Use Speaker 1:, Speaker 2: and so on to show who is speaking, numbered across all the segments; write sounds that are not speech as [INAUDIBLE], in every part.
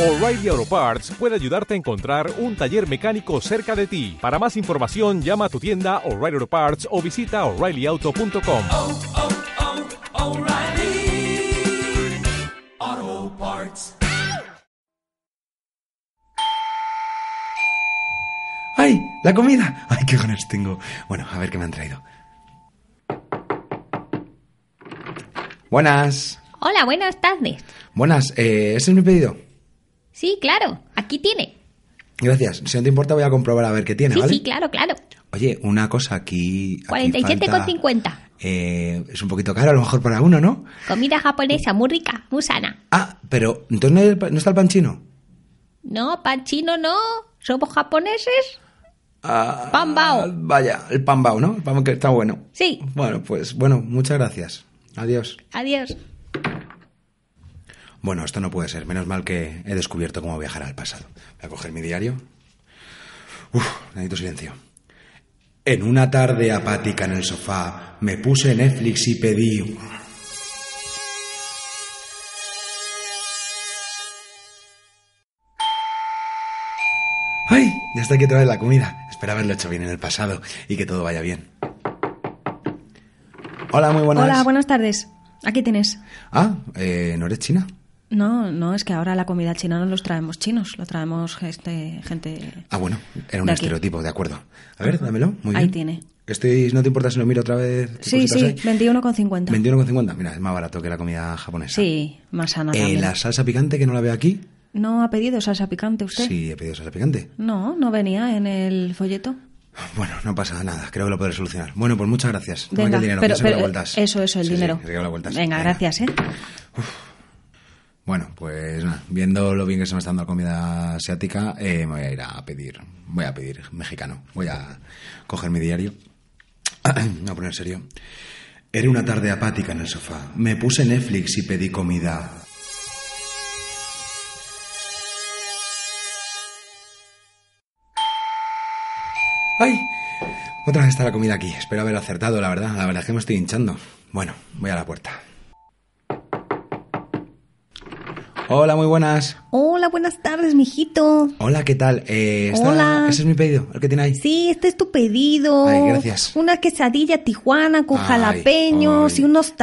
Speaker 1: O'Reilly Auto Parts puede ayudarte a encontrar un taller mecánico cerca de ti. Para más información, llama a tu tienda O'Reilly Auto Parts o visita oreillyauto.com.
Speaker 2: oh, oh, O'Reilly Auto Parts.
Speaker 3: ¡Ay! ¡La comida! ¡Ay, qué ganas tengo! Bueno, a ver qué me han traído. Buenas.
Speaker 4: Hola, buenas tardes.
Speaker 3: Buenas. eh, ese es mi pedido.
Speaker 4: Sí, claro, aquí tiene.
Speaker 3: Gracias. Si no te importa, voy a comprobar a ver qué tiene,
Speaker 4: Sí,
Speaker 3: ¿vale?
Speaker 4: sí, claro, claro.
Speaker 3: Oye, una cosa aquí. aquí
Speaker 4: 47,50.
Speaker 3: falta- Eh, es un poquito caro, a lo mejor para uno, ¿no?
Speaker 4: Comida japonesa muy rica, muy sana.
Speaker 3: Ah, pero entonces no, hay el pa- no está el pan chino.
Speaker 4: No, pan chino no. ¿Somos japoneses?
Speaker 3: Ah,
Speaker 4: Pan bao.
Speaker 3: Vaya, el pan bao, ¿no? El pan que está bueno.
Speaker 4: Sí.
Speaker 3: Bueno, pues bueno, muchas gracias. Adiós.
Speaker 4: Adiós.
Speaker 3: Bueno, esto no puede ser. Menos mal que he descubierto cómo viajar al pasado. Voy a coger mi diario. Uf, necesito silencio. En una tarde apática en el sofá, me puse Netflix y pedí... ¡Ay! Ya está aquí otra vez la comida. Espero haberlo hecho bien en el pasado y que todo vaya bien. Hola, muy buenas.
Speaker 5: Hola, buenas tardes. Aquí tienes.
Speaker 3: Ah, eh, ¿no eres china?
Speaker 5: No, no, es que ahora la comida china no los traemos chinos, lo traemos este, gente...
Speaker 3: Ah, bueno, era un
Speaker 5: De aquí.
Speaker 3: estereotipo, de acuerdo. A ver, dámelo. Muy
Speaker 5: Ahí
Speaker 3: bien.
Speaker 5: tiene.
Speaker 3: Estoy, ¿No te importa si lo miro otra vez? ¿Qué
Speaker 5: Sí,
Speaker 3: cositas
Speaker 5: sí,
Speaker 3: hay?
Speaker 5: 21,50.
Speaker 3: 21,50. Mira, es más barato que la comida japonesa.
Speaker 5: Sí, más sana
Speaker 3: Eh,
Speaker 5: también.
Speaker 3: la salsa picante que no la veo aquí.
Speaker 5: ¿No ha pedido salsa picante usted?
Speaker 3: Sí, he pedido salsa picante. [LAUGHS]
Speaker 5: No, no venía en el folleto.
Speaker 3: Bueno, no pasa nada. Creo que lo podré solucionar. Bueno, pues muchas gracias. Tómate
Speaker 5: Venga,
Speaker 3: el dinero,
Speaker 5: pero,
Speaker 3: que se me da
Speaker 5: pero-
Speaker 3: vueltas.
Speaker 5: eso, eso, el
Speaker 3: Sí, sí,
Speaker 5: dinero.
Speaker 3: que se me da vueltas.
Speaker 5: Venga, gracias, ¿eh?
Speaker 3: Bueno, pues nada, viendo lo bien que se me está dando la comida asiática, eh, me voy a ir a pedir, voy a pedir mexicano, voy a coger mi diario. [CLEARS THROAT] me voy a poner serio. Era una tarde apática en el sofá. Me puse Netflix y pedí comida. ¡Ay! Otra vez está la comida aquí. Espero haber acertado, la verdad. La verdad es que me estoy hinchando. Bueno, voy a la puerta. Hola, muy buenas.
Speaker 5: Hola, buenas tardes, mijito.
Speaker 3: Hola, ¿qué tal? Eh, esta-
Speaker 5: Hola.
Speaker 3: Ese es mi pedido, el que tiene ahí.
Speaker 5: Sí, este es tu pedido.
Speaker 3: Ay, gracias.
Speaker 5: Una quesadilla tijuana con
Speaker 3: Ay,
Speaker 5: jalapeños
Speaker 3: ay, me lo
Speaker 5: y unos
Speaker 3: voy a decir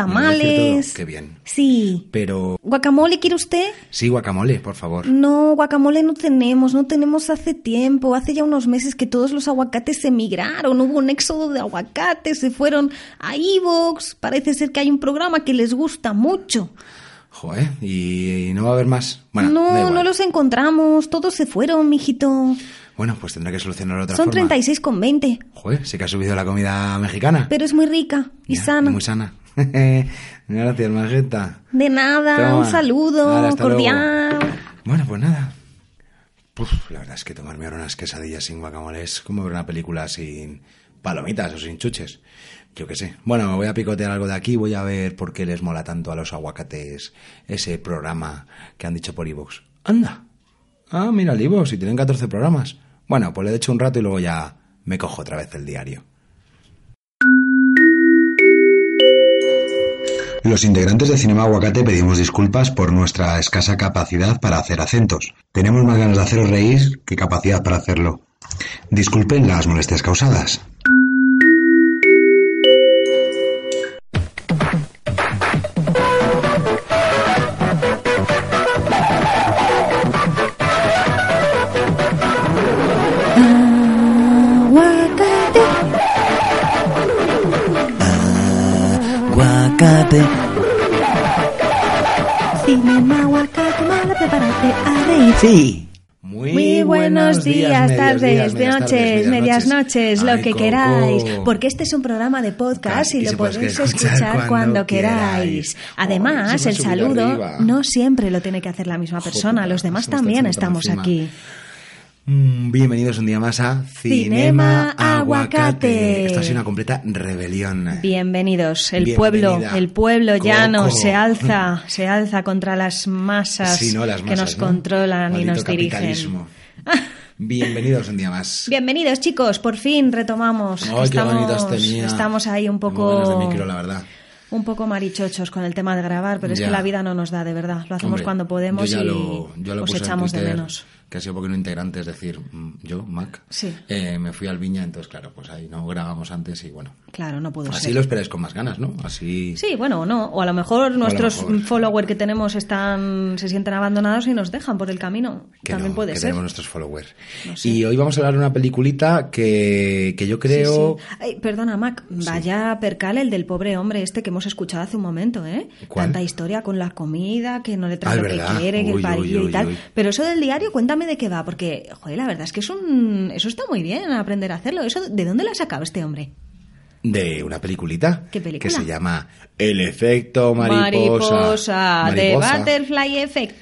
Speaker 5: tamales.
Speaker 3: todo. Qué bien.
Speaker 5: Sí.
Speaker 3: Pero
Speaker 5: ¿Guacamole quiere usted?
Speaker 3: sí, guacamole, por favor.
Speaker 5: No, guacamole no tenemos, no tenemos hace tiempo, hace ya unos meses que todos los aguacates se emigraron, hubo un éxodo de aguacates, se fueron a Evox, parece ser que hay un programa que les gusta mucho.
Speaker 3: Joder, ¿y, y no va a haber más? Bueno, da
Speaker 5: no,
Speaker 3: igual.
Speaker 5: no los encontramos, todos se fueron, mijito.
Speaker 3: Bueno, pues tendré que solucionarlo de otra
Speaker 5: Son
Speaker 3: forma.
Speaker 5: 36 con 20,
Speaker 3: Joder, sí que ha subido la comida mexicana.
Speaker 5: pero es muy rica y
Speaker 3: Ya,
Speaker 5: sana.
Speaker 3: Muy sana. [LAUGHS] Gracias, Margeta.
Speaker 5: De nada,
Speaker 3: Toma.
Speaker 5: un saludo
Speaker 3: Nada, hasta
Speaker 5: cordial.
Speaker 3: luego. Bueno, pues nada. Puf, la verdad es que tomarme ahora unas quesadillas sin guacamole es como ver una película sin palomitas o sin chuches. Yo qué sé. Bueno, me voy a picotear algo de aquí, voy a ver por qué les mola tanto a los aguacates ese programa que han dicho por Evox. Anda. Ah, mira el Evox, y tienen 14 programas. Bueno, pues le echo un rato y luego ya me cojo otra vez el diario. Los integrantes de Cinema Aguacate pedimos disculpas por nuestra escasa capacidad para hacer acentos. Tenemos más ganas de haceros reír que capacidad para hacerlo. Disculpen las molestias causadas.
Speaker 6: Guacate,
Speaker 5: Cinema aguacate, mala, prepárate a reír.
Speaker 6: sí.
Speaker 3: Muy,
Speaker 5: Muy buenos días,
Speaker 3: medios
Speaker 5: tardes,
Speaker 3: días, medias
Speaker 5: noches, medias noches, lo
Speaker 3: Ay,
Speaker 5: que
Speaker 3: Coco.
Speaker 5: queráis, porque este es un programa de podcast
Speaker 3: Y
Speaker 5: y
Speaker 3: se
Speaker 5: lo
Speaker 3: puede
Speaker 5: podéis
Speaker 3: escuchar
Speaker 5: escuchar
Speaker 3: cuando
Speaker 5: cuando queráis.
Speaker 3: queráis. Ay,
Speaker 5: Además,
Speaker 3: se me
Speaker 5: el
Speaker 3: ha subido
Speaker 5: saludo
Speaker 3: arriba.
Speaker 5: no siempre lo tiene que hacer la misma
Speaker 3: Joder,
Speaker 5: persona, los
Speaker 3: se me
Speaker 5: demás
Speaker 3: está
Speaker 5: también
Speaker 3: echando por
Speaker 5: estamos
Speaker 3: encima.
Speaker 5: aquí.
Speaker 3: Mm, Bienvenidos un día más a Cinema,
Speaker 5: Cinema
Speaker 3: Aguacate.
Speaker 5: Aguacate.
Speaker 3: Esto ha sido una completa rebelión.
Speaker 5: Bienvenidos, el
Speaker 3: Bienvenida,
Speaker 5: pueblo, el pueblo llano
Speaker 3: Coco. [LAUGHS]
Speaker 5: se alza, se alza contra las masas,
Speaker 3: Sí, no, las
Speaker 5: que
Speaker 3: masas,
Speaker 5: nos
Speaker 3: ¿no?
Speaker 5: controlan
Speaker 3: Maldito
Speaker 5: y nos dirigen.
Speaker 3: capitalismo. Bienvenidos un día más.
Speaker 5: [LAUGHS] Bienvenidos chicos, por fin retomamos.
Speaker 3: Ay, qué
Speaker 5: estamos,
Speaker 3: ganitas tenía.
Speaker 5: estamos ahí un
Speaker 3: Tengo ganas
Speaker 5: poco
Speaker 3: de micro, la verdad.
Speaker 5: un poco marichochos con el tema de grabar, pero es
Speaker 3: Ya.
Speaker 5: que la vida no nos da, de verdad. Lo hacemos
Speaker 3: Hombre,
Speaker 5: cuando podemos
Speaker 3: yo ya
Speaker 5: y
Speaker 3: lo- yo lo
Speaker 5: os
Speaker 3: puse en
Speaker 5: echamos de
Speaker 3: Twitter,
Speaker 5: menos.
Speaker 3: Que ha sido porque no integrante, es decir, mm, yo, Mac,
Speaker 5: Sí.
Speaker 3: eh, me fui al Viña, entonces, claro, pues ahí no grabamos antes y bueno.
Speaker 5: Claro, no pudo
Speaker 3: Así
Speaker 5: ser.
Speaker 3: lo esperáis con más ganas, ¿no? Así.
Speaker 5: Sí, bueno, o no. O a lo mejor nuestros
Speaker 3: mejor.
Speaker 5: followers que tenemos están se sienten abandonados y nos dejan por el camino.
Speaker 3: Que
Speaker 5: También
Speaker 3: no,
Speaker 5: puede
Speaker 3: que
Speaker 5: ser.
Speaker 3: tenemos nuestros followers.
Speaker 5: No sé.
Speaker 3: Y hoy vamos a hablar de una peliculita que, que yo
Speaker 5: Sí,
Speaker 3: creo.
Speaker 5: sí. Ay, perdona, Mac, vaya percal el del pobre hombre este que hemos escuchado hace un momento, ¿eh?
Speaker 3: ¿Cuál?
Speaker 5: Tanta historia con la comida, que no le
Speaker 3: Ah,
Speaker 5: trae
Speaker 3: es
Speaker 5: lo que
Speaker 3: verdad.
Speaker 5: quiere, que
Speaker 3: Uy, uy,
Speaker 5: el parillo
Speaker 3: uy,
Speaker 5: y tal.
Speaker 3: uy.
Speaker 5: Pero eso del diario, cuéntame de qué va, porque, joder, la verdad es que es un... eso está muy bien, aprender a hacerlo. Eso, ¿De dónde lo ha sacado este hombre?
Speaker 3: de una peliculita
Speaker 5: ¿Qué película?
Speaker 3: que se llama El efecto mariposa.
Speaker 5: de
Speaker 3: Mariposa.
Speaker 5: Butterfly Effect.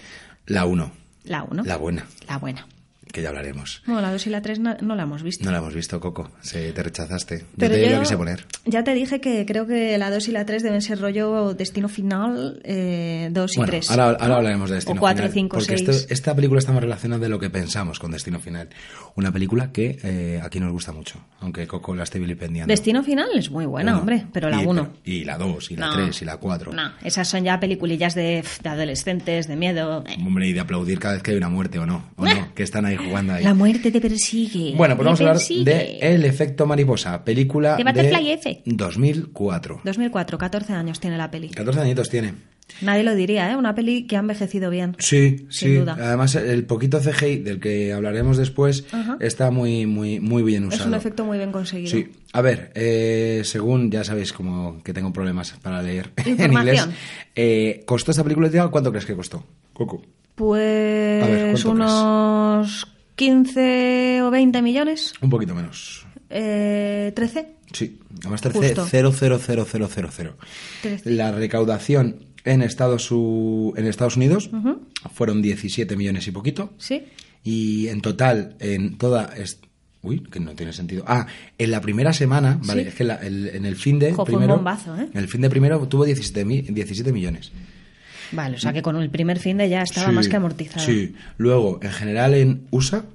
Speaker 3: La 1,
Speaker 5: La 1.
Speaker 3: la buena,
Speaker 5: La buena.
Speaker 3: que ya hablaremos.
Speaker 5: Bueno, la 2 y la 3 no, la hemos visto.
Speaker 3: No la hemos visto, Coco. Se, te rechazaste. Yo
Speaker 5: Pero
Speaker 3: te diría
Speaker 5: yo-
Speaker 3: que se poner.
Speaker 5: Ya te dije que creo que la 2 y la 3 deben ser rollo destino final 2 y
Speaker 3: Bueno,
Speaker 5: 3.
Speaker 3: ahora, ahora hablaremos de Destino
Speaker 5: O cuatro,
Speaker 3: Final.
Speaker 5: cinco,
Speaker 3: porque
Speaker 5: seis.
Speaker 3: esto- esta película está más relacionada de lo que pensamos con Destino Final. Una película que eh, aquí nos gusta mucho, aunque Coco la esté vilipendiando.
Speaker 5: Destino final es muy buena,
Speaker 3: Bueno,
Speaker 5: hombre, pero la
Speaker 3: y-
Speaker 5: 1.
Speaker 3: pero- Y la 2, y la
Speaker 5: No.
Speaker 3: 3, y la 4.
Speaker 5: No, esas son ya peliculillas de, de adolescentes, de miedo. eh.
Speaker 3: Hombre, y de aplaudir cada vez que hay una muerte o no. O no, que están ahí jugando ahí.
Speaker 5: La muerte te persigue.
Speaker 3: Bueno, pues
Speaker 5: te
Speaker 3: vamos a hablar
Speaker 5: persigue.
Speaker 3: de El efecto mariposa, película
Speaker 4: De Butterfly Effect.
Speaker 3: 2004.
Speaker 5: 2004, 14 años tiene la peli.
Speaker 3: 14 añitos tiene.
Speaker 5: Nadie lo diría, ¿eh? Una peli que ha envejecido bien.
Speaker 3: Sí,
Speaker 5: Sin
Speaker 3: sí.
Speaker 5: duda.
Speaker 3: Además, el poquito CGI del que hablaremos después
Speaker 5: Ajá.
Speaker 3: está muy, muy, muy bien usado.
Speaker 5: Es un efecto muy bien conseguido.
Speaker 3: Sí. A ver, eh, según ya sabéis como que tengo problemas para leer [LAUGHS] en
Speaker 5: Información.
Speaker 3: inglés. eh, ¿Costó esta película? Tiago? ¿Cuánto crees que costó? Coco. A ver,
Speaker 5: Pues
Speaker 3: ¿cuánto
Speaker 5: unos 15 o 20 millones.
Speaker 3: Un poquito menos.
Speaker 5: Eh, 13.
Speaker 3: Sí, además 13,
Speaker 5: Justo.
Speaker 3: 00000.
Speaker 5: Trece.
Speaker 3: La recaudación en Estados, U- en Estados Unidos fueron 17 millones y poquito.
Speaker 5: Sí.
Speaker 3: Y en total, en toda. es- Uy, que no tiene sentido. Ah, en la primera semana, vale,
Speaker 5: Sí.
Speaker 3: es que la- el- en el fin de.
Speaker 5: Jo, fue un
Speaker 3: primero,
Speaker 5: bombazo, ¿eh?
Speaker 3: En el fin de primero tuvo 17, mi- 17 millones.
Speaker 5: Vale, o sea que con el primer fin de ya estaba
Speaker 3: Sí,
Speaker 5: más que amortizado.
Speaker 3: Sí. Luego, en general en USA,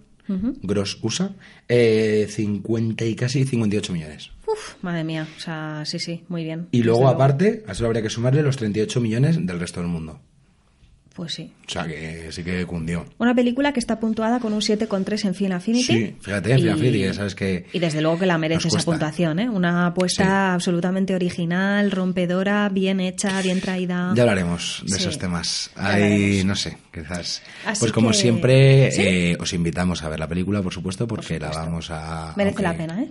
Speaker 3: Gross USA, eh, 50 y casi 58 millones.
Speaker 5: Uf, madre mía. O sea, sí, sí, muy bien.
Speaker 3: Y
Speaker 5: Desde
Speaker 3: luego,
Speaker 5: luego.
Speaker 3: aparte, a eso habría que sumarle los 38 millones del resto del mundo.
Speaker 5: Pues sí.
Speaker 3: O sea, que sí que cundió.
Speaker 5: Una película que está puntuada con un 7,3 en Film Affinity.
Speaker 3: Sí, fíjate, en Film Affinity, ya sabes que
Speaker 5: Y desde luego que la
Speaker 3: nos
Speaker 5: merece esa
Speaker 3: cuesta.
Speaker 5: puntuación, ¿eh? Una apuesta
Speaker 3: Sí.
Speaker 5: absolutamente original, rompedora, bien hecha, bien traída.
Speaker 3: Ya hablaremos de
Speaker 5: Ah, Sí.
Speaker 3: esos temas.
Speaker 5: Ya
Speaker 3: Ahí,
Speaker 5: hablaremos.
Speaker 3: no sé, quizás.
Speaker 5: Así
Speaker 3: pues como
Speaker 5: que-
Speaker 3: siempre,
Speaker 5: ¿Sí?
Speaker 3: eh, os invitamos a ver la película, por supuesto, porque la vamos a...
Speaker 5: Merece la
Speaker 3: aunque-
Speaker 5: pena, ¿eh?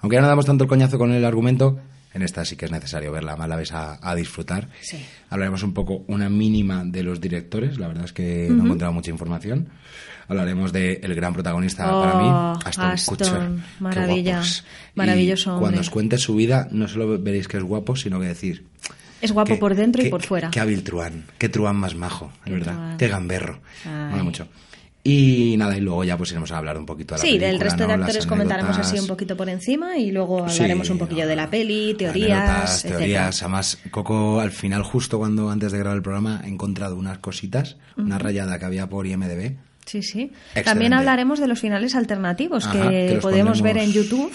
Speaker 3: Aunque ya no damos tanto el coñazo con el argumento, en esta sí que es necesario verla, más la ves a, a disfrutar.
Speaker 5: Sí.
Speaker 3: Hablaremos un poco, una mínima de los directores, la verdad es que no he encontrado mucha información. Hablaremos del gran protagonista para mí,
Speaker 5: Oh,
Speaker 3: Aston,
Speaker 5: Ashton,
Speaker 3: Kutcher. Qué
Speaker 5: maravilla,
Speaker 3: guapos. Y
Speaker 5: maravilloso hombre.
Speaker 3: Cuando os cuente su vida, no solo veréis que es guapo, sino que decir,
Speaker 5: Es guapo
Speaker 3: Qué-
Speaker 5: por dentro
Speaker 3: qué-
Speaker 5: y por fuera.
Speaker 3: Qué hábil truán, qué truán más majo, es
Speaker 5: Qué
Speaker 3: verdad.
Speaker 5: truán.
Speaker 3: Qué gamberro.
Speaker 5: Ay.
Speaker 3: Mola mucho. Y nada, y luego ya pues iremos a hablar un poquito de la
Speaker 5: Sí, del
Speaker 3: película,
Speaker 5: resto de
Speaker 3: ¿no? Las
Speaker 5: actores comentaremos así un
Speaker 3: anécdotas.
Speaker 5: poquito por encima y luego
Speaker 3: Sí, ah,
Speaker 5: hablaremos un poquillo de la peli,
Speaker 3: anécdotas,
Speaker 5: teorías, etcétera.
Speaker 3: teorías. Además, Coco, al final, justo cuando antes de grabar el programa, he encontrado unas cositas, una rayada que había por IMDB.
Speaker 5: Sí, sí.
Speaker 3: Excelente.
Speaker 5: También hablaremos de los finales alternativos
Speaker 3: Ajá,
Speaker 5: Pues que,
Speaker 3: los
Speaker 5: podemos ver en
Speaker 3: pondremos-
Speaker 5: YouTube.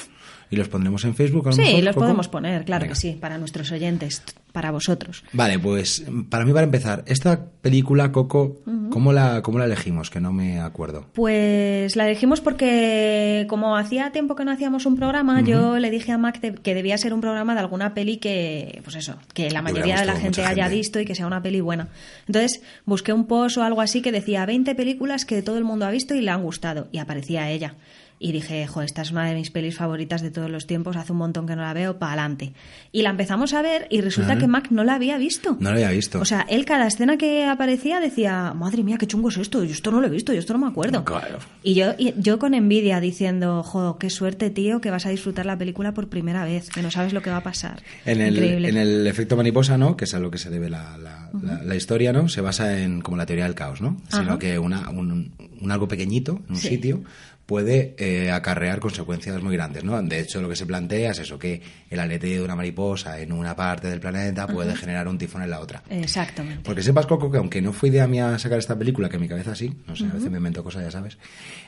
Speaker 3: Y los pondremos en Facebook. a lo
Speaker 5: Sí,
Speaker 3: mejor,
Speaker 5: los
Speaker 3: Coco.
Speaker 5: podemos poner, claro
Speaker 3: Venga.
Speaker 5: que sí, para nuestros oyentes, para vosotros.
Speaker 3: Vale, pues para mí, para empezar, esta película, Coco, ¿cómo, la, ¿cómo la elegimos? Que no me acuerdo.
Speaker 5: Pues la elegimos porque como hacía tiempo que no hacíamos un programa, yo le dije a Mac de- que debía ser un programa de alguna peli que, pues eso, que la
Speaker 3: Que hubiera
Speaker 5: mayoría de la
Speaker 3: gustado a
Speaker 5: gente
Speaker 3: mucha
Speaker 5: haya
Speaker 3: gente.
Speaker 5: visto y que sea una peli buena. Entonces busqué un post o algo así que decía 20 películas que todo el mundo ha visto y le han gustado y aparecía ella. Y dije, jo, esta es una de mis pelis favoritas de todos los tiempos, hace un montón que no la veo, para adelante. Y la empezamos a ver y resulta que Mac no la había visto.
Speaker 3: No la había visto.
Speaker 5: O sea, él cada escena que aparecía decía, madre mía, qué chungo es esto, yo esto no lo he visto, yo esto no me acuerdo.
Speaker 3: Claro.
Speaker 5: Y yo, y yo con envidia diciendo, jo, qué suerte, tío, que vas a disfrutar la película por primera vez, que no sabes lo que va a pasar.
Speaker 3: En el,
Speaker 5: Increíble.
Speaker 3: en el efecto mariposa, ¿no? Que es a lo que se debe la, la- la- la historia, ¿no? Se basa en como la teoría del caos, ¿no?
Speaker 5: Ajá.
Speaker 3: Sino que una, un, un algo pequeñito, en un
Speaker 5: Sí.
Speaker 3: sitio, puede eh, acarrear consecuencias muy grandes, ¿no? De hecho, lo que se plantea es eso, que el aleteo de una mariposa en una parte del planeta puede generar un tifón en la otra.
Speaker 5: Exactamente.
Speaker 3: Porque sepas, Coco, que aunque no fue idea mía sacar esta película, que en mi cabeza sí, no sé, a veces me invento cosas, ya sabes,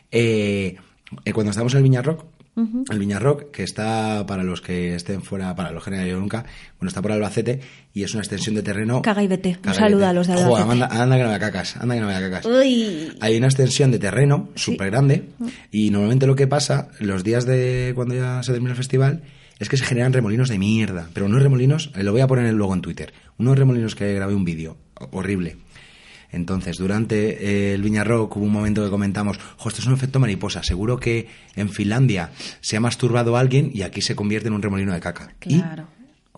Speaker 3: eh, eh, cuando estábamos en el Viña Rock, el Viñarroc, que está para los que estén fuera, para los que no hayan ido nunca, bueno, está por Albacete y es una extensión de terreno.
Speaker 5: Caga y vete. Un
Speaker 3: Caga y
Speaker 5: saludo
Speaker 3: vete.
Speaker 5: a los de
Speaker 3: Jo,
Speaker 5: Albacete.
Speaker 3: anda, anda que no me la cacas, anda que no me la cacas.
Speaker 5: Uy.
Speaker 3: Hay una extensión de terreno súper grande
Speaker 5: Mm.
Speaker 3: y normalmente lo que pasa los días de cuando ya se termina el festival es que se generan remolinos de mierda. Pero unos remolinos, eh, lo voy a poner luego en Twitter, unos remolinos que grabé un vídeo ho- horrible. Entonces, durante eh, el Viñarrock hubo un momento que comentamos, jo, esto es un efecto mariposa, seguro que en Finlandia se ha masturbado alguien y aquí se convierte en un remolino de caca. Y
Speaker 5: Claro.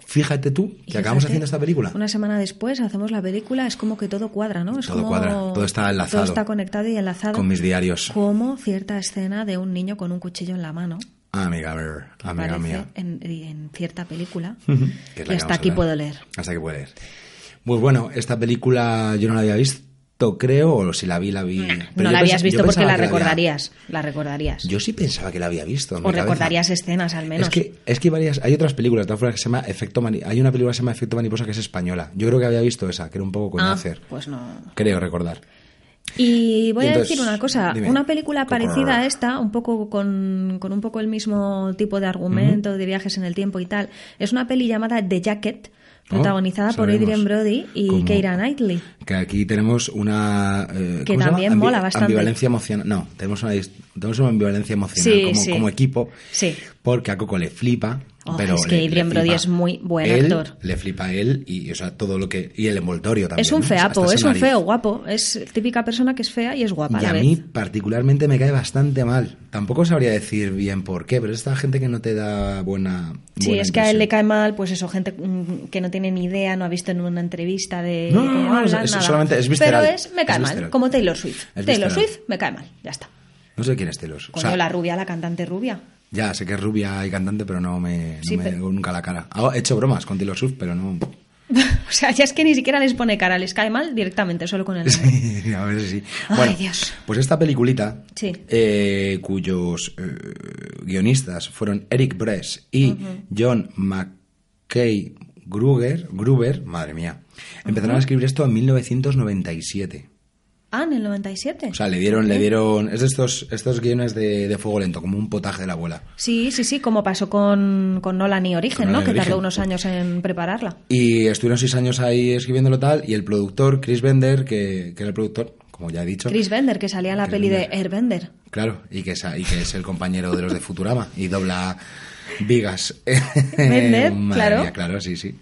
Speaker 3: fíjate tú que
Speaker 5: Y
Speaker 3: acabamos
Speaker 5: fíjate,
Speaker 3: haciendo esta película.
Speaker 5: Una semana después hacemos la película, es como que todo cuadra, ¿no? Es
Speaker 3: Todo
Speaker 5: como-
Speaker 3: cuadra, todo está enlazado.
Speaker 5: Todo está conectado y enlazado.
Speaker 3: Con mis diarios.
Speaker 5: Como cierta escena de un niño con un cuchillo en la mano.
Speaker 3: Amiga, a ver, amiga
Speaker 5: aparece
Speaker 3: mía.
Speaker 5: En, en cierta película.
Speaker 3: [LAUGHS] que es
Speaker 5: y
Speaker 3: la que
Speaker 5: hasta
Speaker 3: vamos a
Speaker 5: aquí
Speaker 3: hablar.
Speaker 5: puedo leer.
Speaker 3: Hasta aquí puedo leer. Pues bueno, esta película yo no la había visto, creo, o si la vi, la vi. Pero
Speaker 5: Mm, no
Speaker 3: yo
Speaker 5: la habías
Speaker 3: pens- yo
Speaker 5: visto porque
Speaker 3: pensaba
Speaker 5: la
Speaker 3: que había-
Speaker 5: recordarías. La recordarías.
Speaker 3: yo sí pensaba que la había visto. en
Speaker 5: o
Speaker 3: mi cabeza.
Speaker 5: recordarías escenas al menos.
Speaker 3: Es que, es que hay varias, hay otras películas, de todas formas, que se llama Efecto Mani- Hay una película que se llama Efecto Mariposa que es española. Yo creo que había visto esa, que era un poco
Speaker 5: Ah,
Speaker 3: conocer.
Speaker 5: pues no.
Speaker 3: Creo recordar.
Speaker 5: Y voy
Speaker 3: Y
Speaker 5: a
Speaker 3: entonces,
Speaker 5: decir una cosa,
Speaker 3: dime.
Speaker 5: una película parecida a esta, un poco con, con un poco el mismo tipo de argumento, de viajes en el tiempo y tal, es una peli llamada The Jacket, protagonizada por
Speaker 3: Oh, sabemos.
Speaker 5: Adrian Brody y
Speaker 3: Como-
Speaker 5: Keira Knightley.
Speaker 3: Que aquí tenemos una. eh,
Speaker 5: Que
Speaker 3: ¿cómo se llama?
Speaker 5: también
Speaker 3: Ambi-
Speaker 5: mola bastante.
Speaker 3: Ambivalencia emocional. No, tenemos una, dis- tenemos una ambivalencia emocional
Speaker 5: Sí,
Speaker 3: como,
Speaker 5: sí.
Speaker 3: como equipo.
Speaker 5: Sí.
Speaker 3: Porque a Coco le flipa.
Speaker 5: Oh,
Speaker 3: pero
Speaker 5: es que
Speaker 3: le- le
Speaker 5: Adrien Brody
Speaker 3: flipa
Speaker 5: es muy buen
Speaker 3: él,
Speaker 5: actor.
Speaker 3: Le flipa a él y, o sea, todo lo que. Y el envoltorio también.
Speaker 5: es un
Speaker 3: ¿no? O sea,
Speaker 5: feapo,
Speaker 3: hasta esa
Speaker 5: es un
Speaker 3: nariz.
Speaker 5: feo guapo, es típica persona que es fea y es guapa a
Speaker 3: Y
Speaker 5: la
Speaker 3: a
Speaker 5: vez.
Speaker 3: mí particularmente me cae bastante mal. Tampoco sabría decir bien por qué, pero es esta gente que no te da buena.
Speaker 5: Sí,
Speaker 3: buena
Speaker 5: es que a él le
Speaker 3: impresión.
Speaker 5: cae mal, pues eso, gente mm, que no tiene ni idea, no ha visto en una entrevista de
Speaker 3: No, no,
Speaker 5: cómo
Speaker 3: no, no,
Speaker 5: hablan,
Speaker 3: es-
Speaker 5: nada.
Speaker 3: solamente es
Speaker 5: Pero
Speaker 3: visceral,
Speaker 5: es, me cae
Speaker 3: es
Speaker 5: mal,
Speaker 3: visceral.
Speaker 5: como Taylor Swift.
Speaker 3: Es
Speaker 5: Taylor
Speaker 3: visceral.
Speaker 5: Swift me cae mal, ya está.
Speaker 3: No sé quién es Telos.
Speaker 5: Coño, la rubia, la cantante rubia. [LAUGHS]
Speaker 3: Ya, sé que es rubia y cantante, pero no me, no
Speaker 5: Sí,
Speaker 3: me
Speaker 5: pero-
Speaker 3: hago nunca la cara. Ah, He hecho bromas con Taylor Swift, pero no.
Speaker 5: o sea, ya es que ni siquiera les pone cara, les cae mal directamente, solo con el nombre.
Speaker 3: [LAUGHS] [LAUGHS] Sí, a veces sí.
Speaker 5: Ay,
Speaker 3: Bueno,
Speaker 5: Dios.
Speaker 3: pues esta peliculita,
Speaker 5: Sí.
Speaker 3: eh, cuyos eh, guionistas fueron Eric Bress y John McKay Gruger, Gruber, madre mía, empezaron a escribir esto en 1997.
Speaker 5: Ah, en el 97.
Speaker 3: O sea, le dieron, le dieron, es de estos, estos guiones de, de fuego lento, como un potaje de la abuela.
Speaker 5: Sí, sí, sí, como pasó con, con Nolan y Origen,
Speaker 3: Con
Speaker 5: ¿no?
Speaker 3: Nolan y
Speaker 5: Que tardó
Speaker 3: Origen.
Speaker 5: unos años en prepararla.
Speaker 3: Y estuvieron seis años ahí escribiéndolo tal, y el productor, Chris Bender, que, que era el productor, como ya he dicho.
Speaker 5: Chris Bender, que salía en la
Speaker 3: Chris
Speaker 5: peli de
Speaker 3: Bender.
Speaker 5: Airbender.
Speaker 3: Claro, y que, es, y que es el compañero de los de Futurama y dobla vigas.
Speaker 5: [LAUGHS] Bender,
Speaker 3: Madre
Speaker 5: claro.
Speaker 3: mía, claro, sí, sí.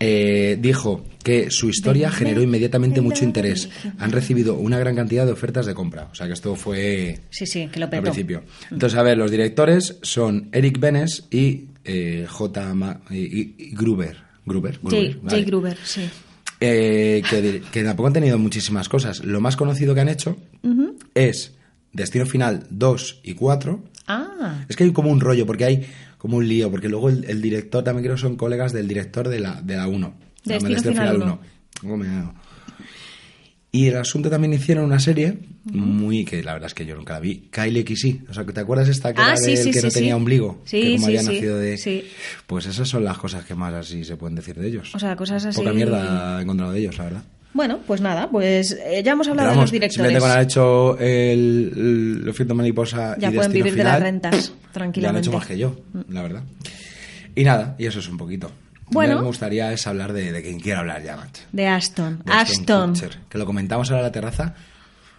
Speaker 3: Eh, dijo que su historia generó inmediatamente mucho interés. Han recibido una gran cantidad de ofertas de compra. O sea que esto fue
Speaker 5: Sí, Mm. sí, que lo
Speaker 3: al
Speaker 5: petó.
Speaker 3: principio. Entonces, a ver, los directores son Eric Benes y eh, J. Ma- y- y- y Gruber. Gruber. Gruber,
Speaker 5: Jay,
Speaker 3: vale.
Speaker 5: Jay Gruber, sí.
Speaker 3: Eh, que, de- que tampoco han tenido muchísimas cosas. Lo más conocido que han hecho es Destino Final 2 y 4.
Speaker 5: Ah,
Speaker 3: Es que hay como un rollo, porque hay como un lío, porque luego el, el director también creo que son colegas del director de la, de la 1.
Speaker 5: Destino
Speaker 3: Llaman
Speaker 5: Final
Speaker 3: uno. Come, no. Y el asunto también hicieron una serie muy que la verdad es que yo nunca la vi, Kyle XY. O sea, que ¿te acuerdas esta que
Speaker 5: Ah,
Speaker 3: era
Speaker 5: sí,
Speaker 3: del
Speaker 5: sí,
Speaker 3: que
Speaker 5: sí,
Speaker 3: no
Speaker 5: sí.
Speaker 3: tenía ombligo?
Speaker 5: Sí,
Speaker 3: que como
Speaker 5: sí,
Speaker 3: había
Speaker 5: sí,
Speaker 3: nacido de
Speaker 5: sí.
Speaker 3: Pues esas son las cosas que más así se pueden decir de ellos.
Speaker 5: o sea, cosas así.
Speaker 3: Poca mierda he encontrado de ellos, la verdad.
Speaker 5: Bueno, pues nada, pues eh, ya hemos hablado
Speaker 3: Pero
Speaker 5: de los
Speaker 3: vamos,
Speaker 5: directores.
Speaker 3: Simplemente con haber hecho el, el efecto mariposa
Speaker 5: Ya
Speaker 3: y
Speaker 5: pueden
Speaker 3: Destino
Speaker 5: vivir de las
Speaker 3: Final,
Speaker 5: rentas,
Speaker 3: Ya han
Speaker 5: tranquilamente.
Speaker 3: hecho más que yo, la verdad. Y nada, y eso es un poquito.
Speaker 5: Bueno.
Speaker 3: Lo que Me gustaría es hablar de, de quien quiera hablar ya, macho.
Speaker 5: De Aston.
Speaker 3: De
Speaker 5: Aston.
Speaker 3: Kutcher, que lo comentamos ahora en la terraza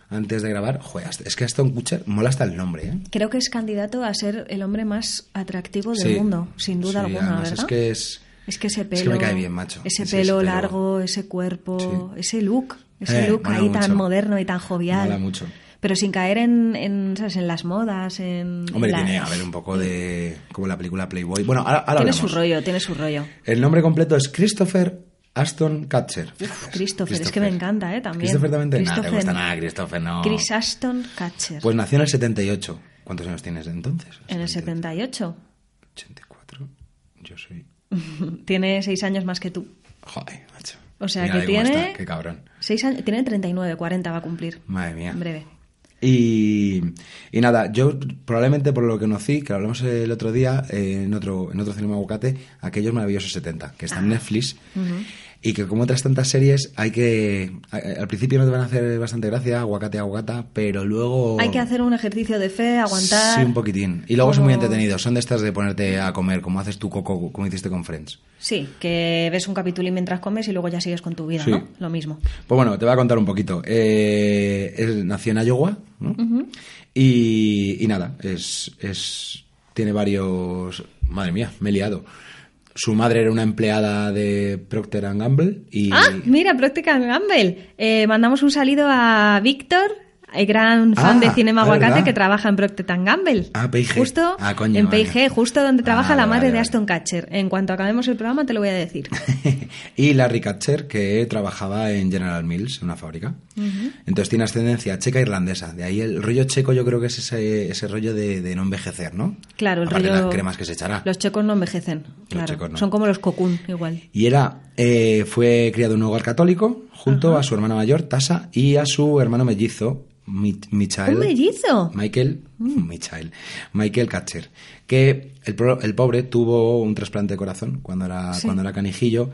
Speaker 3: antes de grabar. Joder, es que Aston Kutcher mola hasta el nombre, ¿eh?
Speaker 5: Creo que es candidato a ser el hombre más atractivo del
Speaker 3: Sí.
Speaker 5: mundo, sin
Speaker 3: Sí,
Speaker 5: duda alguna,
Speaker 3: además
Speaker 5: ¿verdad?
Speaker 3: Es que es...
Speaker 5: Es que ese
Speaker 3: Es que
Speaker 5: pelo.
Speaker 3: me cae bien, macho.
Speaker 5: Ese
Speaker 3: Es ese
Speaker 5: pelo
Speaker 3: pelo.
Speaker 5: largo, ese cuerpo,
Speaker 3: Sí.
Speaker 5: ese look. Ese
Speaker 3: Eh,
Speaker 5: look
Speaker 3: mola
Speaker 5: ahí tan
Speaker 3: mucho.
Speaker 5: moderno y tan jovial.
Speaker 3: Mola mucho.
Speaker 5: Pero sin caer en, en, ¿sabes? en las modas, en.
Speaker 3: Hombre,
Speaker 5: la-
Speaker 3: tiene, a ver, un poco de... Como la película Playboy. Bueno, ahora, ahora
Speaker 5: Tiene
Speaker 3: hablamos.
Speaker 5: su rollo, tiene su rollo.
Speaker 3: El nombre completo es Christopher Aston Kutcher.
Speaker 5: Christopher, es que me encanta, ¿eh? También.
Speaker 3: Christopher también te- Nah,
Speaker 5: Christopher-
Speaker 3: te gusta nada, Christopher, no.
Speaker 5: Chris Aston Catcher.
Speaker 3: Pues nació en el 78. ¿Cuántos años tienes de entonces?
Speaker 5: en el 78.
Speaker 3: 84. Yo soy...
Speaker 5: [LAUGHS] tiene seis años más que tú.
Speaker 3: Joder, macho.
Speaker 5: O sea,
Speaker 3: Mira
Speaker 5: que
Speaker 3: cómo
Speaker 5: tiene-
Speaker 3: está, Qué cabrón.
Speaker 5: Seis años, tiene 39, 40 va a cumplir.
Speaker 3: Madre mía.
Speaker 5: En breve.
Speaker 3: Y, y nada, yo probablemente por lo que conocí, que lo hablamos el otro
Speaker 5: Ah.
Speaker 3: día eh, en otro en otro cinema aguacate, aquellos maravillosos 70, que está en Netflix. Y que como otras tantas series, hay que. a- a- Al principio no te van a hacer bastante gracia, aguacate, aguacata, pero luego.
Speaker 5: Hay que hacer un ejercicio de fe, aguantar.
Speaker 3: Oh. Sí, un poquitín. Y luego son muy
Speaker 5: Como-
Speaker 3: entretenidos. Son de estas de ponerte a comer, como haces tú, Coco, como hiciste con Friends.
Speaker 5: Sí, que ves un capítulo y mientras comes y luego ya sigues con tu vida,
Speaker 3: Sí.
Speaker 5: ¿no? Lo mismo.
Speaker 3: Pues bueno, te voy a contar un poquito. Eh, él nació en Iowa, ¿no? y, y nada, es, es- tiene varios... Madre mía, me he liado. Su madre era una empleada de Procter and Gamble y...
Speaker 5: Ah, mira, Practical Gamble. Eh, mandamos un saludo a Víctor, el gran fan
Speaker 3: Ah,
Speaker 5: de Cinema
Speaker 3: es
Speaker 5: Aguacate
Speaker 3: verdad.
Speaker 5: que trabaja en Procter Gamble.
Speaker 3: Ah, P&G.
Speaker 5: Justo
Speaker 3: Ah, coño,
Speaker 5: en
Speaker 3: vale. Ah,
Speaker 5: P&G, justo donde trabaja
Speaker 3: Vale,
Speaker 5: la madre
Speaker 3: vale,
Speaker 5: de
Speaker 3: vale.
Speaker 5: Aston Catcher. En cuanto acabemos el programa te lo voy a decir.
Speaker 3: [LAUGHS] y Larry Katcher, que trabajaba en General Mills, en una fábrica. Entonces tiene ascendencia checa e irlandesa. De ahí el rollo checo yo creo que es ese, ese rollo de, de no envejecer, ¿no?
Speaker 5: Claro, el
Speaker 3: Aparte de
Speaker 5: rollo...
Speaker 3: las cremas que se echará.
Speaker 5: Los checos no envejecen. claro.
Speaker 3: checos no.
Speaker 5: Son como los cocún, igual.
Speaker 3: Y era, eh, fue criado en un hogar católico junto a su hermana mayor, Tasa, y a su hermano mellizo, Mi- Michael.
Speaker 5: ¿Un mellizo? Mm.
Speaker 3: Michael, [LAUGHS] Michael, Michael Katcher, que el, pro- el pobre tuvo un trasplante de corazón cuando era, cuando era canijillo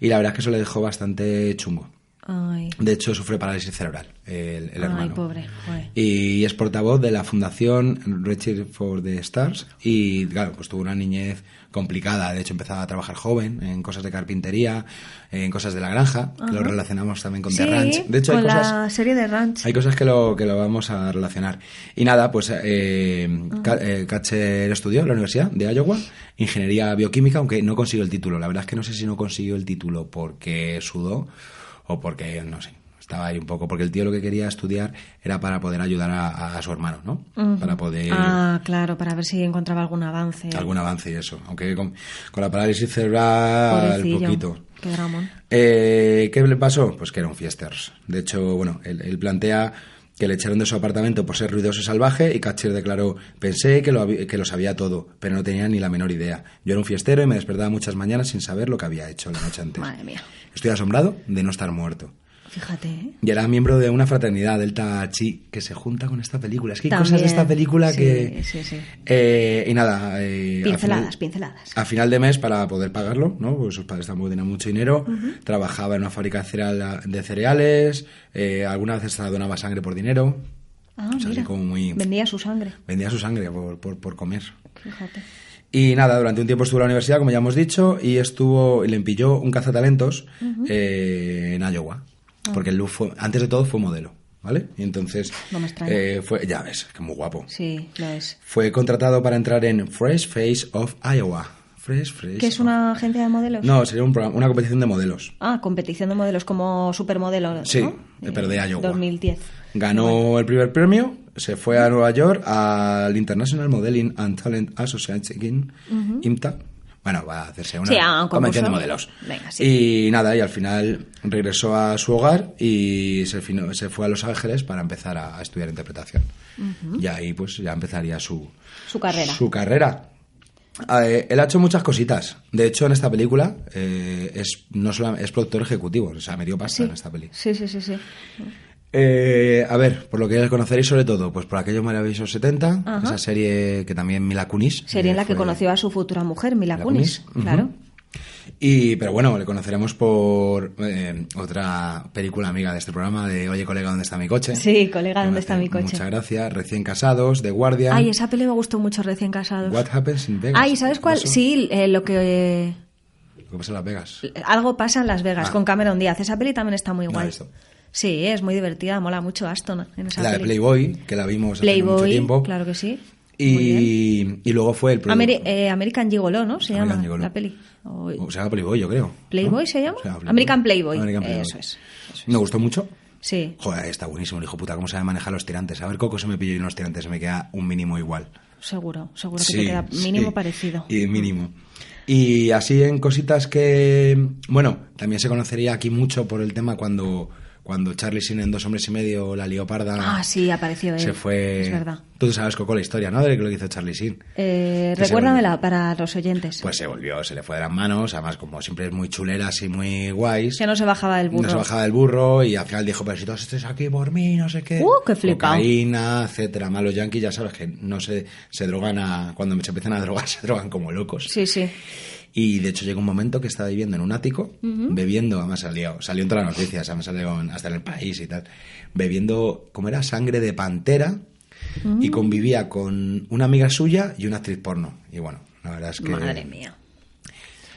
Speaker 3: y la verdad es que eso le dejó bastante chungo.
Speaker 5: Ay,
Speaker 3: De hecho, sufre parálisis cerebral, el, el
Speaker 5: Ay,
Speaker 3: hermano.
Speaker 5: pobre, joder.
Speaker 3: Y es portavoz de la fundación Richard for the Stars. Y claro, pues tuvo una niñez complicada. De hecho, empezaba a trabajar joven en cosas de carpintería, en cosas de la granja. que Lo relacionamos también con The
Speaker 5: Sí,
Speaker 3: Ranch. De hecho,
Speaker 5: con
Speaker 3: hay cosas.
Speaker 5: la serie de Ranch.
Speaker 3: Hay cosas que lo, que lo vamos a relacionar. Y nada, pues eh, Ca- eh, Katcher estudió en la Universidad de Iowa Ingeniería Bioquímica, aunque no consiguió el título. La verdad es que no sé si no consiguió el título porque sudó o porque, no sé, estaba ahí un poco. Porque el tío lo que quería estudiar era para poder ayudar a, a su hermano, ¿no? Para poder
Speaker 5: Ah, claro, para ver si encontraba algún avance.
Speaker 3: algún avance y eso. Aunque con, con la parálisis cerebral,
Speaker 5: Pobrecillo.
Speaker 3: poquito.
Speaker 5: Qué dramón.
Speaker 3: Eh, ¿Qué le pasó? Pues que era un fiesters. De hecho, bueno, él, él plantea que le echaron de su apartamento por ser ruidoso y salvaje y Catcher declaró, pensé que lo, habi- que lo sabía todo, pero no tenía ni la menor idea. Yo era un fiestero y me despertaba muchas mañanas sin saber lo que había hecho la noche antes.
Speaker 5: Madre mía.
Speaker 3: Estoy asombrado de no estar muerto.
Speaker 5: Fíjate, ¿eh?
Speaker 3: Y era miembro de una fraternidad, Delta Chi, que se junta con esta película. Es que hay cosas de
Speaker 5: También.
Speaker 3: esta película
Speaker 5: Sí,
Speaker 3: que...
Speaker 5: sí, sí.
Speaker 3: Eh, y nada... eh, al
Speaker 5: Pinceladas,
Speaker 3: final- Ah,
Speaker 5: pinceladas.
Speaker 3: a final de mes para poder pagarlo, ¿no? Porque sus padres tampoco tenían mucho dinero. Trabajaba en una fábrica de cereal- de cereales. eh, alguna vez hasta donaba sangre por dinero.
Speaker 5: Ah,
Speaker 3: O sea, así
Speaker 5: mira.
Speaker 3: como muy-
Speaker 5: Vendía su sangre.
Speaker 3: Vendía su sangre por, por, por comer.
Speaker 5: Fíjate.
Speaker 3: Y nada, durante un tiempo estuvo en la universidad, como ya hemos dicho, y estuvo y le empilló un cazatalentos eh, en Iowa.
Speaker 5: Ah.
Speaker 3: Porque el Lou fue, antes de todo fue modelo, ¿vale? Y entonces.
Speaker 5: No me extraña.
Speaker 3: eh, fue, ya ves, que muy guapo.
Speaker 5: Sí, lo es.
Speaker 3: Fue contratado para entrar en Fresh Face of Iowa. Fresh Face.
Speaker 5: ¿Qué es
Speaker 3: of-
Speaker 5: una agencia de modelos?
Speaker 3: No, sería un programa- una competición de modelos.
Speaker 5: Ah, competición de modelos como supermodelo.
Speaker 3: Sí,
Speaker 5: ¿no?
Speaker 3: pero de
Speaker 5: Eh,
Speaker 3: Iowa.
Speaker 5: 2010.
Speaker 3: Ganó el primer premio, se fue a Nueva York al International Modeling and Talent Association, IMTA. Bueno, va a hacerse una
Speaker 5: Sí, a un concurso.
Speaker 3: convención de modelos.
Speaker 5: Venga, sí.
Speaker 3: Y nada, y al final regresó a su hogar y se, fino- se fue a Los Ángeles para empezar a, a estudiar interpretación. Y ahí pues ya empezaría su,
Speaker 5: Su carrera.
Speaker 3: Su carrera. Eh, él ha hecho muchas cositas. De hecho, en esta película eh, es, no solo, es productor ejecutivo, o sea, me dio pasta
Speaker 5: Sí.
Speaker 3: en esta película.
Speaker 5: sí, sí, sí, sí.
Speaker 3: Eh, a ver, por lo que ya conoceréis sobre todo, pues por aquellos maravillosos 70,
Speaker 5: Ajá.
Speaker 3: esa serie que también Mila Kunis.
Speaker 5: Sería
Speaker 3: eh,
Speaker 5: en la que
Speaker 3: fue-
Speaker 5: conoció a su futura mujer, Mila
Speaker 3: Mila
Speaker 5: Kunis.
Speaker 3: Kunis, ujú.
Speaker 5: Claro.
Speaker 3: Y, pero bueno, le conoceremos por eh, otra película amiga de este programa, de Oye colega, ¿dónde está mi coche?
Speaker 5: Sí, colega,
Speaker 3: Que
Speaker 5: ¿dónde
Speaker 3: me
Speaker 5: está
Speaker 3: hace
Speaker 5: mi coche?
Speaker 3: Muchas gracias. Recién casados, de Guardian.
Speaker 5: Ay, esa peli me gustó mucho recién casados.
Speaker 3: What happens in Vegas.
Speaker 5: Ay, ¿sabes
Speaker 3: ¿Qué
Speaker 5: cuál?
Speaker 3: pasó?
Speaker 5: Sí, eh, lo que... eh,
Speaker 3: Lo que pasa en Las Vegas.
Speaker 5: Algo pasa en Las Vegas
Speaker 3: Ah.
Speaker 5: con Cameron Díaz. Esa peli también está muy
Speaker 3: No la he
Speaker 5: guay.
Speaker 3: visto.
Speaker 5: Sí, es muy divertida, mola mucho Aston en esa
Speaker 3: La de
Speaker 5: peli.
Speaker 3: Playboy, que la vimos hace mucho
Speaker 5: Playboy,
Speaker 3: tiempo.
Speaker 5: claro que sí. Muy bien.
Speaker 3: Y, y luego fue el produ-
Speaker 5: Ameri- eh, American Gigolo, ¿no? Se
Speaker 3: American
Speaker 5: llama
Speaker 3: Gigolo.
Speaker 5: la peli. O-
Speaker 3: O sea, Playboy, yo creo. ¿no?
Speaker 5: ¿Playboy se llama? American Playboy. Eso es,
Speaker 3: Me gustó mucho.
Speaker 5: sí.
Speaker 3: Joder, está buenísimo el hijo puta, cómo sabe manejar los tirantes. A ver, Coco se me pilló y unos tirantes, se me queda un mínimo igual.
Speaker 5: Seguro, seguro que te queda mínimo
Speaker 3: sí.
Speaker 5: parecido.
Speaker 3: Y mínimo. Y así en cositas que. Bueno, también se conocería aquí mucho por el tema cuando, cuando Charlie Sin en Dos Hombres y Medio, la leoparda.
Speaker 5: Ah, sí, apareció él.
Speaker 3: Se fue.
Speaker 5: Es verdad.
Speaker 3: Tú sabes, Coco, la historia, ¿no? De lo que hizo Charlie Sin.
Speaker 5: Eh,
Speaker 3: Que se
Speaker 5: recuérdamela para los oyentes.
Speaker 3: Pues se volvió, se le fue de las manos. Además, como siempre es muy chulera, así muy guays.
Speaker 5: que no se bajaba del burro.
Speaker 3: No se bajaba del burro y al final dijo, pero si todos estáis aquí por mí, no sé qué.
Speaker 5: Uh, qué flipao.
Speaker 3: Cocaína, etcétera. Malos yanquis, [LAUGHS] ya sabes que no se, se drogan a... Cuando se empiezan a drogar, se drogan como locos.
Speaker 5: Sí, sí.
Speaker 3: Y de hecho llegó un momento que estaba viviendo en un ático, bebiendo, además salió, salió en todas las noticias, además salió en- hasta en el país y tal, bebiendo, como era, sangre de pantera
Speaker 5: Mm.
Speaker 3: y convivía con una amiga suya y una actriz porno. Y bueno, la verdad es que...
Speaker 5: Madre mía.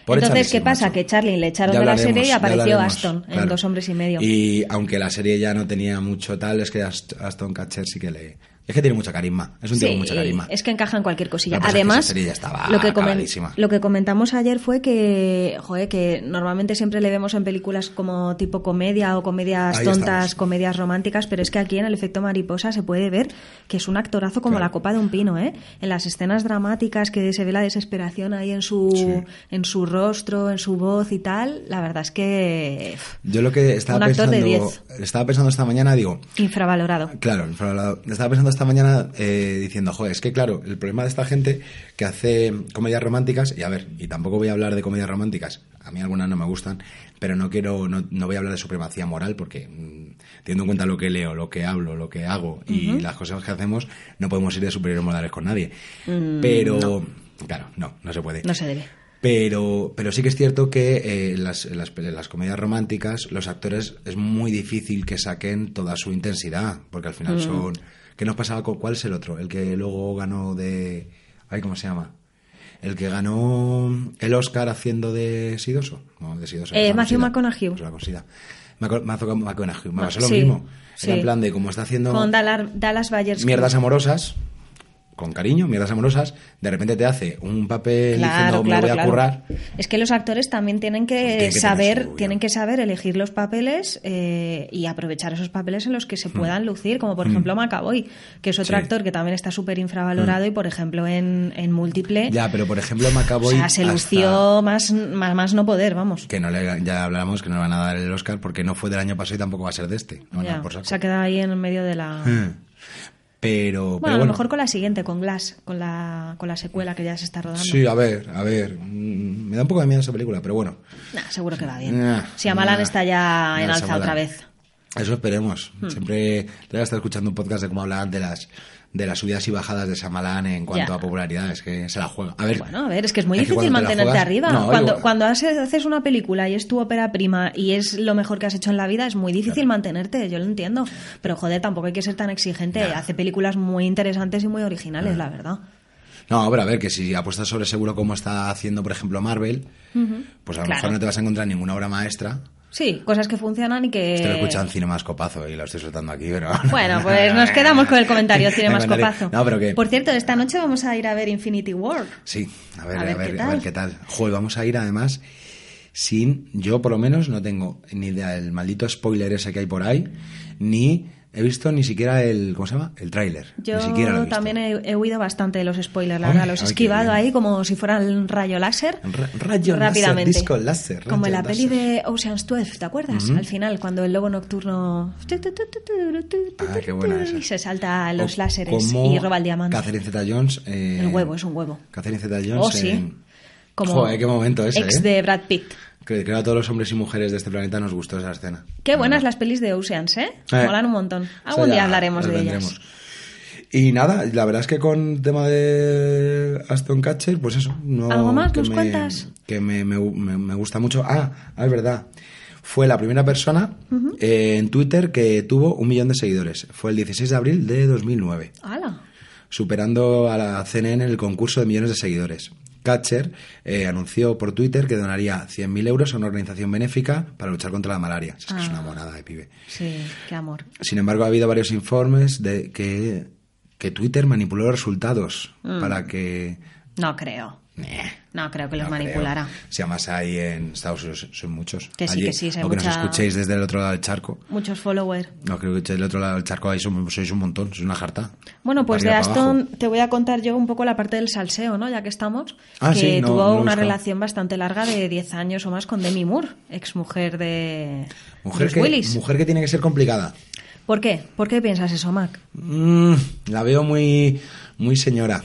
Speaker 3: Por
Speaker 5: Entonces,
Speaker 3: Charlie,
Speaker 5: ¿qué
Speaker 3: sí,
Speaker 5: pasa?
Speaker 3: macho.
Speaker 5: Que Charlie le echaron
Speaker 3: Ya
Speaker 5: de la
Speaker 3: hablaremos,
Speaker 5: serie y
Speaker 3: ya
Speaker 5: apareció
Speaker 3: hablaremos,
Speaker 5: Aston en
Speaker 3: claro.
Speaker 5: Dos Hombres y Medio.
Speaker 3: Y aunque la serie ya no tenía mucho tal, es que Ast- Aston Catcher sí que le... Es que tiene mucha carisma, es un tío
Speaker 5: Sí,
Speaker 3: con mucha carisma.
Speaker 5: Es que encaja en cualquier cosilla.
Speaker 3: Lo que pasa es que esa
Speaker 5: Además,
Speaker 3: serie ya estaba
Speaker 5: lo, que comen-
Speaker 3: acabadísima.
Speaker 5: lo que comentamos ayer fue que, joder, que normalmente siempre le vemos en películas como tipo comedia o comedias
Speaker 3: Ahí
Speaker 5: tontas,
Speaker 3: estamos.
Speaker 5: comedias románticas, pero es que aquí en el efecto mariposa se puede ver que es un actorazo como
Speaker 3: Claro.
Speaker 5: la copa de un pino, ¿eh? En las escenas dramáticas que se ve la desesperación ahí en su,
Speaker 3: Sí.
Speaker 5: en su rostro, en su voz y tal, la verdad es que pff,
Speaker 3: Yo lo que estaba
Speaker 5: Un actor
Speaker 3: pensando,
Speaker 5: de
Speaker 3: estaba pensando esta mañana, digo,
Speaker 5: infravalorado.
Speaker 3: claro, por otro lado, estaba pensando esta mañana eh, diciendo, joder, es que claro, el problema de esta gente que hace comedias románticas, y a ver, y tampoco voy a hablar de comedias románticas, a mí algunas no me gustan, pero no quiero, no, no voy a hablar de supremacía moral porque mm, teniendo en cuenta lo que leo, lo que hablo, lo que hago y las cosas que hacemos, no podemos ir de superiores morales con nadie. pero, claro, Mm, no, no se puede.
Speaker 5: No se debe.
Speaker 3: Pero, pero sí que es cierto que eh, en las, en las, en las comedias románticas los actores es muy difícil que saquen toda su intensidad, porque al
Speaker 5: Mm.
Speaker 3: final son... ¿Qué nos pasaba con cuál es el otro? El que luego ganó de... Ay, ¿cómo se llama? El que ganó el Oscar haciendo de Sidoso. No, de Sidoso.
Speaker 5: Eh,
Speaker 3: persona con
Speaker 5: Matthew
Speaker 3: sida.
Speaker 5: McConaughey.
Speaker 3: Persona con sida. Maco- Matthew McConaughey. Me
Speaker 5: Ma-
Speaker 3: pasó lo
Speaker 5: sí,
Speaker 3: mismo.
Speaker 5: sí.
Speaker 3: Era en plan de como está haciendo
Speaker 5: Con Dallas, Dallas Buyers Club.
Speaker 3: mierdas amorosas, con cariño, mierdas amorosas, de repente te hace un papel diciendo me lo voy a
Speaker 5: claro.
Speaker 3: currar.
Speaker 5: Es que los actores también tienen que,
Speaker 3: Tienen que tener
Speaker 5: saber,
Speaker 3: su rollo.
Speaker 5: tienen que saber elegir los papeles eh, y aprovechar esos papeles en los que se puedan lucir, como por ejemplo Macaboy, que es otro
Speaker 3: Hmm. Sí. Hmm.
Speaker 5: actor que también está súper infravalorado y por ejemplo en, en múltiple,
Speaker 3: Ya, pero por ejemplo,
Speaker 5: o
Speaker 3: Macaboy.
Speaker 5: sea, se
Speaker 3: hasta
Speaker 5: lució más, más, más no poder, vamos.
Speaker 3: Que no le, ya hablamos que no le van a dar el Oscar porque no fue del año pasado y tampoco va a ser de este. No,
Speaker 5: Ya,
Speaker 3: no, por saco.
Speaker 5: se ha quedado ahí en medio de la. Bueno,
Speaker 3: Eh. Pero, bueno,
Speaker 5: a
Speaker 3: pero
Speaker 5: lo
Speaker 3: bueno.
Speaker 5: mejor con la siguiente, con Glass, con la, con la secuela que ya se está rodando.
Speaker 3: Sí, a ver, a ver. Mm, Me da un poco de miedo esa película, pero bueno.
Speaker 5: Nah, seguro que va bien.
Speaker 3: Nah,
Speaker 5: si Amalan
Speaker 3: nah.
Speaker 5: está ya en
Speaker 3: Nah,
Speaker 5: alza
Speaker 3: Shyamalan.
Speaker 5: otra vez.
Speaker 3: Eso esperemos.
Speaker 5: Hmm.
Speaker 3: Siempre voy a estar escuchando un podcast de cómo hablaban de las de las subidas y bajadas de Samalán en cuanto
Speaker 5: Ya.
Speaker 3: a popularidad. Es que se la juega. A ver,
Speaker 5: Bueno, a ver, es que es muy
Speaker 3: cuando
Speaker 5: difícil
Speaker 3: te la
Speaker 5: mantenerte
Speaker 3: juegas-
Speaker 5: arriba.
Speaker 3: No,
Speaker 5: cuando,
Speaker 3: yo-
Speaker 5: cuando haces haces una película y es tu ópera prima y es lo mejor que has hecho en la vida, es muy difícil mantenerte, yo lo entiendo. Pero joder, tampoco hay que ser tan exigente. Hace películas muy interesantes y muy originales, la verdad.
Speaker 3: No, pero a ver, que si apuestas sobre seguro como está haciendo, por ejemplo, Marvel, pues a lo
Speaker 5: Claro.
Speaker 3: mejor no te vas a encontrar ninguna obra maestra.
Speaker 5: Sí, cosas que funcionan y que...
Speaker 3: Te lo escuchan Cinemascopazo y lo estoy soltando aquí, pero...
Speaker 5: Eh.
Speaker 3: [LAUGHS]
Speaker 5: Bueno, pues nos quedamos con el comentario Cinemascopazo.
Speaker 3: No, pero que...
Speaker 5: Por cierto, esta noche vamos a ir a ver Infinity War.
Speaker 3: Sí, a ver,
Speaker 5: A
Speaker 3: a
Speaker 5: ver
Speaker 3: ver,
Speaker 5: qué
Speaker 3: a ver
Speaker 5: tal.
Speaker 3: qué tal. Joder, vamos a ir además sin... Yo por lo menos no tengo ni idea del maldito spoiler ese que hay por ahí, ni he visto ni siquiera el... ¿Cómo se llama? El tráiler.
Speaker 5: Yo
Speaker 3: ni siquiera lo he visto.
Speaker 5: también he, he huido bastante de los spoilers, la
Speaker 3: Ay,
Speaker 5: verdad. Los he
Speaker 3: ay, qué
Speaker 5: esquivado
Speaker 3: bien.
Speaker 5: ahí como si fueran rayo láser.
Speaker 3: Ra- rayo láser,
Speaker 5: rápidamente.
Speaker 3: disco láser, rayo
Speaker 5: como en la
Speaker 3: láser.
Speaker 5: peli de Ocean's 12, ¿te acuerdas? Al final, cuando el lobo nocturno.
Speaker 3: Ah, qué buena esa.
Speaker 5: Y se salta a los
Speaker 3: O
Speaker 5: láseres
Speaker 3: como
Speaker 5: y roba el diamante.
Speaker 3: Catherine Zeta-Jones... eh,
Speaker 5: El huevo, es un huevo.
Speaker 3: Catherine Zeta-Jones...
Speaker 5: Oh, sí.
Speaker 3: en-
Speaker 5: Como
Speaker 3: Joder, qué momento ese,
Speaker 5: Ex
Speaker 3: ¿eh?
Speaker 5: de Brad Pitt.
Speaker 3: Creo que a todos los hombres y mujeres de este planeta nos gustó esa escena.
Speaker 5: Qué buenas las pelis de Ocean's, ¿eh?
Speaker 3: Eh.
Speaker 5: Molan un montón.
Speaker 3: O sea,
Speaker 5: Algún
Speaker 3: ya
Speaker 5: día hablaremos
Speaker 3: las
Speaker 5: de ellas.
Speaker 3: vendremos. Y nada, la verdad es que con el tema de Aston Catcher, pues eso. No,
Speaker 5: ¿Algo más?
Speaker 3: que
Speaker 5: ¿Nos
Speaker 3: me-
Speaker 5: cuentas?
Speaker 3: Que me, me- me- me gusta mucho. Ah, ah, es verdad. Fue la primera persona eh, en Twitter que tuvo un millón de seguidores. Fue el 16 de abril de 2009
Speaker 5: ¡Hala!
Speaker 3: superando a la CNN en el concurso de millones de seguidores. Catcher eh, anunció por Twitter que donaría 100.000 euros a una organización benéfica para luchar contra la malaria. Es que es
Speaker 5: Ah.
Speaker 3: una monada de pibe.
Speaker 5: Sí, qué amor.
Speaker 3: Sin embargo, ha habido varios informes de que, que Twitter manipuló los resultados para que...
Speaker 5: No creo.
Speaker 3: Neh,
Speaker 5: No creo que Mm. los
Speaker 3: no
Speaker 5: manipulara.
Speaker 3: creo. Si además hay en Estados Unidos son muchos.
Speaker 5: Que sí,
Speaker 3: Allí,
Speaker 5: que sí, hay
Speaker 3: aunque nos
Speaker 5: mucha-
Speaker 3: escuchéis desde el otro lado del charco.
Speaker 5: Muchos followers.
Speaker 3: No creo que del otro lado del charco ahí son- sois un montón, sois una jarta.
Speaker 5: Bueno, pues de
Speaker 3: Para arriba, para abajo.
Speaker 5: Aston te voy a contar yo un poco la parte del salseo, ¿no? Ya que estamos.
Speaker 3: Ah,
Speaker 5: que
Speaker 3: sí, no,
Speaker 5: tuvo
Speaker 3: no lo he
Speaker 5: una
Speaker 3: buscado.
Speaker 5: relación bastante larga de 10 años o más con Demi Moore, exmujer de
Speaker 3: Mujer
Speaker 5: Bruce
Speaker 3: que,
Speaker 5: Willis.
Speaker 3: mujer que tiene que ser complicada.
Speaker 5: ¿Por qué? ¿Por qué piensas eso, Mac?
Speaker 3: Mm, la veo muy, muy señora.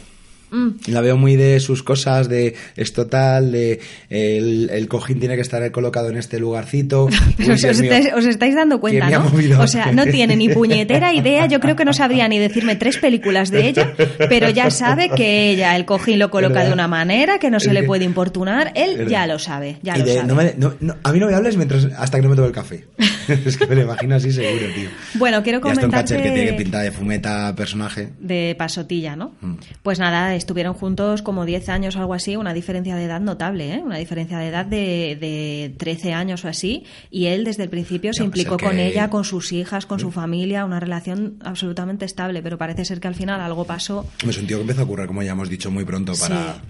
Speaker 3: La veo muy de sus cosas, de es total, de el, el cojín tiene que estar colocado en este
Speaker 5: [LAUGHS]
Speaker 3: lugarcito.
Speaker 5: Pero
Speaker 3: Uy,
Speaker 5: os,
Speaker 3: Dios mío.
Speaker 5: estáis, os estáis dando
Speaker 3: Que
Speaker 5: cuenta,
Speaker 3: me ha
Speaker 5: ¿no?
Speaker 3: movido
Speaker 5: O sea, no
Speaker 3: bastante.
Speaker 5: tiene ni puñetera idea. Yo creo que no sabría ni decirme tres películas de ella, pero ya sabe que ella el cojín lo coloca
Speaker 3: ¿Verdad?
Speaker 5: de una manera que no se
Speaker 3: Es
Speaker 5: le
Speaker 3: que-
Speaker 5: puede importunar. Él
Speaker 3: ¿Verdad?
Speaker 5: ya lo sabe, ya
Speaker 3: Y
Speaker 5: lo
Speaker 3: de,
Speaker 5: sabe.
Speaker 3: no me- no- no, a mí no me hables mientras, hasta que no me tome el
Speaker 5: [LAUGHS]
Speaker 3: café. [LAUGHS] es que me lo imagino así seguro, tío.
Speaker 5: Bueno, quiero
Speaker 3: Y hasta un
Speaker 5: comentarte
Speaker 3: catcher que tiene pinta de fumeta personaje.
Speaker 5: de pasotilla, ¿no?
Speaker 3: Mm.
Speaker 5: Pues nada, estuvieron juntos como 10 años o algo así, una diferencia de edad notable, ¿eh? Una diferencia de edad de, de 13 años o así, y él desde el principio se
Speaker 3: Ya, pues
Speaker 5: implicó
Speaker 3: es
Speaker 5: con
Speaker 3: que- Mm.
Speaker 5: ella, con sus hijas, con su familia, una relación absolutamente estable, pero parece ser que al final algo pasó
Speaker 3: Es un tío que empezó a currar, como ya hemos dicho, muy pronto para...
Speaker 5: Sí.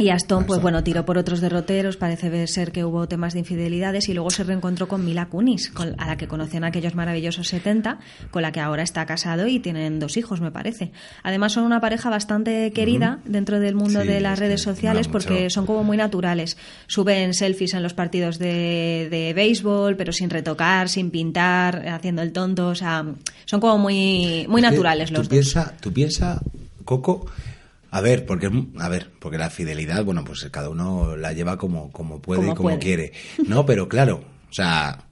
Speaker 5: Y Aston, pues
Speaker 3: Aston.
Speaker 5: bueno, tiró por otros derroteros, parece ser que hubo temas de infidelidades y luego se reencontró con Mila Kunis, con- a la que conocen aquellos maravillosos 70, con la que ahora está casado y tienen dos hijos, me parece. Además son una pareja bastante querida dentro del mundo
Speaker 3: Sí,
Speaker 5: de las
Speaker 3: es que
Speaker 5: redes sociales
Speaker 3: mola mucho.
Speaker 5: porque son como muy naturales. Suben selfies en los partidos de, de béisbol, pero sin retocar, sin pintar, haciendo el tonto, o sea, son como muy, muy
Speaker 3: Es que
Speaker 5: naturales los
Speaker 3: tú
Speaker 5: dos.
Speaker 3: Piensa, tú piensa, Coco, a ver, porque es mu- a ver, porque la fidelidad, bueno, pues cada uno la lleva como, como puede
Speaker 5: Como
Speaker 3: y como
Speaker 5: puede.
Speaker 3: quiere. No, pero claro, o sea,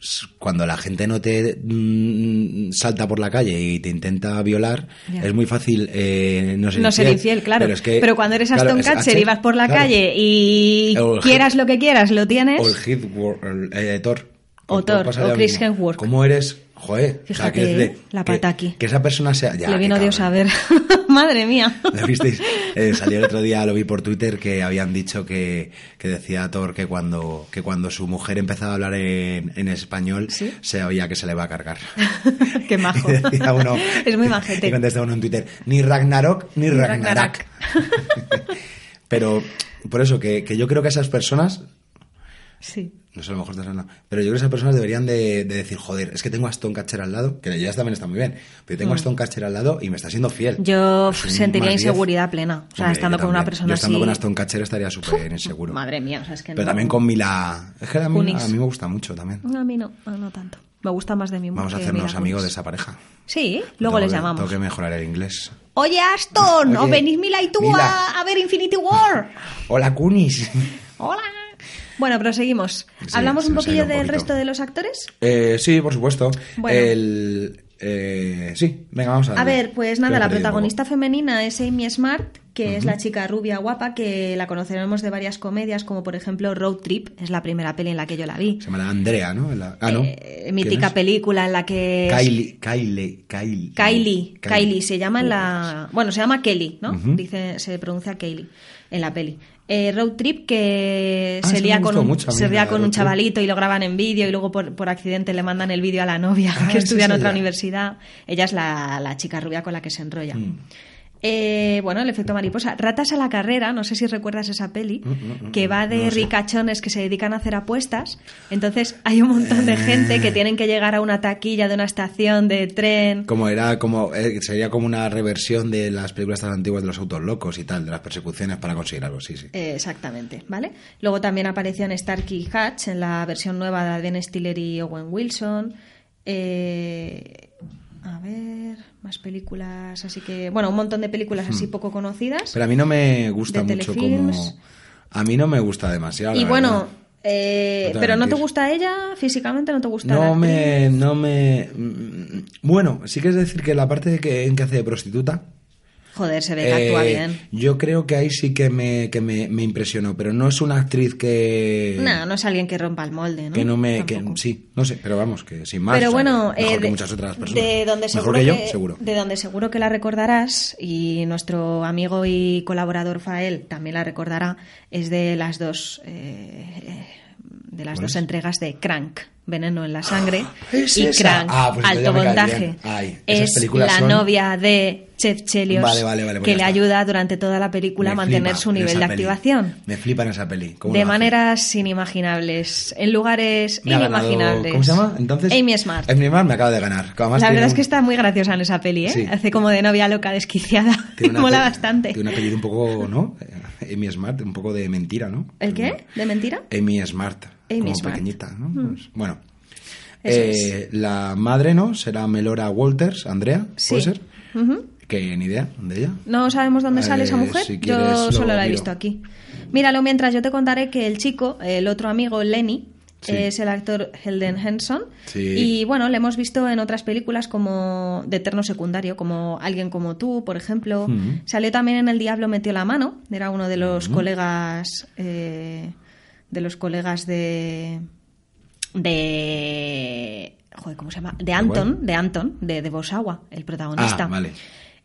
Speaker 3: s- cuando la gente no te mm, salta por la calle y te intenta violar,
Speaker 5: Ya.
Speaker 3: es muy fácil eh, no ser
Speaker 5: no
Speaker 3: infiel.
Speaker 5: ser infiel, claro. Pero,
Speaker 3: es que-
Speaker 5: cuando eres
Speaker 3: claro,
Speaker 5: Aston
Speaker 3: es
Speaker 5: Catcher
Speaker 3: Hatcher,
Speaker 5: y vas por la
Speaker 3: claro.
Speaker 5: calle y
Speaker 3: O el
Speaker 5: quieras
Speaker 3: Hep-
Speaker 5: lo que quieras, lo tienes.
Speaker 3: O el Heathwor- eh, Thor.
Speaker 5: O
Speaker 3: Con Thor
Speaker 5: Thor,
Speaker 3: pasa
Speaker 5: o
Speaker 3: lo
Speaker 5: Chris
Speaker 3: mismo.
Speaker 5: Hemsworth.
Speaker 3: ¿Cómo eres? Joder, o sea,
Speaker 5: Fíjate,
Speaker 3: que es
Speaker 5: ¿eh? La
Speaker 3: que-
Speaker 5: pata aquí.
Speaker 3: Que, esa persona sea. ya,
Speaker 5: Le
Speaker 3: qué
Speaker 5: vino Dios
Speaker 3: cabrón.
Speaker 5: a ver. [LAUGHS] Madre mía.
Speaker 3: ¿Lo visteis? Eh, salió el otro día, lo vi por Twitter, que habían dicho que, que decía Thor que cuando, que cuando su mujer empezaba a hablar en, en español,
Speaker 5: ¿Sí?
Speaker 3: se oía que se le va a
Speaker 5: [LAUGHS]
Speaker 3: cargar.
Speaker 5: [LAUGHS] Qué majo.
Speaker 3: [LAUGHS] Y decía uno-
Speaker 5: es muy
Speaker 3: Y
Speaker 5: majete.
Speaker 3: contesta uno en Twitter, ni Ragnarok, ni, Ragnarak.
Speaker 5: Ragnarok.
Speaker 3: [LAUGHS] Pero por eso, que, que yo creo que esas personas
Speaker 5: Sí.
Speaker 3: no sé, a lo mejor estás hablando. Pero yo creo que esas personas deberían de, de decir, joder, es que tengo a Stone Catcher al lado, que ya también está muy bien, pero tengo a Stone Catcher al lado y me está siendo fiel.
Speaker 5: Mm. Yo
Speaker 3: Es un
Speaker 5: sentiría
Speaker 3: más diez.
Speaker 5: inseguridad plena. O sea,
Speaker 3: Pues Hombre,
Speaker 5: estando
Speaker 3: yo
Speaker 5: con una
Speaker 3: también.
Speaker 5: persona
Speaker 3: Yo estando
Speaker 5: así-
Speaker 3: con Aston Catcher estaría súper inseguro.
Speaker 5: Madre mía, o sea, es que
Speaker 3: Pero
Speaker 5: no-
Speaker 3: también con Mila... Es que a mí,
Speaker 5: Kunis.
Speaker 3: a mí me gusta mucho también.
Speaker 5: A mí no, no, no tanto. Me gusta más de mi mujer.
Speaker 3: Vamos a
Speaker 5: que
Speaker 3: hacernos
Speaker 5: Mila
Speaker 3: amigos de
Speaker 5: Kunis.
Speaker 3: esa pareja.
Speaker 5: Sí,
Speaker 3: Tengo
Speaker 5: luego les
Speaker 3: que- Tengo
Speaker 5: llamamos.
Speaker 3: que mejorar el inglés.
Speaker 5: Oye, Aston,
Speaker 3: [LAUGHS]
Speaker 5: ¿os
Speaker 3: Oye,
Speaker 5: venís Mila y tú
Speaker 3: Mila.
Speaker 5: A, a ver Infinity War?
Speaker 3: Hola,
Speaker 5: [LAUGHS]
Speaker 3: Kunis.
Speaker 5: Hola. Bueno, proseguimos.
Speaker 3: Sí,
Speaker 5: ¿Hablamos
Speaker 3: se
Speaker 5: un
Speaker 3: nos ha ido
Speaker 5: poquillo
Speaker 3: un
Speaker 5: del
Speaker 3: poquito.
Speaker 5: resto de los actores?
Speaker 3: Eh, sí, por supuesto.
Speaker 5: Bueno.
Speaker 3: El, eh, sí, venga, vamos a
Speaker 5: A ver, pues nada,
Speaker 3: Creo que he perdido
Speaker 5: la
Speaker 3: un
Speaker 5: protagonista
Speaker 3: poco.
Speaker 5: femenina es Amy Smart, que es la chica rubia guapa, que la conoceremos de varias comedias, como por ejemplo Road Trip, es la primera peli en la que yo la vi.
Speaker 3: Se llama Andrea, ¿no? La- ah, no.
Speaker 5: Eh,
Speaker 3: ¿Quién
Speaker 5: mítica
Speaker 3: es?
Speaker 5: película en la que...
Speaker 3: Kylie, Kylie, Kylie.
Speaker 5: Kylie, Kylie, se llama en
Speaker 3: Oh,
Speaker 5: la... Bueno, se llama Kelly, ¿no?
Speaker 3: Ujú.
Speaker 5: Dice, se pronuncia Kelly en la peli. Eh, road Trip que
Speaker 3: Ah,
Speaker 5: se
Speaker 3: esa
Speaker 5: lía
Speaker 3: me
Speaker 5: con
Speaker 3: gustó
Speaker 5: un,
Speaker 3: mucho a mí,
Speaker 5: se
Speaker 3: la
Speaker 5: lía
Speaker 3: de
Speaker 5: con
Speaker 3: Road
Speaker 5: un
Speaker 3: Trip.
Speaker 5: chavalito y lo graban en vídeo y luego por, por accidente le mandan el vídeo a la novia
Speaker 3: Ah,
Speaker 5: que
Speaker 3: esa
Speaker 5: estudia en
Speaker 3: es
Speaker 5: otra
Speaker 3: ella.
Speaker 5: universidad. Ella es la, la chica rubia con la que se enrolla.
Speaker 3: Mm.
Speaker 5: Eh, bueno, el efecto mariposa. Ratas a la carrera, no sé si recuerdas esa peli,
Speaker 3: mm, mm,
Speaker 5: que va de ricachones que se dedican a hacer apuestas. Entonces hay un montón de gente
Speaker 3: Eh.
Speaker 5: que tienen que llegar a una taquilla de una estación de tren.
Speaker 3: Como era como eh, sería como una reversión de las películas tan antiguas de los autos locos y tal, de las persecuciones para conseguir algo, sí, sí.
Speaker 5: Eh, exactamente, ¿vale? Luego también apareció en Starkey y Hatch, en la versión nueva de Ben Stiller y Owen Wilson. Eh, a ver, más películas, así que... Bueno, un montón de películas
Speaker 3: Hmm.
Speaker 5: así poco conocidas.
Speaker 3: Pero a mí no me gusta
Speaker 5: de
Speaker 3: mucho
Speaker 5: telefilms.
Speaker 3: como a mí no me gusta demasiado. la
Speaker 5: y
Speaker 3: verdad.
Speaker 5: bueno, eh,
Speaker 3: No te voy a
Speaker 5: pero ¿no te
Speaker 3: mentir.
Speaker 5: gusta ella físicamente? ¿No te gusta la
Speaker 3: no
Speaker 5: actriz?
Speaker 3: me no me mm, bueno, sí que es decir que la parte de que en que hace de prostituta
Speaker 5: Joder, se ve que actúa
Speaker 3: eh,
Speaker 5: bien.
Speaker 3: Yo creo que ahí sí que me, que me, me impresionó, pero no es una actriz que
Speaker 5: No, no es alguien que rompa el molde, ¿no?
Speaker 3: eh, que no me que,
Speaker 5: Tampoco.
Speaker 3: sí no sé pero vamos que sin más
Speaker 5: Pero
Speaker 3: o sea,
Speaker 5: bueno,
Speaker 3: que mejor
Speaker 5: eh,
Speaker 3: que muchas otras personas
Speaker 5: de donde
Speaker 3: mejor
Speaker 5: seguro
Speaker 3: que yo
Speaker 5: que-
Speaker 3: seguro
Speaker 5: De donde seguro que la recordarás, y nuestro amigo y colaborador Fael también la recordará, es de las dos eh, eh, de las
Speaker 3: ¿Cuál
Speaker 5: dos
Speaker 3: es?
Speaker 5: entregas de Crank, Veneno en la Sangre,
Speaker 3: ¿Es
Speaker 5: y
Speaker 3: esa?
Speaker 5: Crank,
Speaker 3: Ah, pues entonces
Speaker 5: Alto
Speaker 3: ya me cae
Speaker 5: Voltaje.
Speaker 3: bien. Ay, esas
Speaker 5: es
Speaker 3: películas
Speaker 5: la
Speaker 3: son-
Speaker 5: novia de Chef Chelios,
Speaker 3: Vale, vale, vale, pues
Speaker 5: que
Speaker 3: ya
Speaker 5: le
Speaker 3: está.
Speaker 5: ayuda durante toda la película a
Speaker 3: Me
Speaker 5: mantener
Speaker 3: flipa
Speaker 5: su nivel
Speaker 3: esa
Speaker 5: de
Speaker 3: peli.
Speaker 5: activación.
Speaker 3: me flipan esa peli ¿Cómo
Speaker 5: De
Speaker 3: lo hace?
Speaker 5: maneras inimaginables, en lugares
Speaker 3: Me ha ganado-
Speaker 5: inimaginables.
Speaker 3: ¿Cómo se llama? Entonces,
Speaker 5: Amy Smart.
Speaker 3: Amy Smart me acaba de ganar. Además,
Speaker 5: La
Speaker 3: tiene
Speaker 5: verdad es
Speaker 3: un-
Speaker 5: que está muy graciosa en esa peli, ¿eh?
Speaker 3: Sí.
Speaker 5: Hace como de novia loca desquiciada.
Speaker 3: tiene una
Speaker 5: [LAUGHS] Mola
Speaker 3: pe-
Speaker 5: bastante.
Speaker 3: Tiene un apellido un poco, ¿no? Eh, Amy Smart, un poco de mentira, ¿no?
Speaker 5: ¿El qué? ¿De mentira?
Speaker 3: Amy Smart.
Speaker 5: Amy
Speaker 3: como
Speaker 5: Smart. Hmm.
Speaker 3: pequeñita, ¿no? Pues, bueno.
Speaker 5: Eso
Speaker 3: Eh, La madre, ¿no? Será Melora Walters, Andrea,
Speaker 5: Sí.
Speaker 3: ¿puede ser?
Speaker 5: Ujú.
Speaker 3: que ni idea de ella.
Speaker 5: No sabemos dónde sale esa
Speaker 3: Eh,
Speaker 5: mujer.
Speaker 3: si quieres,
Speaker 5: yo
Speaker 3: lo
Speaker 5: solo la he
Speaker 3: miro.
Speaker 5: visto aquí. Míralo mientras yo te contaré que el chico, el otro amigo, Lenny,
Speaker 3: Sí.
Speaker 5: es el actor Helden Henson.
Speaker 3: Sí.
Speaker 5: Y bueno, le hemos visto en otras películas como de eterno secundario, como Alguien como tú, por ejemplo.
Speaker 3: Ujú.
Speaker 5: Salió también en El Diablo metió la mano. Era uno de
Speaker 3: Mm.
Speaker 5: los colegas. eh, de los colegas de. de. Joder, ¿cómo se llama? De Anton,
Speaker 3: cuál?
Speaker 5: de Anton, de, de Bosawa, el protagonista.
Speaker 3: Ah, vale.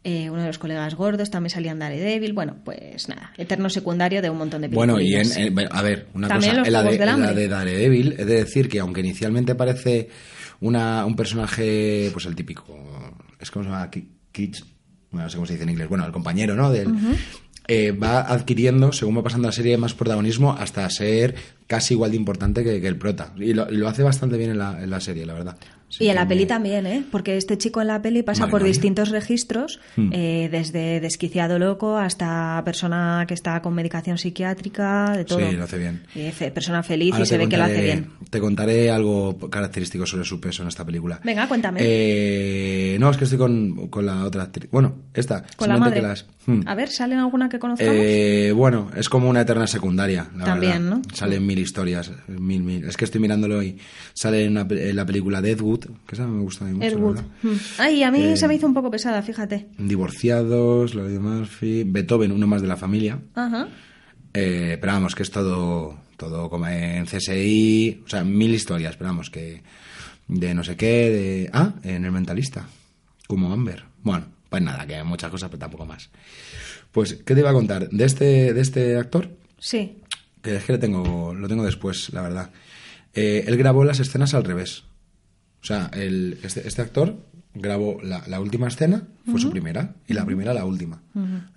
Speaker 5: Eh, uno de los colegas gordos también salía en Daredevil. Bueno, pues nada, eterno secundario de un montón de películas.
Speaker 3: Bueno, y en, en- a ver, una
Speaker 5: También
Speaker 3: cosa,
Speaker 5: los
Speaker 3: en la de,
Speaker 5: Juegos del
Speaker 3: en la
Speaker 5: Hambre.
Speaker 3: de Daredevil, es de decir que aunque inicialmente parece una, un personaje, pues el típico, es como se llama, Ki- Kitsch, bueno, no sé cómo se dice en inglés, bueno, el compañero, ¿no? Del, eh, va adquiriendo, según va pasando la serie, más protagonismo hasta ser casi igual de importante que, que el prota. Y lo, y lo hace bastante bien en la, en la serie, la verdad. Así
Speaker 5: Y en
Speaker 3: que
Speaker 5: la
Speaker 3: me-
Speaker 5: peli también, ¿eh? Porque este chico en la peli pasa
Speaker 3: Madre
Speaker 5: por
Speaker 3: mía.
Speaker 5: distintos registros,
Speaker 3: Hmm.
Speaker 5: eh, desde desquiciado loco hasta persona que está con medicación psiquiátrica, de todo.
Speaker 3: Sí, lo hace bien.
Speaker 5: Y fe- persona feliz
Speaker 3: Ahora
Speaker 5: y se
Speaker 3: te
Speaker 5: ve que lo hace
Speaker 3: contaré-
Speaker 5: bien.
Speaker 3: Te contaré algo característico sobre su peso en esta película.
Speaker 5: Venga, pues cuéntame.
Speaker 3: Eh, no, es que estoy con, con la otra actriz. Bueno, esta.
Speaker 5: Con la madre.
Speaker 3: simplemente que las- hmm.
Speaker 5: A ver, ¿salen alguna que conozcamos?
Speaker 3: Eh, bueno, es como una eterna secundaria. La
Speaker 5: También,
Speaker 3: verdad.
Speaker 5: ¿no?
Speaker 3: Salen mil historias. Mil, mil. Es que estoy mirándolo hoy. Sale en, una pe- en la película de Ed Wood, que esa me gusta a mí mucho. la
Speaker 5: Ed Wood.
Speaker 3: verdad.
Speaker 5: Hmm. Ay, a mí
Speaker 3: Eh,
Speaker 5: se me hizo un poco pesada, fíjate.
Speaker 3: Divorciados, lo de Murphy. Beethoven, uno más de la familia.
Speaker 5: Ajá.
Speaker 3: Eh, pero vamos, que es todo, todo como en CSI, o sea, mil historias, pero vamos, que de no sé qué, de... Ah, en El Mentalista, como Amber. Bueno, pues nada, que hay muchas cosas, pero tampoco más. Pues, ¿qué te iba a contar? De este, de este actor,
Speaker 5: Sí.
Speaker 3: que es que le tengo, lo tengo después, la verdad. Eh, él grabó las escenas al revés. O sea, el, este, este actor grabó la, la última escena, fue su primera, y la primera la última.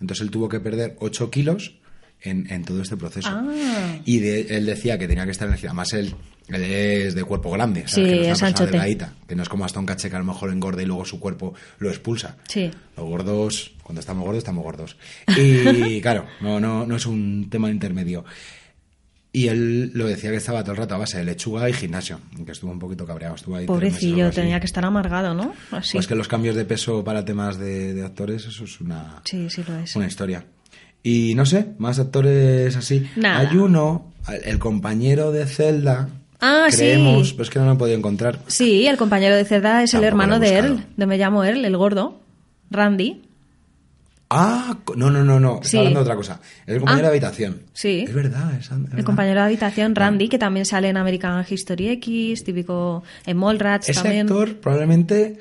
Speaker 3: Entonces él tuvo que perder 8 kilos en, en todo este proceso.
Speaker 5: Ah.
Speaker 3: Y de- él decía que tenía que estar en el gimnasio. Además, él, él es de cuerpo grande, o sea,
Speaker 5: Sí,
Speaker 3: que no es una
Speaker 5: es
Speaker 3: persona
Speaker 5: anchote.
Speaker 3: delgadita, que no es como hasta un caché que a lo mejor engorda y luego su cuerpo lo expulsa.
Speaker 5: Sí.
Speaker 3: Los gordos, cuando estamos gordos, estamos gordos.
Speaker 5: [LAUGHS]
Speaker 3: Y claro, no, no, no es un tema intermedio. Y él lo decía que estaba todo el rato a base de lechuga y gimnasio, que estuvo un poquito cabreado. Estuvo ahí tres meses o
Speaker 5: Pobrecillo,
Speaker 3: algo así.
Speaker 5: tenía que estar amargado, ¿no? Así.
Speaker 3: Pues que los cambios de peso para temas de, de actores, eso es una,
Speaker 5: Sí, sí lo es.
Speaker 3: una historia. Y no sé, más actores así.
Speaker 5: Nada.
Speaker 3: Hay uno, el compañero de Zelda.
Speaker 5: Ah, sí.
Speaker 3: creemos, pero es que no lo he podido encontrar.
Speaker 5: Sí, el compañero de Cerda es el
Speaker 3: Tampoco
Speaker 5: hermano
Speaker 3: lo he
Speaker 5: de
Speaker 3: buscado.
Speaker 5: Earl, de Me llamo Earl, el gordo, Randy.
Speaker 3: Ah, co- no, no, no, no.
Speaker 5: Sí.
Speaker 3: Está hablando de otra cosa. El compañero
Speaker 5: Ah.
Speaker 3: de habitación.
Speaker 5: Sí.
Speaker 3: Es verdad, es, es verdad.
Speaker 5: El compañero de habitación, Randy, que también sale en American History X, típico en Mallrats
Speaker 3: Ese
Speaker 5: también.
Speaker 3: actor probablemente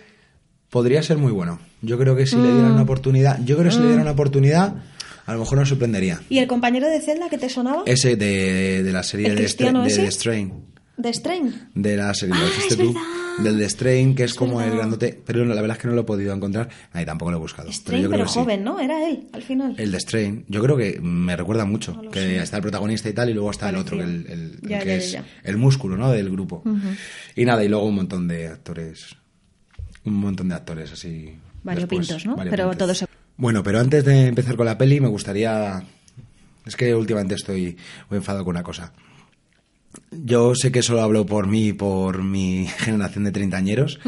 Speaker 3: podría ser muy bueno. Yo creo que si le
Speaker 5: Mm.
Speaker 3: dieran una oportunidad, yo creo que si le dieran una oportunidad, a lo mejor nos sorprendería.
Speaker 5: ¿Y el compañero de celda que te sonaba?
Speaker 3: Ese de, de la serie
Speaker 5: ¿El
Speaker 3: de,
Speaker 5: cristiano
Speaker 3: Stra- de
Speaker 5: ese?
Speaker 3: The Strain.
Speaker 5: ¿De Strain?
Speaker 3: De la serie, ¿lo
Speaker 5: Ah,
Speaker 3: dijiste
Speaker 5: es
Speaker 3: tú?
Speaker 5: verdad.
Speaker 3: Del The Strain, que es, como el
Speaker 5: verdad.
Speaker 3: grandote. Pero no, la verdad es que no lo he podido encontrar. Ahí tampoco lo he buscado.
Speaker 5: Strain,
Speaker 3: yo creo
Speaker 5: pero,
Speaker 3: que sí.
Speaker 5: joven, ¿no? Era él, al final.
Speaker 3: El de Strain, yo creo que me recuerda mucho. que está el protagonista y tal, y luego está
Speaker 5: Parecido.
Speaker 3: el otro, que, el, el- el
Speaker 5: Ya,
Speaker 3: que
Speaker 5: ya, ya,
Speaker 3: es
Speaker 5: ya.
Speaker 3: el músculo, ¿no? Del grupo. Y nada, y luego un montón de actores. Un montón de actores así.
Speaker 5: Variopintos,
Speaker 3: después,
Speaker 5: ¿no?
Speaker 3: variopintos.
Speaker 5: Pero todos se-
Speaker 3: Bueno, pero antes de empezar con la peli, me gustaría. Es que últimamente estoy muy enfadado con una cosa. Yo sé que solo hablo por mí y por mi [LAUGHS] generación de treintañeros,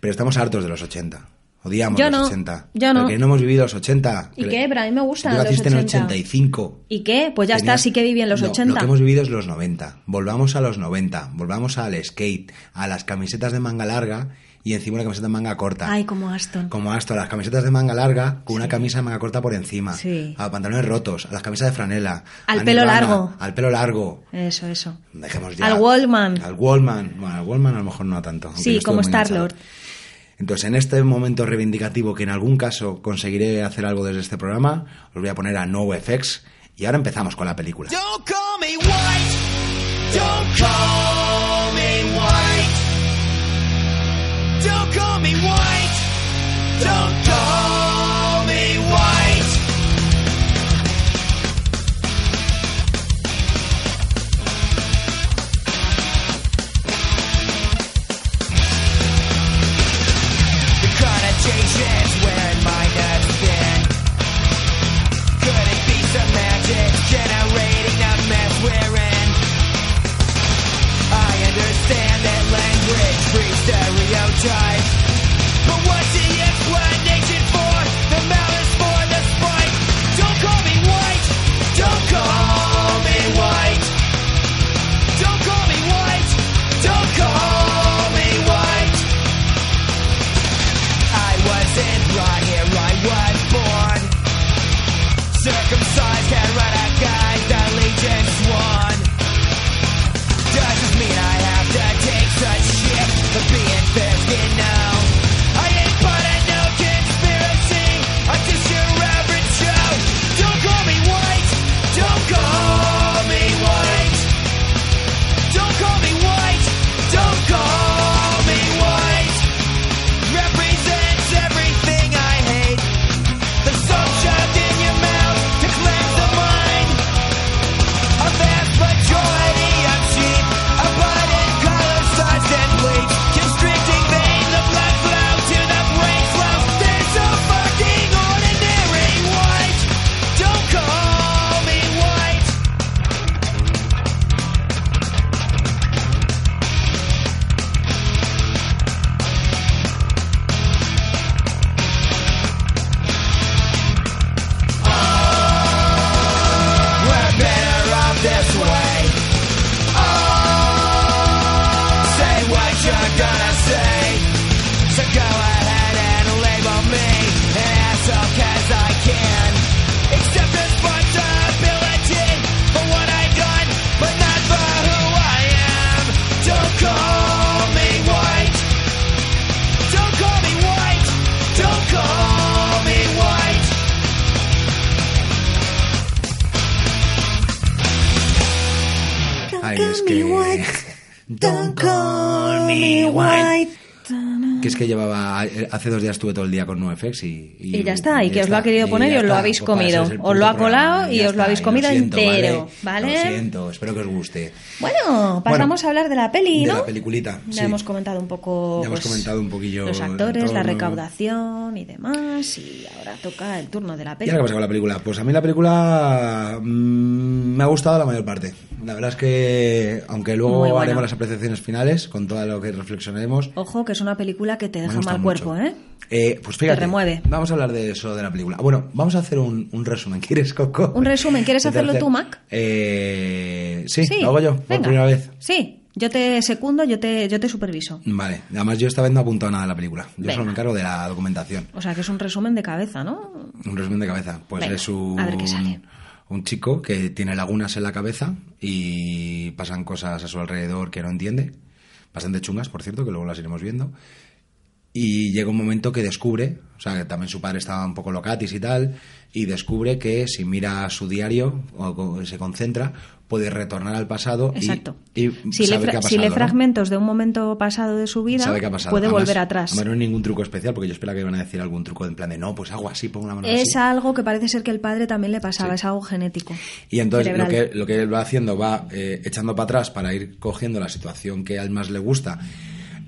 Speaker 3: pero estamos hartos de los 80. Odiamos
Speaker 5: Yo
Speaker 3: los
Speaker 5: no,
Speaker 3: 80.
Speaker 5: yo no.
Speaker 3: Porque no hemos vivido los 80.
Speaker 5: ¿Y
Speaker 3: Cre-
Speaker 5: qué? Pero a mí me gustan
Speaker 3: Tú
Speaker 5: los
Speaker 3: naciste en
Speaker 5: 80.
Speaker 3: 85.
Speaker 5: ¿Y qué? Pues ya está,
Speaker 3: Tenías-
Speaker 5: sí que viví en los
Speaker 3: No,
Speaker 5: 80.
Speaker 3: Lo que hemos vivido es los 90. Volvamos a los 90. Volvamos al skate, a las camisetas de manga larga y encima una camiseta de manga corta.
Speaker 5: Ay, como Aston.
Speaker 3: Como hasta las camisetas de manga larga con una camisa de manga corta por encima.
Speaker 5: Sí.
Speaker 3: A pantalones rotos, a las camisas de franela.
Speaker 5: Al
Speaker 3: a
Speaker 5: pelo
Speaker 3: Nirvana,
Speaker 5: largo.
Speaker 3: Al pelo largo.
Speaker 5: Eso, eso.
Speaker 3: Dejemos ya.
Speaker 5: Al Wallman.
Speaker 3: Al Wallman. Bueno, al Wallman a lo mejor no tanto. aunque
Speaker 5: Sí,
Speaker 3: yo estuve
Speaker 5: como
Speaker 3: muy enganchado.
Speaker 5: Star-Lord.
Speaker 3: Entonces, en este momento reivindicativo que en algún caso conseguiré hacer algo desde este programa, os voy a poner a NoFX y ahora empezamos con la película.
Speaker 2: Don't call me white. Don't call me white. Don't call me white. Don't call me white. The connotations wearing mine have been. Could it be some magic generating a mess we're in? I understand that language breeds stereotypes, but what's the explanation Oh,
Speaker 3: que... [LAUGHS]
Speaker 5: Don't call me white.
Speaker 3: Que es que llevaba. Hace dos días estuve todo el día con NoFX y.
Speaker 5: Y ya está, y que os lo ha querido poner y
Speaker 3: ya
Speaker 5: os lo
Speaker 3: está.
Speaker 5: habéis
Speaker 3: Pues para eso
Speaker 5: comido.
Speaker 3: es el
Speaker 5: Os lo
Speaker 3: puto
Speaker 5: ha colado
Speaker 3: programa,
Speaker 5: y
Speaker 3: ya
Speaker 5: os lo
Speaker 3: está,
Speaker 5: habéis comido entero, ¿vale?
Speaker 3: Lo siento, espero que os guste.
Speaker 5: Bueno, pasamos a hablar de la peli,
Speaker 3: de
Speaker 5: ¿no?
Speaker 3: la peliculita.
Speaker 5: Ya
Speaker 3: sí.
Speaker 5: hemos comentado un poco. pues,
Speaker 3: Ya hemos comentado un poquillo
Speaker 5: Los
Speaker 3: el
Speaker 5: actores, la
Speaker 3: tono.
Speaker 5: recaudación y demás. Y ahora toca el turno de la
Speaker 3: ¿Y
Speaker 5: peli.
Speaker 3: ahora qué pasa con la película? Pues a mí la película mm, me ha gustado la mayor parte. La verdad es que, aunque luego
Speaker 5: Muy buena.
Speaker 3: haremos las apreciaciones finales con todo lo que reflexionaremos,
Speaker 5: Ojo, que es una película que te
Speaker 3: me
Speaker 5: deja
Speaker 3: gusta
Speaker 5: mal
Speaker 3: mucho.
Speaker 5: cuerpo, ¿eh?
Speaker 3: Eh, Pues fíjate,
Speaker 5: Te remueve.
Speaker 3: vamos a hablar de eso de la película. Bueno, vamos a hacer un, un resumen. [LAUGHS] ¿Quieres, Coco?
Speaker 5: Un resumen. ¿Quieres
Speaker 3: ¿Te
Speaker 5: hacerlo
Speaker 3: hace-
Speaker 5: tú, Mac?
Speaker 3: Eh, sí, lo hago yo, por
Speaker 5: venga.
Speaker 3: primera vez.
Speaker 5: Sí, yo te secundo, yo te, yo te superviso.
Speaker 3: Vale, además yo esta vez no he apuntado nada a la película. Yo
Speaker 5: Venga.
Speaker 3: solo me encargo de la documentación.
Speaker 5: O sea, que es un resumen de cabeza, ¿no?
Speaker 3: Un resumen de cabeza. Pues
Speaker 5: Venga,
Speaker 3: es un,
Speaker 5: a ver qué sale.
Speaker 3: un chico que tiene lagunas en la cabeza y pasan cosas a su alrededor que no entiende. Bastante chungas, por cierto, que luego las iremos viendo. Y llega un momento que descubre, o sea, que también su padre estaba un poco locatis y tal, y descubre que si mira su diario o co- se concentra, puede retornar al pasado y-
Speaker 5: Exacto.
Speaker 3: y,
Speaker 5: si, le
Speaker 3: saber
Speaker 5: fra-
Speaker 3: qué ha
Speaker 5: si le
Speaker 3: pasado, ¿no?
Speaker 5: fragmentos de un momento pasado de su vida,
Speaker 3: sabe qué ha pasado.
Speaker 5: puede
Speaker 3: Además-
Speaker 5: volver atrás.
Speaker 3: Además, no hay ningún truco especial, porque yo esperaba que iban a decir algún truco en plan de no, pues hago así, pongo la mano así.
Speaker 5: es algo que parece ser que el padre también le pasaba, es algo genético.
Speaker 3: Y entonces lo
Speaker 5: cerebral.
Speaker 3: que, lo que él va haciendo va eh, echando para atrás para ir cogiendo la situación que al más le gusta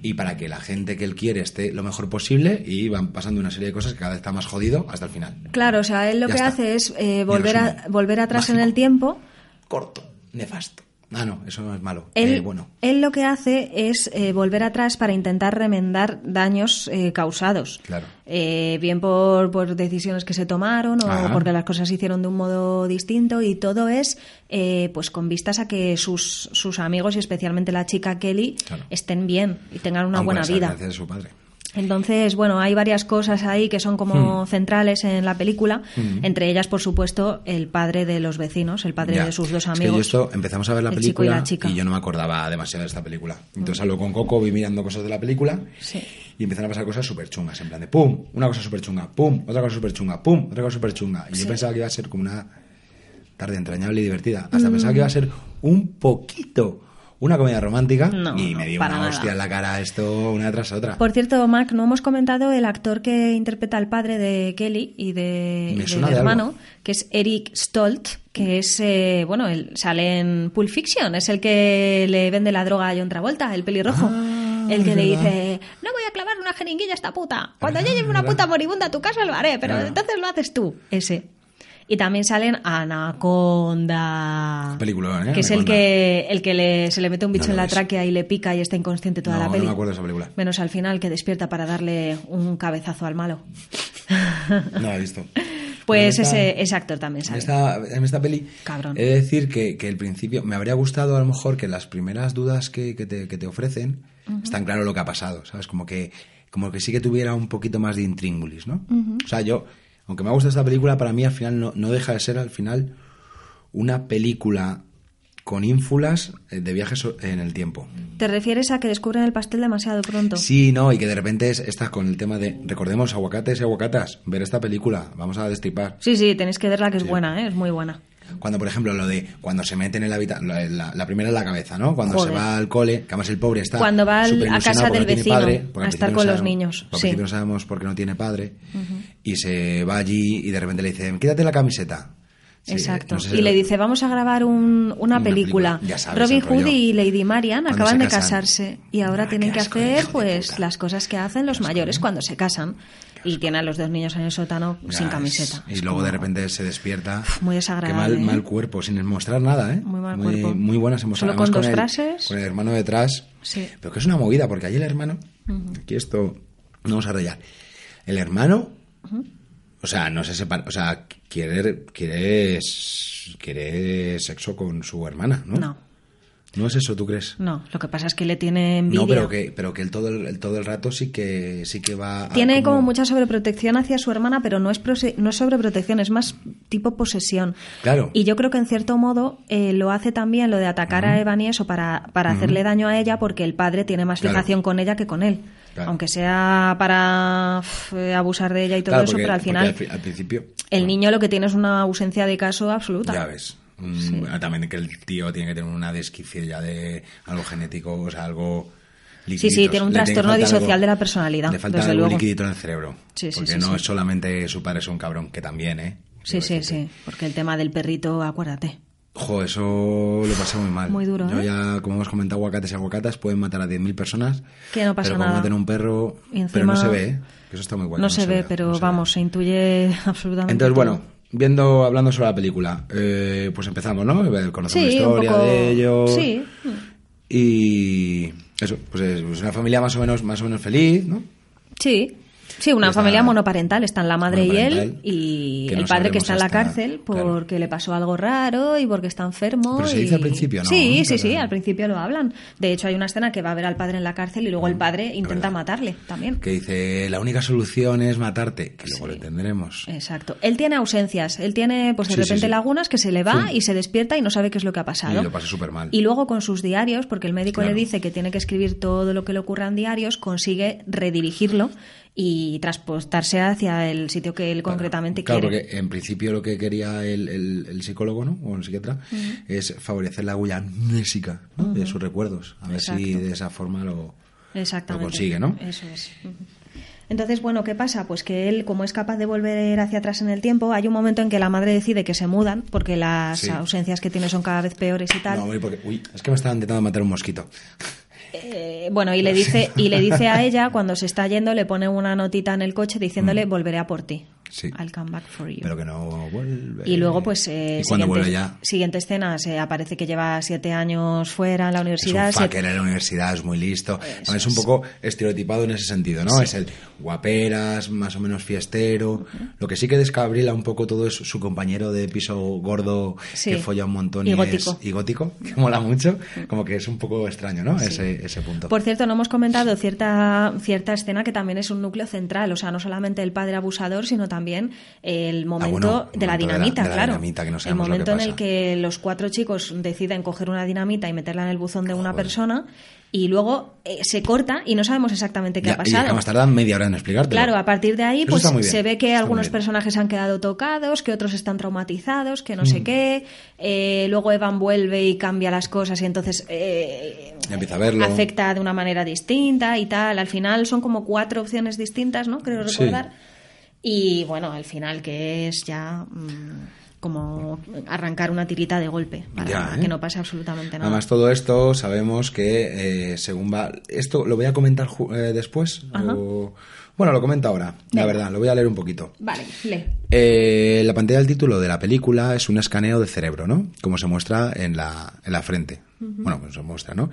Speaker 3: y para que la gente que él quiere esté lo mejor posible y van pasando una serie de cosas que cada vez está más jodido hasta el final.
Speaker 5: Claro, o sea, él lo
Speaker 3: Ya
Speaker 5: que
Speaker 3: está.
Speaker 5: hace es eh,
Speaker 3: Mi
Speaker 5: volver, a,
Speaker 3: resumen.
Speaker 5: volver atrás en
Speaker 3: Mágico.
Speaker 5: el tiempo.
Speaker 3: Corto, nefasto. Ah, no, eso no es malo.
Speaker 5: Él,
Speaker 3: Eh, bueno,
Speaker 5: él lo que hace es eh, volver atrás para intentar remendar daños eh, causados.
Speaker 3: Claro.
Speaker 5: Eh, bien por, por decisiones que se tomaron o
Speaker 3: Ajá.
Speaker 5: porque las cosas se hicieron de un modo distinto y todo es eh, pues con vistas a que sus, sus amigos y especialmente la chica Kelly
Speaker 3: Claro.
Speaker 5: estén bien y tengan una
Speaker 3: aunque
Speaker 5: buena
Speaker 3: las
Speaker 5: vida.
Speaker 3: gracias de su padre.
Speaker 5: Entonces, bueno, hay varias cosas ahí que son
Speaker 3: Hmm.
Speaker 5: como centrales en la película,
Speaker 3: Mm.
Speaker 5: entre ellas, por supuesto, el padre de los vecinos, el padre
Speaker 3: Ya.
Speaker 5: de sus dos
Speaker 3: Es
Speaker 5: amigos.
Speaker 3: que yo esto empezamos a ver la
Speaker 5: el chico y
Speaker 3: película
Speaker 5: la chica.
Speaker 3: yo no me acordaba demasiado de esta película. Entonces hablo con Coco, voy mirando cosas de la película
Speaker 5: Sí.
Speaker 3: y empiezan a pasar cosas súper chungas. En plan de pum, una cosa súper chunga, pum, otra cosa súper chunga, pum, otra cosa súper chunga. Y yo pensaba que iba a ser como una tarde entrañable y divertida. Hasta
Speaker 5: Mm.
Speaker 3: pensaba que iba a ser un poquito una comedia romántica
Speaker 5: No,
Speaker 3: y me
Speaker 5: no,
Speaker 3: dio
Speaker 5: para
Speaker 3: una
Speaker 5: nada.
Speaker 3: hostia en la cara esto una tras otra.
Speaker 5: Por cierto, Mac, no hemos comentado el actor que interpreta al padre de Kelly y de,
Speaker 3: Me
Speaker 5: y del
Speaker 3: suena de
Speaker 5: hermano,
Speaker 3: algo.
Speaker 5: que es Eric Stolt, que es, eh, bueno, él sale en Pulp Fiction, es el que le vende la droga a John Travolta, el pelirrojo.
Speaker 3: Ah,
Speaker 5: el que
Speaker 3: es
Speaker 5: le
Speaker 3: verdad.
Speaker 5: dice, no voy a clavar una jeringuilla a esta puta. Cuando yo
Speaker 3: verdad,
Speaker 5: lleve una
Speaker 3: es verdad.
Speaker 5: puta moribunda a tu casa lo haré, pero
Speaker 3: Claro.
Speaker 5: entonces lo haces tú, ese. Y también salen Anaconda.
Speaker 3: Peliculón, ¿eh?
Speaker 5: Que es el
Speaker 3: Anaconda.
Speaker 5: que, el que le- se le mete un bicho
Speaker 3: No lo
Speaker 5: en la
Speaker 3: ves.
Speaker 5: tráquea y le pica y está inconsciente toda
Speaker 3: No,
Speaker 5: la
Speaker 3: no
Speaker 5: peli.
Speaker 3: me acuerdo de esa
Speaker 5: [LAUGHS]
Speaker 3: película.
Speaker 5: Menos al final que despierta para darle un cabezazo
Speaker 3: [LAUGHS]
Speaker 5: al malo.
Speaker 3: No la he visto.
Speaker 5: Pues
Speaker 3: Pero esta-
Speaker 5: ese, ese actor también
Speaker 3: En
Speaker 5: sale.
Speaker 3: esta, en esta peli,
Speaker 5: Cabrón.
Speaker 3: he de decir que, que el principio, me habría gustado a lo mejor que las primeras dudas que, que te, que te ofrecen, están claro lo que ha pasado, ¿sabes? Como que, como que sí que tuviera un poquito más de intríngulis, ¿no? O sea, yo, aunque me ha gustado esta película, para mí al final no, no deja de ser al final una película con ínfulas eh, de viajes o- en el tiempo.
Speaker 5: ¿Te refieres a que descubren el pastel demasiado pronto?
Speaker 3: Sí, no, y que de repente es- estás con el tema de, recordemos, aguacates y aguacatas, ver esta película, vamos a destripar.
Speaker 5: sí, sí, tenéis que verla que es
Speaker 3: Sí.
Speaker 5: buena, ¿eh? es muy buena.
Speaker 3: Cuando, por ejemplo, lo de cuando se meten en la habitación, la, la- la primera es la cabeza, ¿no? Cuando
Speaker 5: Joder.
Speaker 3: se va al cole, que además el pobre está.
Speaker 5: Cuando va al-
Speaker 3: superilusionado
Speaker 5: a casa
Speaker 3: porque
Speaker 5: del
Speaker 3: no tiene
Speaker 5: vecino
Speaker 3: padre, porque
Speaker 5: a
Speaker 3: al
Speaker 5: estar
Speaker 3: principio
Speaker 5: con
Speaker 3: no
Speaker 5: los
Speaker 3: sabemos-
Speaker 5: niños,
Speaker 3: porque al
Speaker 5: sí.
Speaker 3: principio no sabemos por qué no tiene padre. Y se va allí y de repente le dicen, quítate la camiseta. Sí, eh,
Speaker 5: Exacto.
Speaker 3: no sé si
Speaker 5: y
Speaker 3: lo-
Speaker 5: le dice, vamos a grabar un- una,
Speaker 3: Una
Speaker 5: película.
Speaker 3: película. Ya sabes
Speaker 5: Robin
Speaker 3: el rollo.
Speaker 5: Hood y Lady Marian
Speaker 3: Cuando
Speaker 5: acaban
Speaker 3: se
Speaker 5: de
Speaker 3: casan.
Speaker 5: casarse y ahora
Speaker 3: Ah,
Speaker 5: tienen
Speaker 3: qué
Speaker 5: que
Speaker 3: asco,
Speaker 5: hacer
Speaker 3: hijo de
Speaker 5: pues
Speaker 3: puta.
Speaker 5: las cosas que hacen los mayores cuando se casan y tienen a los dos niños en el sótano
Speaker 3: Ya,
Speaker 5: sin
Speaker 3: es-
Speaker 5: camiseta.
Speaker 3: Y
Speaker 5: Es
Speaker 3: luego
Speaker 5: como-
Speaker 3: de repente se despierta.
Speaker 5: muy desagradable,
Speaker 3: Qué
Speaker 5: ¿eh?
Speaker 3: mal, mal cuerpo, sin mostrar nada, ¿eh?
Speaker 5: Muy mal cuerpo.
Speaker 3: Muy buenas emociones.
Speaker 5: Solo con
Speaker 3: Además,
Speaker 5: dos
Speaker 3: el-
Speaker 5: frases.
Speaker 3: Con el hermano detrás.
Speaker 5: Sí.
Speaker 3: Pero que es una movida, porque ahí el hermano. Aquí esto. No vamos a rayar. El hermano. O sea, no se separa. O sea, quiere, quiere, s- quiere sexo con su hermana, ¿no?
Speaker 5: No,
Speaker 3: ¿No es eso, tú crees?
Speaker 5: no. Lo que pasa es que le tiene envidia.
Speaker 3: No, pero que, pero que el todo el, el todo el rato sí que sí que va. a
Speaker 5: Ah, Tiene como mucha sobreprotección hacia su hermana, pero no es, prose- no es sobreprotección, es más tipo posesión.
Speaker 3: Claro.
Speaker 5: Y yo creo que en cierto modo eh, lo hace también lo de atacar a Evan y eso para, para hacerle daño a ella, porque el padre tiene más
Speaker 3: Claro.
Speaker 5: fijación con ella que con él.
Speaker 3: Claro.
Speaker 5: Aunque sea para uf, eh, abusar de ella y todo
Speaker 3: Claro,
Speaker 5: eso,
Speaker 3: porque-
Speaker 5: pero al
Speaker 3: porque
Speaker 5: final
Speaker 3: pri- al principio.
Speaker 5: el niño lo que tiene es una ausencia de caso absoluta.
Speaker 3: Ya ves. Mm, También que el tío tiene que tener una desquicia ya de algo genético, o sea, algo. liquiditos.
Speaker 5: sí, tiene un
Speaker 3: Le
Speaker 5: trastorno
Speaker 3: falta
Speaker 5: disocial de la personalidad,
Speaker 3: Le falta
Speaker 5: desde
Speaker 3: algo
Speaker 5: luego.
Speaker 3: liquidito en el cerebro.
Speaker 5: Sí, sí,
Speaker 3: porque
Speaker 5: sí,
Speaker 3: no
Speaker 5: sí.
Speaker 3: es solamente su padre es un cabrón, que también, ¿eh?
Speaker 5: Sí,
Speaker 3: Quiero
Speaker 5: sí,
Speaker 3: decirte.
Speaker 5: sí. Porque el tema del perrito, acuérdate.
Speaker 3: Jo, eso lo pasé muy mal.
Speaker 5: Muy duro,
Speaker 3: Yo
Speaker 5: ¿eh?
Speaker 3: ya, como hemos comentado, aguacates y aguacatas pueden matar a 10.000 personas.
Speaker 5: Que no pasa
Speaker 3: pero
Speaker 5: nada.
Speaker 3: Como maten a un perro,
Speaker 5: Y
Speaker 3: pero no
Speaker 5: encima-
Speaker 3: se ve, ¿eh? Que Eso está muy guay.
Speaker 5: no,
Speaker 3: que
Speaker 5: se, ve,
Speaker 3: vea,
Speaker 5: pero
Speaker 3: no se
Speaker 5: vamos,
Speaker 3: ve.
Speaker 5: se intuye [LAUGHS] absolutamente.
Speaker 3: Entonces,
Speaker 5: todo.
Speaker 3: bueno, viendo, hablando sobre la película, eh, pues empezamos, ¿no? Conocemos
Speaker 5: Sí,
Speaker 3: la
Speaker 5: un
Speaker 3: historia
Speaker 5: poco-
Speaker 3: de ellos.
Speaker 5: Sí.
Speaker 3: Y eso, pues es pues una familia más o menos, más o menos feliz, ¿no?
Speaker 5: Sí. Sí, una
Speaker 3: Está-
Speaker 5: familia monoparental. Están la madre y él
Speaker 3: Monoparental,
Speaker 5: y
Speaker 3: que no
Speaker 5: el padre que está en la
Speaker 3: sabremos hasta-
Speaker 5: cárcel
Speaker 3: claro.
Speaker 5: porque le pasó algo raro y porque está enfermo.
Speaker 3: Pero se
Speaker 5: y-
Speaker 3: dice al principio, ¿no?
Speaker 5: Sí, sí,
Speaker 3: Pero-
Speaker 5: sí, al principio lo hablan. De hecho, hay una escena que va a ver al padre en la cárcel y luego el padre intenta
Speaker 3: Mm, verdad.
Speaker 5: matarle también.
Speaker 3: Que dice, la única solución es matarte, que luego lo entenderemos.
Speaker 5: Exacto. Él tiene ausencias. Él tiene, pues de
Speaker 3: Sí, sí,
Speaker 5: repente,
Speaker 3: sí.
Speaker 5: lagunas que se le va y se despierta y no sabe qué es lo que ha pasado.
Speaker 3: Y lo pasa súper mal.
Speaker 5: Y luego con sus diarios, porque el médico
Speaker 3: Claro.
Speaker 5: le dice que tiene que escribir todo lo que le ocurra en diarios, consigue redirigirlo y transportarse hacia el sitio que él concretamente
Speaker 3: claro,
Speaker 5: quiere.
Speaker 3: porque en principio lo que quería el, el- el psicólogo, ¿no? O el psiquiatra, es favorecer la huella amnésica ¿no? de sus recuerdos. A ver si
Speaker 5: Exacto.
Speaker 3: de esa forma lo,
Speaker 5: Exactamente.
Speaker 3: lo consigue, ¿no?
Speaker 5: Eso es. Ujú. Entonces, bueno, ¿qué pasa? Pues que él, como es capaz de volver hacia atrás en el tiempo, hay un momento en que la madre decide que se mudan porque las
Speaker 3: Sí.
Speaker 5: ausencias que tiene son cada vez peores y tal.
Speaker 3: No, uy, porque, uy, es que me estaba intentando matar un mosquito.
Speaker 5: Eh, bueno, y
Speaker 3: [LAUGHS]
Speaker 5: le dice y le dice a ella cuando se está yendo le pone una notita en el coche diciéndole volveré a por ti.
Speaker 3: Sí.
Speaker 5: I'll come back for you.
Speaker 3: Pero que no vuelve.
Speaker 5: y luego, pues, eh,
Speaker 3: ¿Y cuando
Speaker 5: siguiente,
Speaker 3: vuelve ya?
Speaker 5: siguiente escena, se aparece que lleva siete años fuera en la universidad.
Speaker 3: Es
Speaker 5: se-
Speaker 3: un fucker en la universidad, es muy listo. Bueno, es un poco estereotipado en ese sentido, ¿no? Es el guaperas, más o menos fiestero. Lo que sí que descabrila un poco todo es su compañero de piso gordo
Speaker 5: Sí.
Speaker 3: que folla un montón
Speaker 5: Y
Speaker 3: es-
Speaker 5: gótico.
Speaker 3: y gótico, que mola mucho. Como que es un poco extraño, ¿no? Ese, ese punto.
Speaker 5: Por cierto, no hemos comentado cierta, cierta escena que también es un núcleo central, o sea, no solamente el padre abusador, sino también el momento
Speaker 3: Ah, bueno,
Speaker 5: de la
Speaker 3: momento de la-
Speaker 5: dinamita,
Speaker 3: de la
Speaker 5: claro.
Speaker 3: dinamita, que no
Speaker 5: el
Speaker 3: sabemos lo que
Speaker 5: momento en el
Speaker 3: pasa.
Speaker 5: que los cuatro chicos deciden coger una dinamita y meterla en el buzón de una persona y luego eh, se corta y no sabemos exactamente qué
Speaker 3: Ya,
Speaker 5: ha
Speaker 3: y
Speaker 5: pasado.
Speaker 3: además tardan media hora en explicártelo.
Speaker 5: Claro, a partir de ahí
Speaker 3: Eso
Speaker 5: pues
Speaker 3: está muy bien,
Speaker 5: se ve que
Speaker 3: está muy
Speaker 5: algunos
Speaker 3: bien.
Speaker 5: personajes han quedado tocados, que otros están traumatizados, que no
Speaker 3: Mm.
Speaker 5: sé qué. Eh, luego Evan vuelve y cambia las cosas y entonces eh,
Speaker 3: Ya empieza a verlo.
Speaker 5: afecta de una manera distinta y tal. Al final son como cuatro opciones distintas, ¿no? Creo
Speaker 3: Sí.
Speaker 5: recordar. Y bueno, al final que es ya mm, como arrancar una tirita de golpe para
Speaker 3: Ya, ¿eh?
Speaker 5: que no pase absolutamente nada.
Speaker 3: Además, todo esto sabemos que eh, según va. Esto lo voy a comentar ju- eh, después. o- Bueno, lo comento ahora, la
Speaker 5: Venga.
Speaker 3: verdad, lo voy a leer un poquito.
Speaker 5: Vale, lee.
Speaker 3: Eh, la pantalla del título de la película es un escaneo de cerebro, ¿no? Como se muestra en la, en la frente. Bueno, como se muestra, ¿no?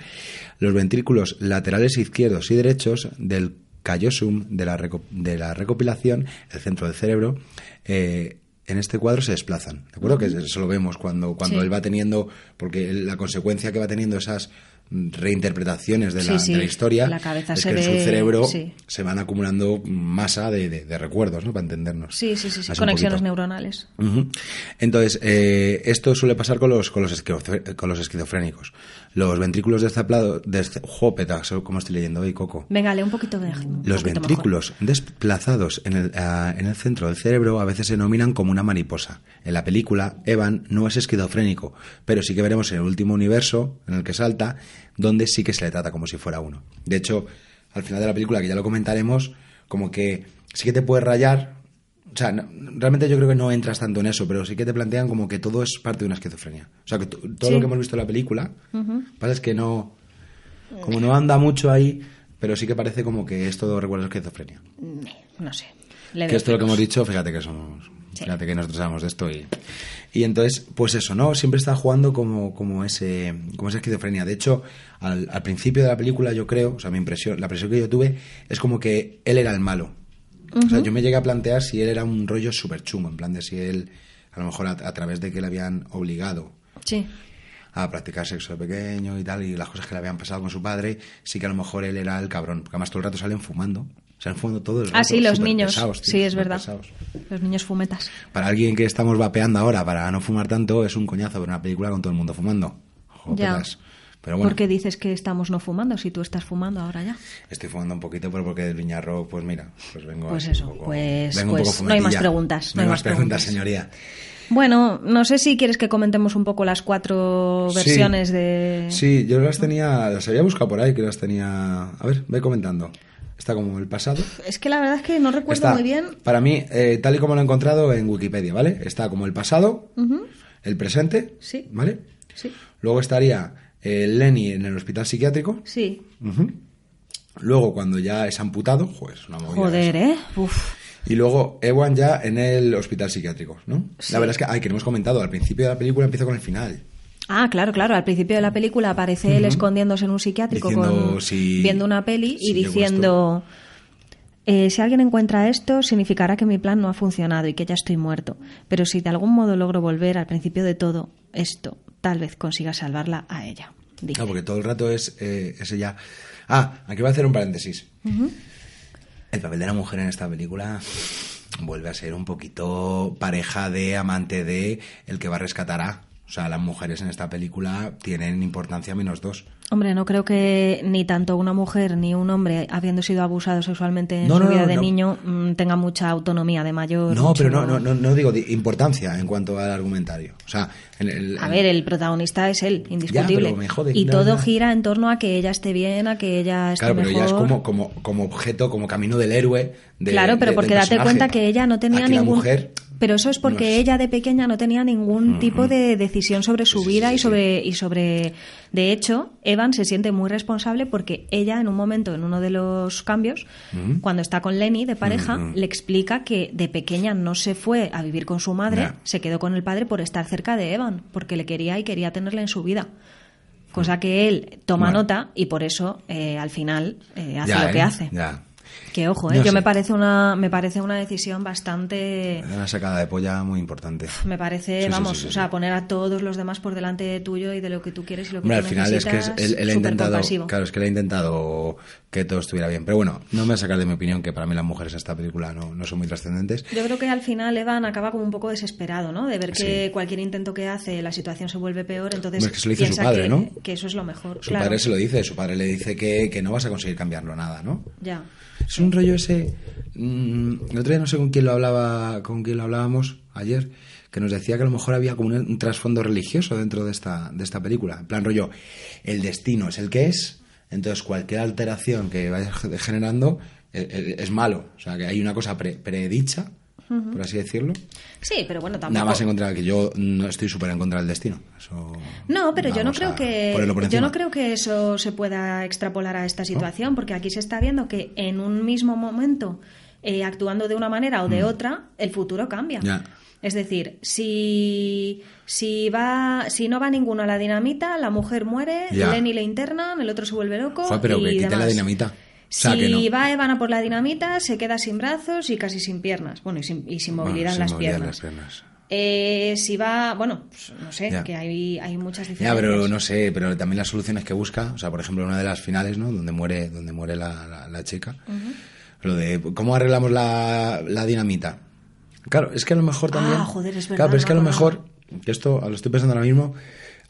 Speaker 3: Los ventrículos laterales izquierdos y derechos del callosum de la, reco- de la recopilación, el centro del cerebro, eh, en este cuadro se desplazan. ¿De acuerdo? Que eso lo vemos cuando, cuando
Speaker 5: Sí.
Speaker 3: él va teniendo, porque la consecuencia que va teniendo esas mm, reinterpretaciones de la,
Speaker 5: Sí, sí.
Speaker 3: de la historia
Speaker 5: La cabeza
Speaker 3: es
Speaker 5: se
Speaker 3: que en
Speaker 5: ve-
Speaker 3: su cerebro
Speaker 5: sí.
Speaker 3: se van acumulando masa de, de- de recuerdos, ¿no? Para entendernos.
Speaker 5: Sí, sí, sí, sí.
Speaker 3: Así un
Speaker 5: Conexiones
Speaker 3: poquito.
Speaker 5: neuronales.
Speaker 3: Ujú. Entonces, eh, esto suele pasar con los, con, los esquizo- con los esquizofrénicos. Los ventrículos desplazados. como estoy leyendo hoy, Coco.
Speaker 5: Venga, lee un poquito de... un
Speaker 3: Los
Speaker 5: poquito mejor.
Speaker 3: ventrículos desplazados en el, ah, en el centro del cerebro a veces se denominan como una mariposa. En la película, Evan no es esquizofrénico, pero sí que veremos en el último universo en el que salta, donde sí que se le trata como si fuera uno. De hecho, al final de la película, que ya lo comentaremos, como que sí que te puedes rayar. O sea, no- realmente yo creo que no entras tanto en eso, pero sí que te plantean como que todo es parte de una esquizofrenia. O sea, que t- todo lo que hemos visto en la película, lo que pasa es que no, como no anda mucho ahí, pero sí que parece como que es todo recuerdo a la esquizofrenia.
Speaker 5: No sé. Le
Speaker 3: Que
Speaker 5: veo
Speaker 3: esto es lo que
Speaker 5: pelos.
Speaker 3: hemos dicho, fíjate que somos.
Speaker 5: Sí.
Speaker 3: Fíjate que nosotros sabemos de esto y. Y entonces, pues eso, ¿no? Siempre está jugando como, como ese. como esa esquizofrenia. De hecho, al, al principio de la película, yo creo, o sea, mi impresión, la impresión que yo tuve es como que él era el malo. O sea, yo me llegué a plantear si él era un rollo súper chungo, en plan de si él, a lo mejor a, a través de que le habían obligado
Speaker 5: Sí.
Speaker 3: a practicar sexo de pequeño y tal, y las cosas que le habían pasado con su padre, sí que a lo mejor él era el cabrón, porque además todo el rato salen fumando. Salen fumando todo el rato.
Speaker 5: Ah, sí, los
Speaker 3: súper
Speaker 5: niños.
Speaker 3: pesados, tío,
Speaker 5: sí, es
Speaker 3: súper
Speaker 5: verdad.
Speaker 3: pesados.
Speaker 5: Los niños fumetas.
Speaker 3: Para alguien que estamos vapeando ahora para no fumar tanto, es un coñazo ver una película con todo el mundo fumando. Jopetas. Pero bueno,
Speaker 5: ¿Por qué dices que estamos no fumando si tú estás fumando ahora ya?
Speaker 3: estoy fumando un poquito, pero porque del Viñarro, pues mira, pues vengo
Speaker 5: Pues
Speaker 3: así
Speaker 5: eso,
Speaker 3: un poco-
Speaker 5: pues-
Speaker 3: vengo un
Speaker 5: pues
Speaker 3: poco
Speaker 5: no hay más
Speaker 3: fumetilla.
Speaker 5: preguntas,
Speaker 3: No hay más preguntas, señoría.
Speaker 5: Bueno, no sé si quieres que comentemos un poco las cuatro
Speaker 3: Sí.
Speaker 5: versiones de...
Speaker 3: Sí, yo las tenía, las había buscado por ahí, que las tenía... A ver, ve comentando. Está como el pasado.
Speaker 5: Es que la verdad es que no recuerdo
Speaker 3: Está,
Speaker 5: muy bien.
Speaker 3: Para mí, eh, tal y como lo he encontrado en Wikipedia, ¿vale? Está como el pasado, el presente,
Speaker 5: Sí.
Speaker 3: ¿vale?
Speaker 5: Sí,
Speaker 3: Luego estaría eh, Lenny en el hospital psiquiátrico.
Speaker 5: sí.
Speaker 3: Ujú. Luego, cuando ya es amputado, joder, es una movida
Speaker 5: Joder, ¿eh? Uf.
Speaker 3: Y luego Ewan ya en el hospital psiquiátrico, ¿no? La verdad es que, ay, que no hemos comentado, al principio de la película empieza con el final.
Speaker 5: Ah, claro, claro. Al principio de la película aparece él escondiéndose en un psiquiátrico
Speaker 3: Diciendo
Speaker 5: con-
Speaker 3: si-
Speaker 5: viendo una peli
Speaker 3: si
Speaker 5: y
Speaker 3: llego
Speaker 5: diciendo, eh, si alguien encuentra esto, significará que mi plan no ha funcionado y que ya estoy muerto. Pero si de algún modo logro volver al principio de todo esto, tal vez consiga salvarla a ella. Dice.
Speaker 3: No, Ah, porque todo el rato es eh, ese ya. Ah, aquí voy a hacer un paréntesis. El papel de la mujer en esta película vuelve a ser un poquito pareja de, amante de, el que va a rescatar a. O sea, las mujeres en esta película tienen importancia menos dos.
Speaker 5: Hombre, no creo que ni tanto una mujer ni un hombre, habiendo sido abusado sexualmente en
Speaker 3: No,
Speaker 5: su
Speaker 3: no,
Speaker 5: vida
Speaker 3: no,
Speaker 5: de
Speaker 3: no.
Speaker 5: niño, mm, tenga mucha autonomía de mayor.
Speaker 3: No, pero no,
Speaker 5: mucho-
Speaker 3: no, no, no digo de importancia en cuanto al argumentario. O sea, en el-
Speaker 5: A
Speaker 3: en-
Speaker 5: ver, el protagonista es él, indiscutible.
Speaker 3: pero me jode,
Speaker 5: y
Speaker 3: la
Speaker 5: todo
Speaker 3: verdad.
Speaker 5: gira en torno a que ella esté bien, a que ella esté
Speaker 3: Claro, pero
Speaker 5: este mejor.
Speaker 3: ya es como, como, como objeto, como camino del héroe. de-
Speaker 5: claro, pero
Speaker 3: de-
Speaker 5: porque
Speaker 3: del
Speaker 5: date
Speaker 3: personaje.
Speaker 5: cuenta que ella no tenía
Speaker 3: Aquí la
Speaker 5: ningún.
Speaker 3: mujer,
Speaker 5: pero eso es porque
Speaker 3: no es- Mm,
Speaker 5: ella de pequeña no tenía ningún tipo de decisión sobre su
Speaker 3: Sí, sí,
Speaker 5: vida
Speaker 3: sí,
Speaker 5: y
Speaker 3: sí.
Speaker 5: sobre y sobre. De hecho, Evan se siente muy responsable porque ella en un momento, en uno de los cambios,
Speaker 3: Mm.
Speaker 5: cuando está con Lenny de pareja, le explica que de pequeña no se fue a vivir con su madre,
Speaker 3: Ya.
Speaker 5: se quedó con el padre por estar cerca de Evan, porque le quería y quería tenerla en su vida. Cosa que él
Speaker 3: Mm.
Speaker 5: toma
Speaker 3: Bueno.
Speaker 5: nota y por eso eh, al final eh, hace
Speaker 3: ya,
Speaker 5: lo que
Speaker 3: ¿eh?
Speaker 5: hace.
Speaker 3: Ya.
Speaker 5: Que ojo, ¿eh?
Speaker 3: No sé.
Speaker 5: yo me parece una me parece una decisión bastante
Speaker 3: Una sacada de polla muy importante.
Speaker 5: me parece,
Speaker 3: Sí, sí,
Speaker 5: vamos,
Speaker 3: sí, sí,
Speaker 5: o
Speaker 3: sí.
Speaker 5: sea, poner a todos los demás por delante de tuyo y de lo que tú quieres y lo que
Speaker 3: Hombre, al
Speaker 5: tú
Speaker 3: final es que es,
Speaker 5: necesitas,
Speaker 3: él, él ha
Speaker 5: súper
Speaker 3: intentado.
Speaker 5: compasivo.
Speaker 3: Claro, es que él ha intentado que todo estuviera bien. Pero bueno, no me voy a sacar de mi opinión que para mí las mujeres en esta película no, no son muy trascendentes.
Speaker 5: Yo creo que al final Evan acaba como un poco desesperado, ¿no? De ver que
Speaker 3: Sí.
Speaker 5: cualquier intento que hace la situación se vuelve peor, entonces
Speaker 3: Hombre, es que se lo dice su
Speaker 5: piensa
Speaker 3: padre,
Speaker 5: que,
Speaker 3: ¿no?
Speaker 5: que eso es lo mejor.
Speaker 3: Su
Speaker 5: claro,
Speaker 3: padre se lo dice, su padre le dice que, que no vas a conseguir cambiarlo nada, ¿no?
Speaker 5: ya.
Speaker 3: Es un rollo ese. mm, el otro día no sé con quién lo hablaba, con quién lo hablábamos ayer, que nos decía que a lo mejor había como un, un trasfondo religioso dentro de esta, de esta película. En plan rollo, el destino es el que es, entonces cualquier alteración que vayas ge- generando eh, eh, es, malo. O sea, que hay una cosa pre- predicha, por así decirlo.
Speaker 5: Sí, pero bueno, tampoco
Speaker 3: Nada más en contra que yo no estoy súper en contra del destino. Eso,
Speaker 5: No, pero yo no
Speaker 3: vamos
Speaker 5: creo
Speaker 3: a
Speaker 5: que
Speaker 3: ponerlo por
Speaker 5: yo
Speaker 3: encima.
Speaker 5: no creo que eso se pueda extrapolar a esta situación, porque aquí se está viendo que en un mismo momento, eh, actuando de una manera o de otra, el futuro cambia.
Speaker 3: Mm. Ya.
Speaker 5: Es decir, si, si va, si no va ninguno a la dinamita, la mujer muere,
Speaker 3: Ya.
Speaker 5: Lenny le internan, el otro se vuelve loco.
Speaker 3: Joder, pero
Speaker 5: y
Speaker 3: que quiten la
Speaker 5: demás.
Speaker 3: dinamita. O sea,
Speaker 5: si
Speaker 3: que no.
Speaker 5: va Evan a por la dinamita, se queda sin brazos y casi sin piernas. Bueno, y sin, y sin
Speaker 3: Bueno,
Speaker 5: movilidad
Speaker 3: sin
Speaker 5: en las
Speaker 3: movilidad en
Speaker 5: piernas.
Speaker 3: las piernas.
Speaker 5: Eh, si va, bueno, pues, no sé,
Speaker 3: Ya.
Speaker 5: que hay, hay muchas
Speaker 3: Ya,
Speaker 5: diferencias.
Speaker 3: pero no sé, pero también las soluciones que busca, o sea, por ejemplo, una de las finales, ¿no? Donde muere, donde muere la, la- la chica. Lo de, ¿cómo arreglamos la, la dinamita? Claro, es que a lo mejor también...
Speaker 5: Ah, joder, es verdad,
Speaker 3: Claro, pero es
Speaker 5: no
Speaker 3: que a lo
Speaker 5: me acordaba.
Speaker 3: mejor, que esto lo estoy pensando ahora mismo,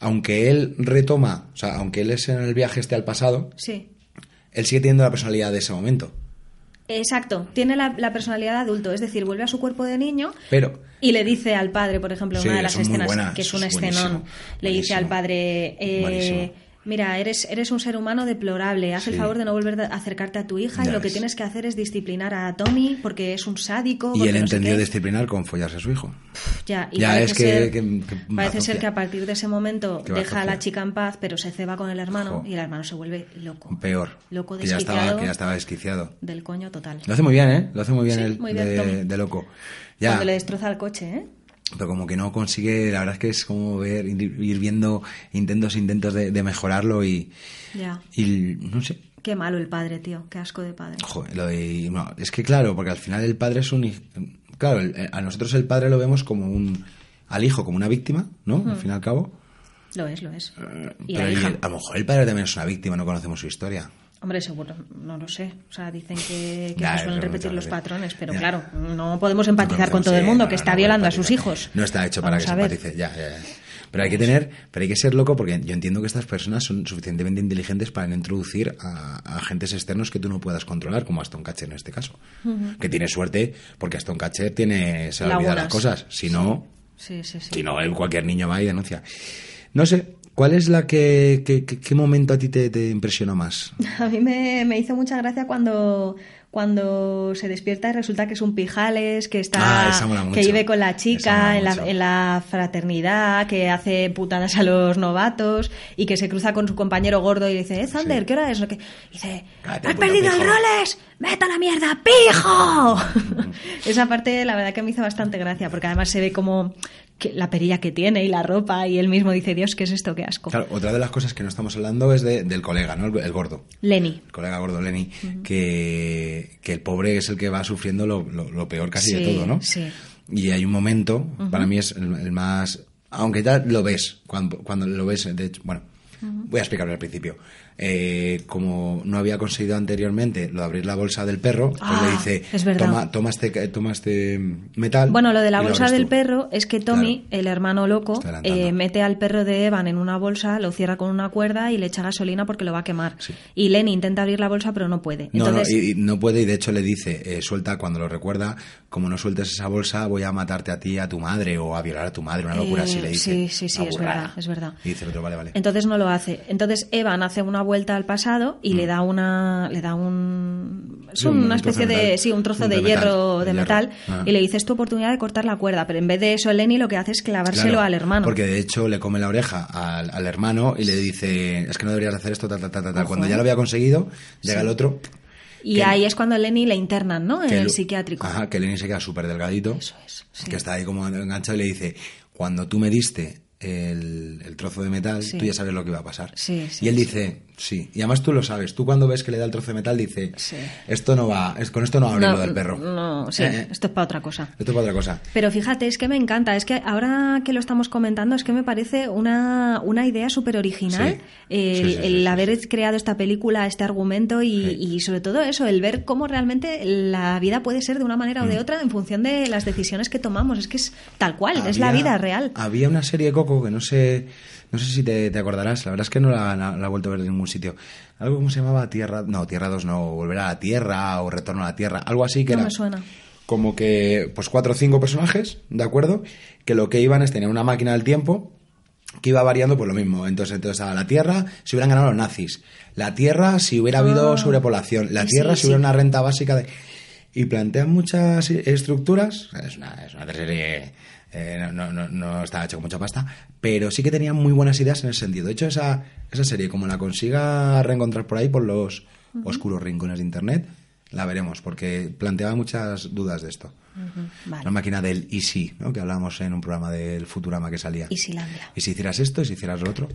Speaker 3: aunque él retoma, o sea, aunque él es en el viaje este al pasado,
Speaker 5: Sí.
Speaker 3: él sigue teniendo la personalidad de ese momento.
Speaker 5: Exacto, tiene la, la personalidad de adulto, es decir, vuelve a su cuerpo de niño
Speaker 3: Pero,
Speaker 5: y le dice al padre, por ejemplo, en
Speaker 3: Sí,
Speaker 5: una de las
Speaker 3: son muy
Speaker 5: escenas,
Speaker 3: buenas,
Speaker 5: que es
Speaker 3: eso
Speaker 5: un
Speaker 3: es
Speaker 5: escenón,
Speaker 3: buenísimo,
Speaker 5: le dice
Speaker 3: buenísimo,
Speaker 5: al padre, eh,
Speaker 3: buenísimo.
Speaker 5: mira, eres, eres un ser humano deplorable, haz el
Speaker 3: Sí.
Speaker 5: favor de no volver a acercarte a tu hija
Speaker 3: Ya
Speaker 5: y lo que
Speaker 3: ves.
Speaker 5: tienes que hacer es disciplinar a Tommy porque es un sádico.
Speaker 3: y
Speaker 5: porque
Speaker 3: él
Speaker 5: no sé
Speaker 3: entendió
Speaker 5: qué".
Speaker 3: disciplinar con follarse a su hijo.
Speaker 5: Ya, y
Speaker 3: Ya,
Speaker 5: parece
Speaker 3: es que-
Speaker 5: ser,
Speaker 3: que- que
Speaker 5: parece ser
Speaker 3: bazofia.
Speaker 5: que a partir de ese momento
Speaker 3: Que
Speaker 5: deja a la
Speaker 3: bazofia.
Speaker 5: chica en paz, pero se ceba con el hermano
Speaker 3: Jo.
Speaker 5: y el hermano se vuelve loco.
Speaker 3: Peor.
Speaker 5: Loco
Speaker 3: que ya estaba,
Speaker 5: desquiciado.
Speaker 3: que ya estaba desquiciado.
Speaker 5: Del coño total.
Speaker 3: Lo hace muy bien, ¿eh? Lo hace muy bien
Speaker 5: Sí,
Speaker 3: él,
Speaker 5: muy bien,
Speaker 3: de,
Speaker 5: Tommy.
Speaker 3: de loco. Ya.
Speaker 5: Cuando le destroza el coche, ¿eh?
Speaker 3: pero como que no consigue, la verdad es que es como ver, ir ir viendo intentos, intentos de, de mejorarlo y,
Speaker 5: Ya.
Speaker 3: y no sé,
Speaker 5: Qué malo el padre, tío. Qué asco de padre.
Speaker 3: joder, lo de- no, es que claro, porque al final el padre es un, hij- claro, el- a nosotros el padre lo vemos como un, al hijo como una víctima, ¿no? Al fin y al cabo.
Speaker 5: Lo es, lo es. Mm.
Speaker 3: Eh,
Speaker 5: Y
Speaker 3: Pero
Speaker 5: la
Speaker 3: el- ah.
Speaker 5: hija.
Speaker 3: a lo mejor el padre también es una víctima, no conocemos su historia.
Speaker 5: Hombre, seguro, no lo sé. O sea, dicen que, que
Speaker 3: Ya,
Speaker 5: no
Speaker 3: es
Speaker 5: suelen
Speaker 3: verdad,
Speaker 5: repetir los
Speaker 3: sí.
Speaker 5: patrones, pero
Speaker 3: Ya.
Speaker 5: claro, no podemos empatizar
Speaker 3: No,
Speaker 5: con todo el
Speaker 3: sí,
Speaker 5: mundo
Speaker 3: no,
Speaker 5: que
Speaker 3: no,
Speaker 5: está
Speaker 3: no,
Speaker 5: violando a
Speaker 3: empatizar.
Speaker 5: sus hijos.
Speaker 3: No está hecho para
Speaker 5: Vamos
Speaker 3: que
Speaker 5: a
Speaker 3: se
Speaker 5: ver.
Speaker 3: empatice, ya, ya, ya. Pero hay que tener, pero hay que ser loco porque yo entiendo que estas personas son suficientemente inteligentes para no introducir a, a agentes externos que tú no puedas controlar, como Aston Catcher en este caso. Que tiene suerte porque Aston Catcher tiene, se le olvida
Speaker 5: Lagunas.
Speaker 3: las cosas, si no,
Speaker 5: Sí, sí, sí.
Speaker 3: Si no, él, cualquier niño va y denuncia. No sé, ¿cuál es la que, que- que- qué momento a ti te, te impresionó más?
Speaker 5: [LAUGHS] A mí me, me hizo mucha gracia cuando, cuando se despierta y resulta que es un pijales, que
Speaker 3: Ah,
Speaker 5: está
Speaker 3: esa mola
Speaker 5: que
Speaker 3: mucho.
Speaker 5: vive con la
Speaker 3: Esa mola
Speaker 5: chica en la,
Speaker 3: mucho.
Speaker 5: en la fraternidad, que hace putadas a los novatos y que se cruza con su compañero gordo y le dice, eh, Thunder,
Speaker 3: Sí.
Speaker 5: ¿qué hora es? No, que- dice,
Speaker 3: Cállate,
Speaker 5: ¡has
Speaker 3: puto
Speaker 5: perdido el
Speaker 3: pijo".
Speaker 5: roles! ¡Vete a la mierda,
Speaker 3: [LAUGHS]
Speaker 5: pijo! [LAUGHS] Esa parte la verdad que me hizo bastante gracia porque además se ve como que la perilla que tiene y la ropa y él mismo dice, Dios, ¿qué es esto? ¡Qué asco!
Speaker 3: Claro, otra de las cosas que no estamos hablando es de- del colega, ¿no? El, el gordo.
Speaker 5: Lenny.
Speaker 3: El colega gordo Lenny, que, que el pobre es el que va sufriendo lo, lo- lo peor casi de
Speaker 5: Sí,
Speaker 3: todo, ¿no?
Speaker 5: sí.
Speaker 3: Y hay un momento, para mí es el, el más. Aunque ya lo ves, cuando, cuando lo ves, de hecho, bueno, voy a explicarlo al principio. Eh, como no había conseguido anteriormente lo de abrir la bolsa del perro, pues
Speaker 5: Ah,
Speaker 3: le dice:
Speaker 5: es verdad.
Speaker 3: Toma, toma este, ca- toma este metal.
Speaker 5: Bueno, lo de la
Speaker 3: y
Speaker 5: bolsa
Speaker 3: abres
Speaker 5: del
Speaker 3: tú".
Speaker 5: perro es que Tommy, el hermano loco,
Speaker 3: Está adelantando.
Speaker 5: eh, mete al perro de Evan en una bolsa, lo cierra con una cuerda y le echa gasolina porque lo va a quemar.
Speaker 3: Sí.
Speaker 5: Y Lenny intenta abrir la bolsa pero no puede.
Speaker 3: No,
Speaker 5: Entonces,
Speaker 3: no, y, y no puede y de hecho le dice, eh, suelta cuando lo recuerda, como no sueltes esa bolsa voy a matarte a ti, a tu madre o a violar a tu madre, una locura
Speaker 5: Eh,
Speaker 3: así le dice.
Speaker 5: sí, sí, sí,
Speaker 3: Una
Speaker 5: es
Speaker 3: burrada.
Speaker 5: verdad, es verdad.
Speaker 3: Y dice el otro, vale, vale.
Speaker 5: entonces no lo hace. Entonces Evan hace una vuelta al pasado y le da una le da un es
Speaker 3: Mm. Sí, un
Speaker 5: una
Speaker 3: trozo
Speaker 5: especie
Speaker 3: de
Speaker 5: de,
Speaker 3: metal.
Speaker 5: sí, un trozo
Speaker 3: Un
Speaker 5: de,
Speaker 3: de metal,
Speaker 5: hierro
Speaker 3: de
Speaker 5: de
Speaker 3: hierro.
Speaker 5: metal
Speaker 3: Ah.
Speaker 5: y le dice, "Es tu oportunidad de cortar la cuerda", pero en vez de eso Lenny lo que hace es clavárselo
Speaker 3: Claro,
Speaker 5: al hermano.
Speaker 3: Porque de hecho le come la oreja al, al hermano y le dice, es que no deberías hacer esto, tal, tal, tal, tal.
Speaker 5: Ojo,
Speaker 3: Cuando
Speaker 5: eh.
Speaker 3: ya lo había conseguido, llega el otro.
Speaker 5: y
Speaker 3: que-
Speaker 5: ahí es cuando Lenny le internan, ¿no? En
Speaker 3: que
Speaker 5: el
Speaker 3: lo-
Speaker 5: psiquiátrico.
Speaker 3: Ajá, que Lenny se queda súper delgadito.
Speaker 5: Eso es, sí.
Speaker 3: Que está ahí como enganchado y le dice, cuando tú me diste el, el trozo de metal,
Speaker 5: Sí.
Speaker 3: tú ya sabes lo que iba a pasar.
Speaker 5: Sí, sí,
Speaker 3: y él
Speaker 5: sí.
Speaker 3: dice, sí. Y además tú lo sabes. Tú cuando ves que le da el trozo de metal, dice,
Speaker 5: Sí.
Speaker 3: esto no va, es, con esto no va a abrir lo del perro.
Speaker 5: No, sí,
Speaker 3: Eh, eh.
Speaker 5: esto es para otra cosa.
Speaker 3: Esto es para otra cosa.
Speaker 5: Pero fíjate, es que me encanta, es que ahora que lo estamos comentando, es que me parece una, una idea súper original
Speaker 3: Sí.
Speaker 5: el,
Speaker 3: Sí, sí, sí,
Speaker 5: el
Speaker 3: sí,
Speaker 5: haber
Speaker 3: sí.
Speaker 5: creado esta película, este argumento y,
Speaker 3: Sí.
Speaker 5: y sobre todo eso, el ver cómo realmente la vida puede ser de una manera o
Speaker 3: Mm.
Speaker 5: de otra en función de las decisiones que tomamos. Es que es tal cual, es la
Speaker 3: Había-
Speaker 5: vida real.
Speaker 3: Había una serie Coco que no sé, no sé si te, te acordarás, la verdad es que no la, la- la he vuelto a ver en ningún sitio. Algo como se llamaba Tierra, no, Tierra 2 no, Volver a la Tierra o Retorno a la Tierra, algo así que
Speaker 5: No
Speaker 3: era
Speaker 5: me suena.
Speaker 3: como que pues cuatro o cinco personajes, ¿de acuerdo? Que lo que iban es tener una máquina del tiempo que iba variando por lo mismo. Entonces, entonces a la Tierra si hubieran ganado los nazis, la Tierra si hubiera habido sobrepoblación, la
Speaker 5: Ah. Sí,
Speaker 3: Tierra si
Speaker 5: sí.
Speaker 3: hubiera una renta básica de... Y plantean muchas estructuras, es una, es una serie, eh, no, no, no, no está hecha con mucha pasta, pero sí que tenían muy buenas ideas en ese sentido. De hecho, esa, esa serie, como la consiga reencontrar por ahí, por los oscuros rincones de Internet, la veremos, porque planteaba muchas dudas de esto.
Speaker 5: Vale.
Speaker 3: La máquina del y si, ¿no? que hablábamos en un programa del Futurama que salía.
Speaker 5: Y Silandia.
Speaker 3: ¿Y si hicieras esto? ¿Y si hicieras lo otro?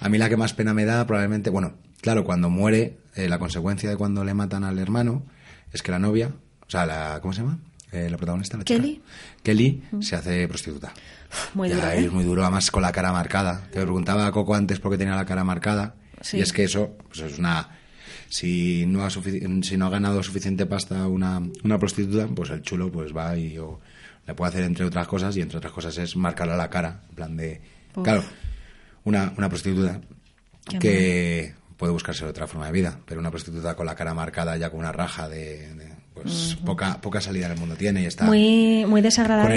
Speaker 3: A mí la que más pena me da probablemente, bueno, claro, cuando muere, eh, la consecuencia de cuando le matan al hermano es que la novia, o sea, la, ¿cómo se llama? Eh, la protagonista, la
Speaker 5: Kelly.
Speaker 3: chica. Kelly se hace prostituta.
Speaker 5: Muy
Speaker 3: Ya,
Speaker 5: duro, ¿eh?
Speaker 3: Es muy duro, además con la cara marcada. Te preguntaba a Coco antes por qué tenía la cara marcada.
Speaker 5: Sí.
Speaker 3: Y es que eso pues es una... Si no, ha sufici- si no ha ganado suficiente pasta una, una prostituta, pues el chulo pues va y o, la puede hacer entre otras cosas y entre otras cosas es marcarle la cara. En plan de...
Speaker 5: Uf.
Speaker 3: Claro, una, una prostituta
Speaker 5: Qué
Speaker 3: que puede buscarse otra forma de vida, pero una prostituta con la cara marcada ya con una raja de... de- pues poca, poca salida en el mundo tiene y está...
Speaker 5: Muy, muy desagradable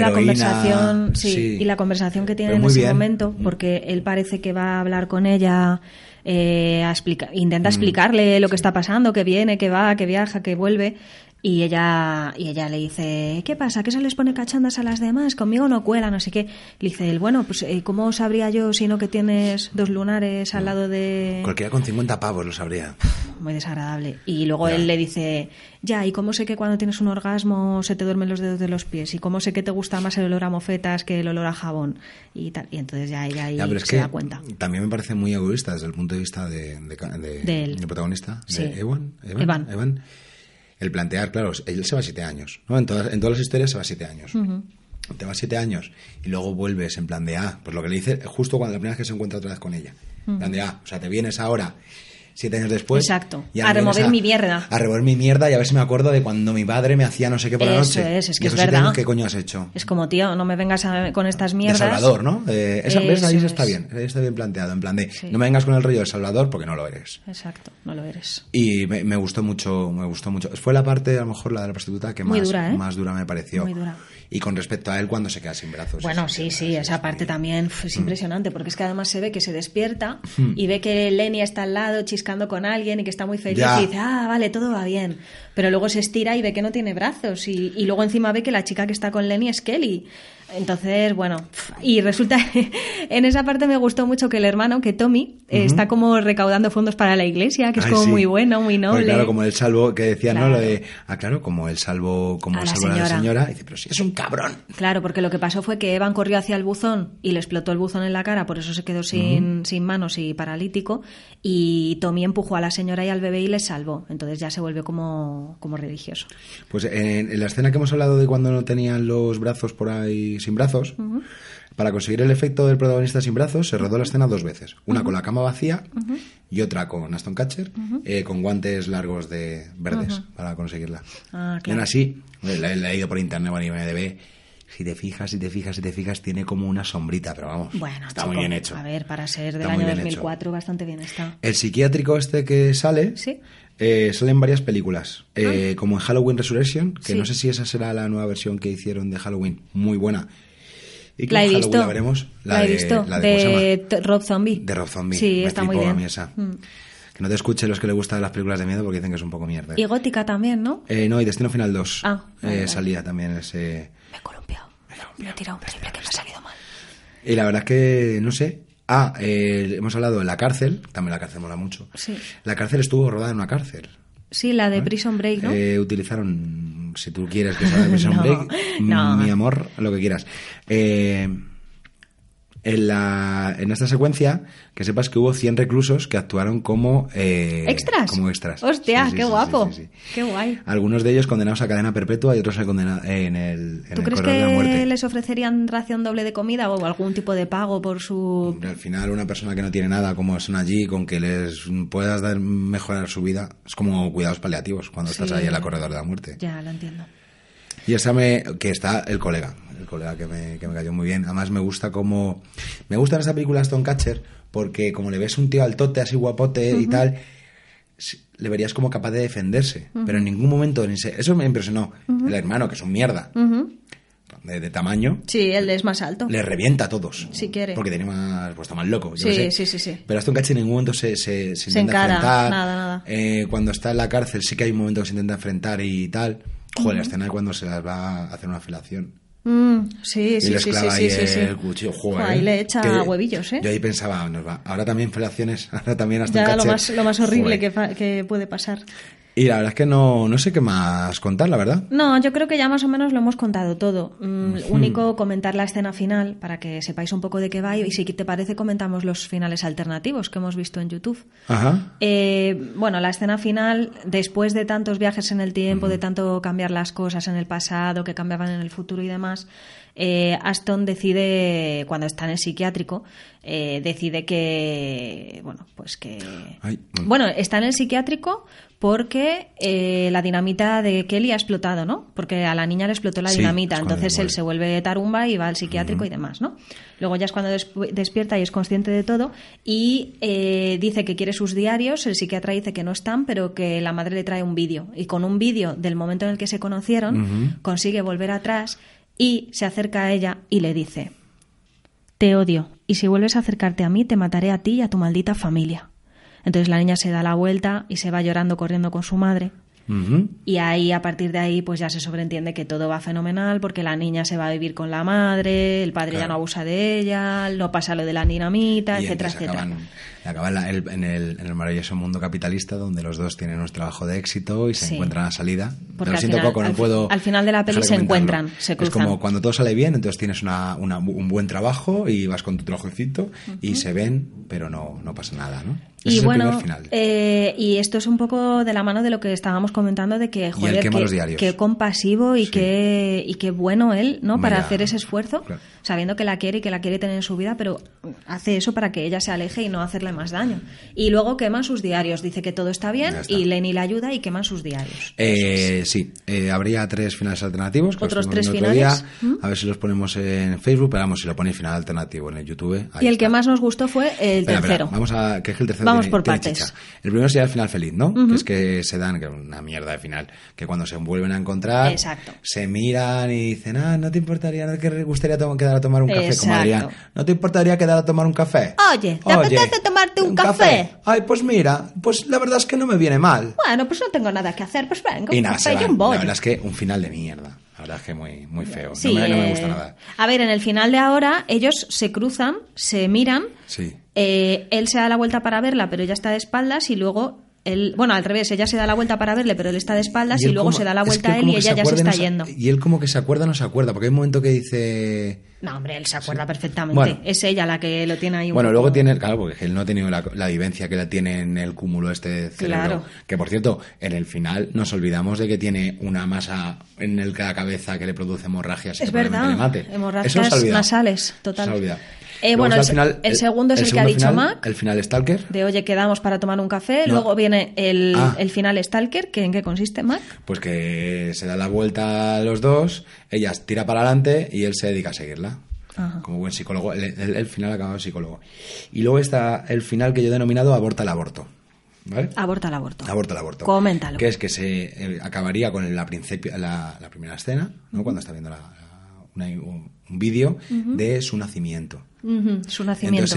Speaker 3: con
Speaker 5: la
Speaker 3: heroína,
Speaker 5: conversación sí,
Speaker 3: sí.
Speaker 5: y la conversación que tiene
Speaker 3: Pero
Speaker 5: en
Speaker 3: muy
Speaker 5: ese
Speaker 3: bien. Mm.
Speaker 5: momento, porque él parece que va a hablar con ella, eh, a explica-
Speaker 3: Mm.
Speaker 5: intenta explicarle lo que está pasando, que viene, que va, que viaja, que vuelve. Y ella, y ella le dice, ¿qué pasa? ¿Qué se les pone cachondas a las demás? Conmigo no cuela, no sé qué. Le dice él, bueno, pues eh, ¿cómo sabría yo si no que tienes dos lunares al lado de...?
Speaker 3: Cualquiera Mm. con 50 pavos lo sabría.
Speaker 5: Muy desagradable. Y luego
Speaker 3: Ya.
Speaker 5: él le dice, ya, ¿y cómo sé que cuando tienes un orgasmo se te duermen los dedos de los pies? ¿Y cómo sé que te gusta más el olor a mofetas que el olor a jabón? Y, tal. y entonces ya ella ahí
Speaker 3: Ya, pero es
Speaker 5: se
Speaker 3: que
Speaker 5: da cuenta.
Speaker 3: También me parece muy egoísta desde el punto de vista de, de, de-
Speaker 5: De él.
Speaker 3: del protagonista,
Speaker 5: Sí.
Speaker 3: de Evan, Evan,
Speaker 5: Evan.
Speaker 3: Evan. El plantear, claro, él se va siete años, ¿no? En todas, en todas las historias se va siete años. Te vas siete años y luego vuelves en plan de, ah, pues lo que le dice justo cuando la primera vez que se encuentra otra vez con ella. En plan de, ah, o sea, te vienes ahora, siete años después.
Speaker 5: Exacto.
Speaker 3: y
Speaker 5: A
Speaker 3: vienes
Speaker 5: remover mi mierda.
Speaker 3: A remover mi mierda y a ver si me acuerdo de cuando mi padre me hacía no sé qué por la
Speaker 5: Eso
Speaker 3: noche.
Speaker 5: es, es que
Speaker 3: Y
Speaker 5: es
Speaker 3: esos siete
Speaker 5: verdad.
Speaker 3: años, ¿Qué coño has hecho?
Speaker 5: Es como, tío, no me vengas a- con estas mierdas.
Speaker 3: De Salvador, ¿no? Eh, esa, ¿Ves? Ahí
Speaker 5: Eso
Speaker 3: está
Speaker 5: es.
Speaker 3: bien, ahí está bien planteado, en plan de
Speaker 5: Sí.
Speaker 3: no me vengas con el rollo de Salvador porque no lo eres.
Speaker 5: Exacto, no lo eres.
Speaker 3: Y me, me gustó mucho, me gustó mucho. Fue la parte, a lo mejor, la de la prostituta que
Speaker 5: Muy
Speaker 3: más,
Speaker 5: dura, ¿eh?
Speaker 3: más dura me pareció.
Speaker 5: Muy dura.
Speaker 3: Y con respecto a él cuando se queda sin brazos.
Speaker 5: Bueno,
Speaker 3: es un
Speaker 5: sí,
Speaker 3: tema,
Speaker 5: sí,
Speaker 3: Pues eso
Speaker 5: esa
Speaker 3: es
Speaker 5: parte
Speaker 3: muy-
Speaker 5: también uf,
Speaker 3: Mm.
Speaker 5: es impresionante, porque es que además se ve que se despierta y ve que Lenia está al lado chiscando con alguien y que está muy feliz
Speaker 3: Ya.
Speaker 5: y dice, ah, vale, todo va bien. Pero luego se estira y ve que no tiene brazos y, y luego encima ve que la chica que está con Lenny es Kelly. Entonces, bueno, uf, y resulta, [LAUGHS] en esa parte me gustó mucho que el hermano, que Tommy, eh, está como recaudando fondos para la iglesia, que es
Speaker 3: Ay,
Speaker 5: como
Speaker 3: sí.
Speaker 5: muy bueno, muy
Speaker 3: Porque,
Speaker 5: noble.
Speaker 3: claro, como el salvo que decía, ¿no? Lo
Speaker 5: Claro.
Speaker 3: de, ah, claro, como el salvo, como
Speaker 5: A
Speaker 3: el
Speaker 5: la
Speaker 3: salvo a la
Speaker 5: señora.
Speaker 3: señora. Dice, pero si es un cabrón.
Speaker 5: Claro, porque lo que pasó fue que Evan corrió hacia el buzón y le explotó el buzón en la cara, por eso se quedó sin, sin manos y paralítico. Y Tommy empujó a la señora y al bebé y les salvó. Entonces ya se volvió como, como religioso.
Speaker 3: Pues en, en la escena que hemos hablado de cuando no tenían los brazos por ahí sin brazos, para conseguir el efecto del protagonista sin brazos, se rodó la escena dos veces. Una con la cama vacía y otra con Aston Catcher, eh, con guantes largos de verdes para conseguirla.
Speaker 5: Ah,
Speaker 3: Y
Speaker 5: claro.
Speaker 3: aún así, la la he leído por internet, bueno, IMDb. Si te fijas, si te fijas, si te fijas, tiene como una sombrita, pero vamos.
Speaker 5: Bueno,
Speaker 3: está
Speaker 5: chico,
Speaker 3: muy bien hecho.
Speaker 5: A ver, para ser del
Speaker 3: Está muy
Speaker 5: año
Speaker 3: bien hecho.
Speaker 5: 2004, bastante bien está.
Speaker 3: El psiquiátrico este que sale,
Speaker 5: Sí.
Speaker 3: eh, sale en varias películas, eh, como en Halloween Resurrection, que
Speaker 5: Ah. Sí.
Speaker 3: no sé si esa será la nueva versión que hicieron de Halloween, muy buena. Y que en
Speaker 5: La he
Speaker 3: Halloween
Speaker 5: visto.
Speaker 3: La veremos.
Speaker 5: La he
Speaker 3: de-
Speaker 5: visto.
Speaker 3: La de, ¿cómo se llama?
Speaker 5: T- Rob Zombie.
Speaker 3: De Rob Zombie.
Speaker 5: Sí,
Speaker 3: Me
Speaker 5: está muy
Speaker 3: flipó a
Speaker 5: bien.
Speaker 3: mí esa.
Speaker 5: Mm.
Speaker 3: Que no te escuchen los que le gustan las películas de miedo porque dicen que es un poco mierda.
Speaker 5: Y gótica también, ¿no?
Speaker 3: Eh, no, y Destino Final 2.
Speaker 5: Ah,
Speaker 3: eh,
Speaker 5: vale, vale.
Speaker 3: Salía también ese...
Speaker 5: Me he columpiado. Me he tirado un triple que me ha salido mal.
Speaker 3: Y la verdad es que, no sé. Ah, eh, hemos hablado de la cárcel. También la cárcel mola mucho.
Speaker 5: Sí.
Speaker 3: La cárcel estuvo rodada en una cárcel.
Speaker 5: Sí, la de Prison Break, ¿no?
Speaker 3: Eh, utilizaron, si tú quieres que sea de Prison
Speaker 5: [LAUGHS] No,
Speaker 3: Break, m-
Speaker 5: no.
Speaker 3: mi amor, lo que quieras. Eh, en, la, en esta secuencia, que sepas que hubo 100 reclusos que actuaron como, eh,
Speaker 5: ¿Extras?
Speaker 3: como extras.
Speaker 5: Hostia,
Speaker 3: Sí, sí,
Speaker 5: qué
Speaker 3: sí,
Speaker 5: guapo.
Speaker 3: sí, sí, sí.
Speaker 5: Qué guay.
Speaker 3: Algunos de ellos condenados a cadena perpetua y otros a condena- eh, en el, en
Speaker 5: ¿Tú
Speaker 3: el
Speaker 5: crees
Speaker 3: corredor de la muerte.
Speaker 5: que les ofrecerían ración doble de comida o algún tipo de pago por su...
Speaker 3: Hombre, al final una persona que no tiene nada como son allí, con que les puedas dar mejorar su vida, es como cuidados paliativos cuando estás ahí en la corredor de la muerte.
Speaker 5: Ya, lo entiendo.
Speaker 3: Y esa me, que está el colega, el colega que me, que me cayó muy bien. Además me gusta como, me gusta en esta película Stone Catcher porque como le ves un tío altote así guapote y tal, si- le verías como capaz de defenderse. Pero en ningún momento, ni se- eso me impresionó. El hermano, que es un mierda, de, de tamaño,
Speaker 5: Sí, él es más alto.
Speaker 3: le revienta a todos.
Speaker 5: Si quiere.
Speaker 3: Porque tiene más, pues está más loco. yo
Speaker 5: Sí,
Speaker 3: qué sé.
Speaker 5: sí, sí, sí.
Speaker 3: Pero Aston Catcher en ningún momento se, se, se
Speaker 5: Se
Speaker 3: intenta
Speaker 5: encara,
Speaker 3: enfrentar.
Speaker 5: nada, nada.
Speaker 3: Eh, cuando está en la cárcel sí que hay un momento que se intenta enfrentar y tal. Joder, la escena de cuando se las va a hacer una afilación.
Speaker 5: Mm, sí,
Speaker 3: y
Speaker 5: sí,
Speaker 3: le
Speaker 5: sí,
Speaker 3: esclava
Speaker 5: sí,
Speaker 3: ahí
Speaker 5: sí, sí, sí.
Speaker 3: el cuchillo. Joder, ¿eh?
Speaker 5: Ahí le echa
Speaker 3: que-
Speaker 5: huevillos, ¿eh?
Speaker 3: Yo ahí pensaba, nos va. Ahora también felaciones, [LAUGHS] ahora también Aston
Speaker 5: Ya lo
Speaker 3: Catcher.
Speaker 5: más, lo más horrible
Speaker 3: Joder.
Speaker 5: que, fa- que puede pasar.
Speaker 3: Y la verdad es que no, no sé qué más contar, la verdad.
Speaker 5: No, yo creo que ya más o menos lo hemos contado todo. Mm, Único comentar la escena final para que sepáis un poco de qué va y si te parece comentamos los finales alternativos que hemos visto en YouTube.
Speaker 3: Ajá.
Speaker 5: Eh, bueno, la escena final, después de tantos viajes en el tiempo, de tanto cambiar las cosas en el pasado, que cambiaban en el futuro y demás, eh, Aston decide, cuando está en el psiquiátrico, eh, decide que, bueno, pues que...
Speaker 3: Ay, mm.
Speaker 5: Bueno, está en el psiquiátrico porque eh, la dinamita de Kelly ha explotado, ¿no? Porque a la niña le explotó la
Speaker 3: Sí,
Speaker 5: dinamita,
Speaker 3: es cuando
Speaker 5: entonces él
Speaker 3: muere.
Speaker 5: se vuelve tarumba y va al psiquiátrico y demás, ¿no? Luego ya es cuando despu- despierta y es consciente de todo y eh, dice que quiere sus diarios, el psiquiatra dice que no están, pero que la madre le trae un vídeo y con un vídeo del momento en el que se conocieron consigue volver atrás y se acerca a ella y le dice, te odio y si vuelves a acercarte a mí te mataré a ti y a tu maldita familia. Entonces la niña se da la vuelta y se va llorando corriendo con su madre.
Speaker 3: Ujú.
Speaker 5: Y ahí, a partir de ahí, pues ya se sobreentiende que todo va fenomenal porque la niña se va a vivir con la madre, el padre ya
Speaker 3: Claro.
Speaker 5: no abusa de ella, no pasa lo de la dinamita,
Speaker 3: Y
Speaker 5: etcétera,
Speaker 3: entonces
Speaker 5: etcétera.
Speaker 3: Acaban, acaban la- el- en, el, en el maravilloso mundo capitalista donde los dos tienen un trabajo de éxito y se
Speaker 5: Sí.
Speaker 3: encuentran a la salida.
Speaker 5: Porque
Speaker 3: Lo
Speaker 5: al
Speaker 3: siento,
Speaker 5: final-
Speaker 3: Coco, no
Speaker 5: al fi-
Speaker 3: puedo
Speaker 5: al final de la
Speaker 3: dejar
Speaker 5: peli se
Speaker 3: comentarlo.
Speaker 5: encuentran, se
Speaker 3: Es
Speaker 5: cruzan.
Speaker 3: como cuando todo sale bien, entonces tienes una, una- un buen trabajo y vas con tu trabajecito y se ven, pero no, no pasa nada, ¿no? Ese
Speaker 5: Y
Speaker 3: es el
Speaker 5: bueno,
Speaker 3: primer final.
Speaker 5: eh, y esto es un poco de la mano de lo que estábamos comentando de que, joder,
Speaker 3: quema
Speaker 5: qué-
Speaker 3: los diarios.
Speaker 5: qué compasivo y,
Speaker 3: Sí.
Speaker 5: qué, y qué bueno él, ¿no? Para
Speaker 3: Mira,
Speaker 5: hacer ese esfuerzo,
Speaker 3: claro.
Speaker 5: sabiendo que la quiere y que la quiere tener en su vida, pero hace eso para que ella se aleje y no hacerle más daño. Y luego queman sus diarios, dice que todo está bien
Speaker 3: Ya está.
Speaker 5: y Lenny le ayuda y queman sus diarios.
Speaker 3: Eh, sí, eh, habría tres finales alternativos. Que los
Speaker 5: Otros
Speaker 3: estuvimos
Speaker 5: tres
Speaker 3: viendo otro
Speaker 5: finales.
Speaker 3: día. A ver si los ponemos en Facebook, pero vamos, si lo ponéis final alternativo en el YouTube. ahí
Speaker 5: Y el
Speaker 3: está.
Speaker 5: que más nos gustó fue el
Speaker 3: Espera, espera,
Speaker 5: tercero.
Speaker 3: Vamos a, que es que el tercero
Speaker 5: Vamos Vamos
Speaker 3: tiene-
Speaker 5: por
Speaker 3: tiene
Speaker 5: partes.
Speaker 3: chicha. El primero sería el final feliz, ¿no? Que es que se dan, que es una mierda de final, que cuando se vuelven a encontrar,
Speaker 5: Exacto.
Speaker 3: se miran y dicen, ah, no te importaría, no te gustaría tom- quedar a tomar un café como
Speaker 5: Exacto.
Speaker 3: Adrián. ¿No te importaría quedar a tomar un café?
Speaker 5: Oye, ¿te apetece tomarte un café?
Speaker 3: Ay, pues mira, pues la verdad es que no me viene mal.
Speaker 5: Bueno, pues no tengo nada que hacer, pues venga,
Speaker 3: Y
Speaker 5: un
Speaker 3: nada, se
Speaker 5: café y
Speaker 3: van.
Speaker 5: un bollo.
Speaker 3: La verdad es que un final de mierda. La verdad es que muy, muy feo.
Speaker 5: Sí,
Speaker 3: no, me, no me gusta
Speaker 5: eh,
Speaker 3: nada.
Speaker 5: A ver, en el final de ahora ellos se cruzan, se miran,
Speaker 3: Sí.
Speaker 5: eh, él se da la vuelta para verla, pero ella está de espaldas y luego él, bueno, al revés, ella se da la vuelta para verle, pero él está de espaldas y,
Speaker 3: él
Speaker 5: luego
Speaker 3: como-
Speaker 5: se da la
Speaker 3: es
Speaker 5: vuelta
Speaker 3: que
Speaker 5: a él
Speaker 3: como
Speaker 5: y
Speaker 3: que
Speaker 5: ella ya se
Speaker 3: acuerda y
Speaker 5: está
Speaker 3: no
Speaker 5: yendo.
Speaker 3: Y él como que se acuerda, no se acuerda, porque hay un momento que dice...
Speaker 5: No, hombre, él se acuerda perfectamente.
Speaker 3: Bueno.
Speaker 5: es ella la que lo tiene ahí. un
Speaker 3: Bueno,
Speaker 5: poco-
Speaker 3: luego tiene, claro, porque él no ha tenido la, la vivencia que la tiene en el cúmulo este de cerebro.
Speaker 5: Claro.
Speaker 3: Que por cierto, en el final nos olvidamos de que tiene una masa en el, la cabeza que le produce hemorragias. y
Speaker 5: Es
Speaker 3: que probablemente
Speaker 5: verdad,
Speaker 3: le mate.
Speaker 5: hemorragias
Speaker 3: Eso se ha olvidado.
Speaker 5: nasales, total.
Speaker 3: Eso se ha olvidado.
Speaker 5: Eh,
Speaker 3: Luego
Speaker 5: bueno,
Speaker 3: está
Speaker 5: el se- el segundo es el que ha
Speaker 3: segundo
Speaker 5: dicho
Speaker 3: final,
Speaker 5: Mac.
Speaker 3: El final Stalker.
Speaker 5: De oye, quedamos para tomar un café.
Speaker 3: No.
Speaker 5: Luego viene el,
Speaker 3: Ah.
Speaker 5: el final Stalker, que en qué consiste, Mac.
Speaker 3: Pues que se da la vuelta a los dos, ella tira para adelante y él se dedica a seguirla.
Speaker 5: Ajá.
Speaker 3: Como buen psicólogo, el, el- el final acaba de psicólogo. Y luego está el final que yo he denominado aborta el aborto. ¿Vale?
Speaker 5: Aborta el aborto.
Speaker 3: Aborta el aborto.
Speaker 5: Ah. Coméntalo.
Speaker 3: Que es que se eh, acabaría con la, principio, la, la primera escena, ¿no? cuando está viendo la- la- una- un, un vídeo de su nacimiento.
Speaker 5: Ujú, su nacimiento.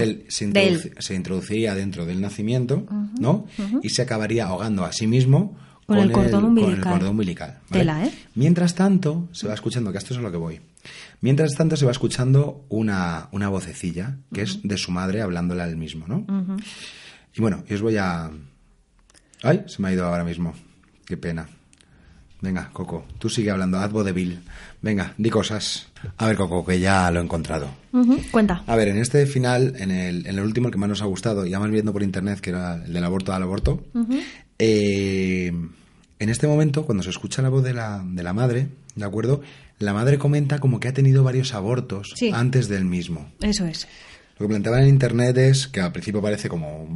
Speaker 3: Entonces él se,
Speaker 5: De
Speaker 3: introduci- se introduciría dentro del nacimiento, ¿no? Y se acabaría ahogando a sí mismo
Speaker 5: Con el cordón
Speaker 3: con el
Speaker 5: umbilical.
Speaker 3: cordón umbilical,
Speaker 5: Tela, ¿eh?
Speaker 3: Mientras tanto, se va escuchando, que a esto es a lo que voy. Mientras tanto, se va escuchando una, una vocecilla, que es de su madre hablándole al mismo, ¿no? Y bueno, yo os voy a. Ay, se me ha ido ahora mismo. Qué pena. Venga, Coco, tú sigue hablando, haz vodevil. Venga, di cosas. A ver, Coco, que ya lo he encontrado.
Speaker 5: Ujú, Cuenta.
Speaker 3: A ver, en este final, en el, en el último, el que más nos ha gustado, y además viendo por internet, que era el del aborto al aborto, eh, en este momento, cuando se escucha la voz de la, de la madre, ¿de acuerdo? La madre comenta como que ha tenido varios abortos
Speaker 5: Sí.
Speaker 3: antes del mismo.
Speaker 5: Eso es.
Speaker 3: Lo que planteaban en internet es que al principio parece como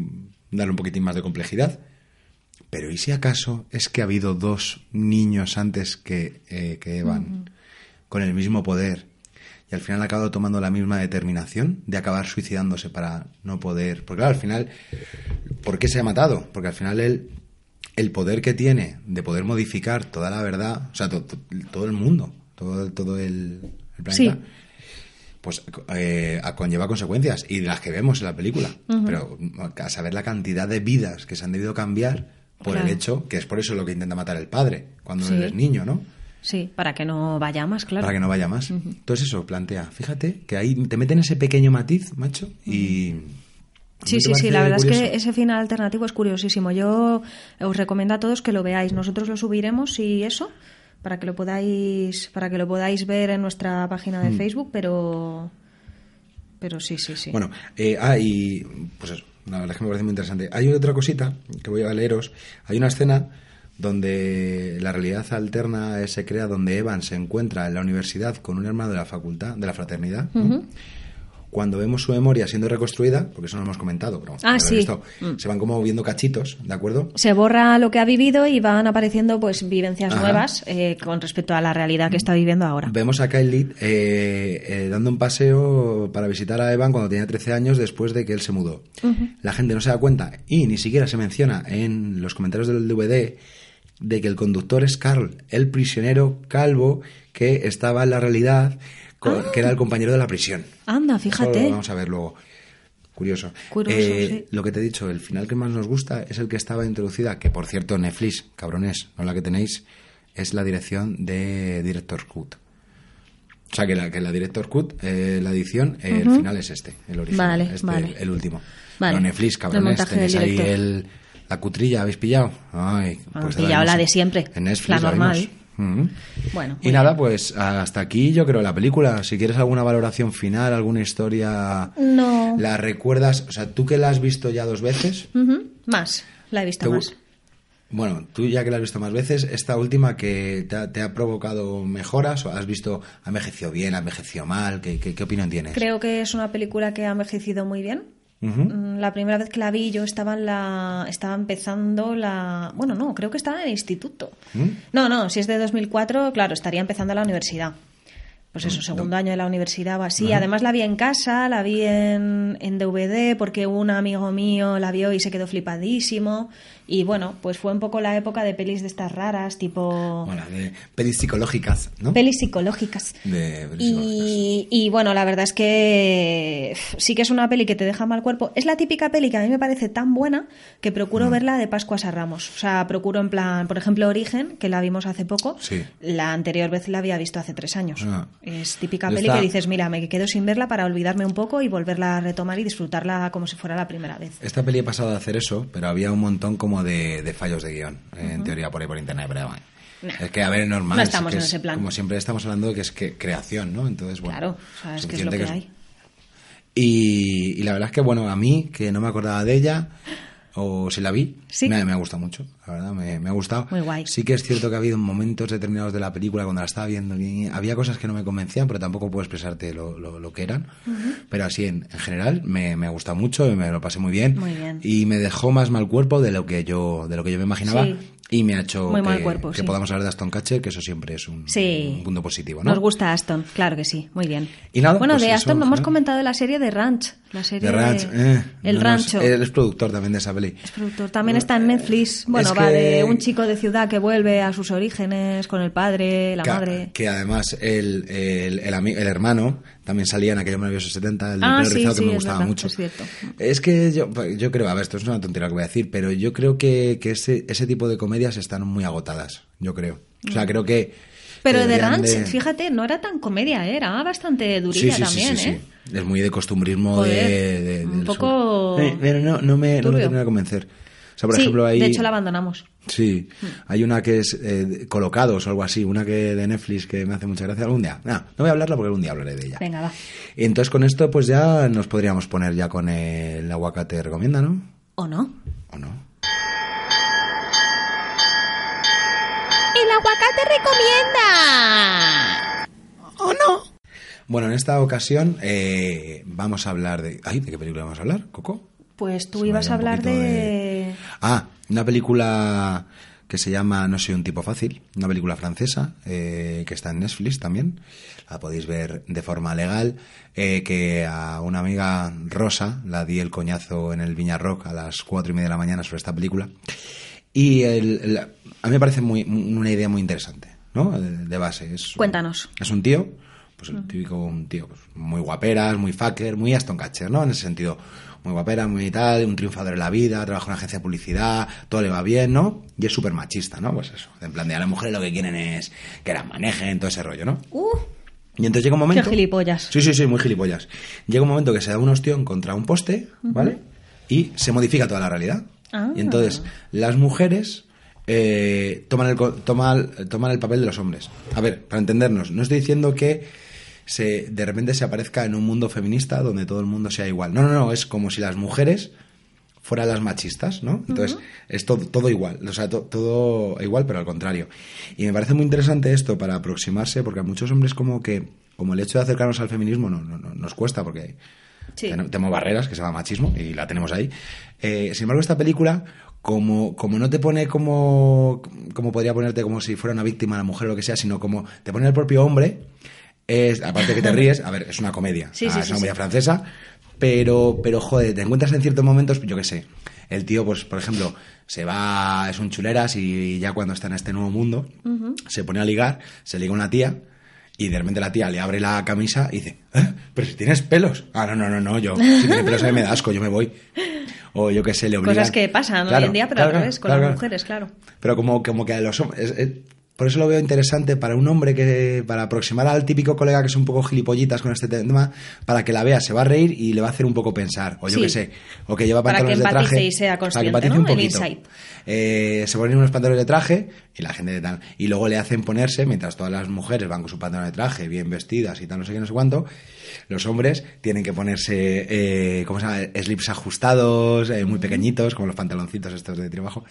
Speaker 3: darle un poquitín más de complejidad, pero ¿y si acaso es que ha habido dos niños antes que, eh, que Evan con el mismo poder y al final ha acabado tomando la misma determinación de acabar suicidándose para no poder? Porque claro, al final, ¿por qué se ha matado? Porque al final él, el poder que tiene de poder modificar toda la verdad, o sea, to- to- todo el mundo, todo, todo el, el planeta
Speaker 5: Sí.
Speaker 3: pues eh, conlleva consecuencias y de las que vemos en la película. Pero mm, a saber la cantidad de vidas que se han debido cambiar por el
Speaker 5: Claro.
Speaker 3: hecho, que es por eso lo que intenta matar el padre cuando
Speaker 5: Sí.
Speaker 3: él es niño, ¿no?
Speaker 5: Sí, para que no vaya más, claro.
Speaker 3: Para que no vaya más. Entonces eso, plantea, fíjate, que ahí te meten ese pequeño matiz, macho, y...
Speaker 5: Sí,
Speaker 3: ¿no te
Speaker 5: sí, sí,
Speaker 3: parece
Speaker 5: la verdad es que
Speaker 3: curioso?
Speaker 5: ese final alternativo es curiosísimo. Yo os recomiendo a todos que lo veáis. Nosotros lo subiremos y eso para que lo podáis para que lo podáis ver en nuestra página
Speaker 3: Hmm.
Speaker 5: de Facebook, pero pero sí, sí, sí.
Speaker 3: Bueno, eh, ah, y pues eso, la verdad es que me parece muy interesante. Hay otra cosita que voy a leeros. Hay una escena donde la realidad alterna eh, se crea donde Evan se encuentra en la universidad con un hermano de la facultad, de la fraternidad. ¿no? Cuando vemos su memoria siendo reconstruida, porque eso no lo hemos comentado, pero
Speaker 5: Ah,
Speaker 3: lo he
Speaker 5: sí.
Speaker 3: visto, se van como viendo cachitos, ¿de acuerdo?
Speaker 5: se borra lo que ha vivido y van apareciendo pues vivencias
Speaker 3: Ajá.
Speaker 5: nuevas eh, con respecto a la realidad que está viviendo ahora.
Speaker 3: Vemos a Kylie eh, eh, dando un paseo para visitar a Evan cuando tenía 13 años después de que él se mudó. La gente no se da cuenta y ni siquiera se menciona en los comentarios del DVD de que el conductor es Carl, el prisionero calvo que estaba en la realidad, co- que era el compañero de la prisión.
Speaker 5: Anda,
Speaker 3: Eso lo
Speaker 5: fíjate.
Speaker 3: vamos a ver luego. Curioso.
Speaker 5: Curioso,
Speaker 3: Eh,
Speaker 5: sí.
Speaker 3: Lo que te he dicho, el final que más nos gusta es el que estaba introducida, que por cierto, Netflix, cabrones, no la que tenéis, es la dirección de Director Cut. O sea, que la, que la Director Cut, eh, la edición, eh, el final es este, el original.
Speaker 5: Vale,
Speaker 3: este,
Speaker 5: vale.
Speaker 3: El, el último.
Speaker 5: Vale.
Speaker 3: No, Netflix,
Speaker 5: El
Speaker 3: cabrones,
Speaker 5: montaje
Speaker 3: tenéis
Speaker 5: del
Speaker 3: ahí
Speaker 5: director.
Speaker 3: el, la cutrilla, ¿habéis pillado? Ay,
Speaker 5: Ah,
Speaker 3: pues
Speaker 5: pillado
Speaker 3: vimos
Speaker 5: la
Speaker 3: en-
Speaker 5: de siempre,
Speaker 3: En Netflix,
Speaker 5: la normal.
Speaker 3: vimos. Ujú.
Speaker 5: Bueno,
Speaker 3: Y
Speaker 5: muy
Speaker 3: nada, pues hasta aquí yo creo la película. Si quieres alguna valoración final, alguna historia...
Speaker 5: No.
Speaker 3: ¿La recuerdas? O sea, tú que la has visto ya dos veces...
Speaker 5: Ujú, Más, la he visto
Speaker 3: te gu-
Speaker 5: más.
Speaker 3: Bueno, tú ya que la has visto más veces, esta última que te ha, te ha provocado mejoras o has visto ha envejecido bien, ha envejecido mal, ¿qué, qué, qué opinión tienes?
Speaker 5: Creo que es una película que ha envejecido muy bien.
Speaker 3: Ujú.
Speaker 5: Mm, La primera vez que la vi yo estaba en la estaba empezando la bueno no creo que estaba en el instituto
Speaker 3: ¿Mm?
Speaker 5: no no si es de 2004 claro estaría empezando la universidad
Speaker 3: ¿Mm?
Speaker 5: pues eso, segundo año de la universidad o así. Además la vi en casa, la vi en, en DVD porque un amigo mío la vio y se quedó flipadísimo. Y bueno, pues fue un poco la época de pelis de estas raras, tipo...
Speaker 3: Bueno, de pelis psicológicas, ¿no?
Speaker 5: Pelis psicológicas.
Speaker 3: De pelis psicológicas.
Speaker 5: Y, y, bueno, la verdad es que uf, sí que es una peli que te deja mal cuerpo. Es la típica peli que a mí me parece tan buena que
Speaker 3: Mm.
Speaker 5: procuro verla de Pascuas a Ramos. O sea, procuro en plan, por ejemplo, Origen, que la vimos hace poco.
Speaker 3: Sí.
Speaker 5: La anterior vez la había visto hace tres años.
Speaker 3: Ah.
Speaker 5: Es típica
Speaker 3: Yo
Speaker 5: peli
Speaker 3: esta-
Speaker 5: que dices, mira, me quedo sin verla para olvidarme un poco y volverla a retomar y disfrutarla como si fuera la primera vez.
Speaker 3: Esta peli he pasado a hacer eso, pero había un montón como de, de fallos de guión, en teoría, por ahí por internet, pero bueno. Es que, a ver, es normal.
Speaker 5: No
Speaker 3: es
Speaker 5: estamos
Speaker 3: que
Speaker 5: en
Speaker 3: es-
Speaker 5: ese plan.
Speaker 3: Como siempre estamos hablando de que es que creación, ¿no? Entonces, bueno.
Speaker 5: claro, o sea, es que es lo
Speaker 3: suficiente
Speaker 5: que,
Speaker 3: es-
Speaker 5: hay.
Speaker 3: Y, y la verdad es que, bueno, a mí, que no me acordaba de ella, o si la vi,
Speaker 5: Sí.
Speaker 3: me, me ha gustado mucho, la verdad, me, me ha gustado.
Speaker 5: Muy guay.
Speaker 3: Sí que es cierto que ha habido momentos determinados de la película cuando la estaba viendo, que había cosas que no me convencían, pero tampoco puedo expresarte lo, lo- lo que eran. Pero así, en, en general, me, me ha gustado mucho, y me lo pasé muy bien.
Speaker 5: Muy bien.
Speaker 3: Y me dejó más mal cuerpo de lo que yo, de lo que yo me imaginaba.
Speaker 5: Sí.
Speaker 3: Y me ha hecho
Speaker 5: Muy
Speaker 3: que,
Speaker 5: mal cuerpo,
Speaker 3: que
Speaker 5: sí.
Speaker 3: podamos hablar de Aston Catcher, que eso siempre es un,
Speaker 5: Sí.
Speaker 3: un punto positivo, ¿no?
Speaker 5: Nos gusta Aston, claro que sí, muy bien.
Speaker 3: Y nada,
Speaker 5: bueno,
Speaker 3: pues
Speaker 5: de
Speaker 3: eso,
Speaker 5: Aston hemos
Speaker 3: ¿no?
Speaker 5: comentado la serie de Ranch. La serie
Speaker 3: De Ranch,
Speaker 5: de-
Speaker 3: eh,
Speaker 5: El
Speaker 3: no, no,
Speaker 5: Rancho.
Speaker 3: es- él es productor también de esa peli.
Speaker 5: Es productor. También está en Netflix. Bueno,
Speaker 3: Eh, es
Speaker 5: va
Speaker 3: que-
Speaker 5: de un chico de ciudad que vuelve a sus orígenes con el padre, la
Speaker 3: que,
Speaker 5: madre.
Speaker 3: que además el, el, el, ami- el hermano también salía en aquel maravilloso 70, el del
Speaker 5: Ah,
Speaker 3: pelo
Speaker 5: sí,
Speaker 3: rizado, que
Speaker 5: sí,
Speaker 3: me
Speaker 5: es
Speaker 3: gustaba
Speaker 5: verdad,
Speaker 3: mucho.
Speaker 5: es cierto.
Speaker 3: Es que yo, yo creo, a ver, esto es una tontería que voy a decir, pero yo creo que, que ese, ese tipo de comedias están muy agotadas, yo creo. O sea, creo que...
Speaker 5: Mm. Pero
Speaker 3: que
Speaker 5: de
Speaker 3: deberían
Speaker 5: Ranch,
Speaker 3: de-
Speaker 5: fíjate, no era tan comedia, ¿eh? era bastante
Speaker 3: Sí, sí,
Speaker 5: durilla
Speaker 3: sí,
Speaker 5: también,
Speaker 3: sí,
Speaker 5: ¿eh?
Speaker 3: sí. Es muy de costumbrismo
Speaker 5: Joder,
Speaker 3: de, de-
Speaker 5: un
Speaker 3: del
Speaker 5: poco
Speaker 3: sur. Eh, Pero no, no me, no me
Speaker 5: turbio.
Speaker 3: termina de convencer. O sea, por
Speaker 5: Sí,
Speaker 3: ejemplo, ahí...
Speaker 5: de hecho la abandonamos.
Speaker 3: Sí, hay una que es eh, Colocados o algo así, una que de Netflix que me hace mucha gracia algún día. Nah, no voy a hablarla porque algún día hablaré de ella.
Speaker 5: Venga, va.
Speaker 3: Entonces con esto pues ya nos podríamos poner ya con el aguacate recomienda, ¿no?
Speaker 5: ¿O no?
Speaker 3: ¿O no?
Speaker 4: El aguacate recomienda.
Speaker 3: Bueno, en esta ocasión eh, vamos a hablar de... Ay, ¿de qué película vamos a hablar, Coco?
Speaker 5: Pues tú
Speaker 3: Se me
Speaker 5: ibas
Speaker 3: ha
Speaker 5: a
Speaker 3: ido un
Speaker 5: hablar de...
Speaker 3: poquito de- Ah, una película que se llama No soy un tipo fácil, una película francesa eh, que está en Netflix también, la podéis ver de forma legal, eh, que a una amiga Rosa la di el coñazo en el Viña Rock a las cuatro y media de la mañana sobre esta película. Y el- el- a mí me parece muy, una idea muy interesante, ¿no? Eh, De, de base. Es,
Speaker 5: Cuéntanos.
Speaker 3: Es un tío, pues
Speaker 5: Mm.
Speaker 3: el típico un tío pues, muy guaperas, muy fucker, muy Aston Catcher, ¿no? En ese sentido, muy guapera, muy tal, un triunfador en la vida, trabaja en una agencia de publicidad, todo le va bien, ¿no? Y es súper machista, ¿no? Pues eso, en plan de a las mujeres lo que quieren es que las manejen, todo ese rollo, ¿no?
Speaker 5: Uh,
Speaker 3: Y entonces llega un
Speaker 5: qué
Speaker 3: momento...
Speaker 5: gilipollas.
Speaker 3: Sí, sí, sí, muy gilipollas. Llega un momento que se da un ostión contra un poste, ¿vale? Y se modifica toda la realidad.
Speaker 5: Ah.
Speaker 3: Y entonces las mujeres eh, toman, el, co- toman, toman el papel de los hombres. A ver, para entendernos, no estoy diciendo que se, de repente se aparezca en un mundo feminista donde todo el mundo sea igual. No, no, no, es como si las mujeres fueran las machistas, ¿no? Entonces, es todo, todo igual, o sea, to- todo igual, pero al contrario. Y me parece muy interesante esto para aproximarse, porque a muchos hombres como que, como el hecho de acercarnos al feminismo no, no- no- nos cuesta, porque
Speaker 5: Sí.
Speaker 3: ten- tenemos barreras, que se llama machismo, y la tenemos ahí. Eh, sin embargo, esta película, como, como no te pone como, como podría ponerte como si fuera una víctima la mujer o lo que sea, sino como te pone el propio hombre, es, aparte que te ríes, a ver, es una comedia,
Speaker 5: Sí,
Speaker 3: ah,
Speaker 5: sí,
Speaker 3: es
Speaker 5: sí,
Speaker 3: una comedia
Speaker 5: sí.
Speaker 3: francesa, pero, pero joder, te encuentras en ciertos momentos, yo qué sé, el tío, pues, por ejemplo, se va, es un chuleras y ya cuando está en este nuevo mundo, se pone a ligar, se liga una tía. Y de repente la tía le abre la camisa y dice, "¿Eh? pero si tienes pelos. Ah, no, no, no, no, yo, si tiene pelos a mí me da asco, yo me voy. O yo qué sé, le obligan.
Speaker 5: Cosas que pasan hoy
Speaker 3: Claro,
Speaker 5: en día, pero
Speaker 3: claro,
Speaker 5: al revés, con
Speaker 3: claro,
Speaker 5: las
Speaker 3: claro.
Speaker 5: mujeres, claro.
Speaker 3: Pero como, como que a los hombres. es- es- por eso lo veo interesante para un hombre que. para aproximar al típico colega que es un poco gilipollitas con este tema, para que la vea, se va a reír y le va a hacer un poco pensar. O yo
Speaker 5: Sí.
Speaker 3: qué sé. O que lleva
Speaker 5: Para que
Speaker 3: pantalones de
Speaker 5: empatice
Speaker 3: traje.
Speaker 5: y sea consciente,
Speaker 3: para que empatice
Speaker 5: ¿no?
Speaker 3: un
Speaker 5: El
Speaker 3: poquito.
Speaker 5: insight.
Speaker 3: Eh, se ponen unos pantalones de traje y la gente de tal. Y luego le hacen ponerse, mientras todas las mujeres van con su pantalón de traje, bien vestidas y tal, no sé qué, no sé cuánto, los hombres tienen que ponerse, eh, ¿cómo se llama? Slips ajustados, eh, muy pequeñitos, como los pantaloncitos estos de trabajo.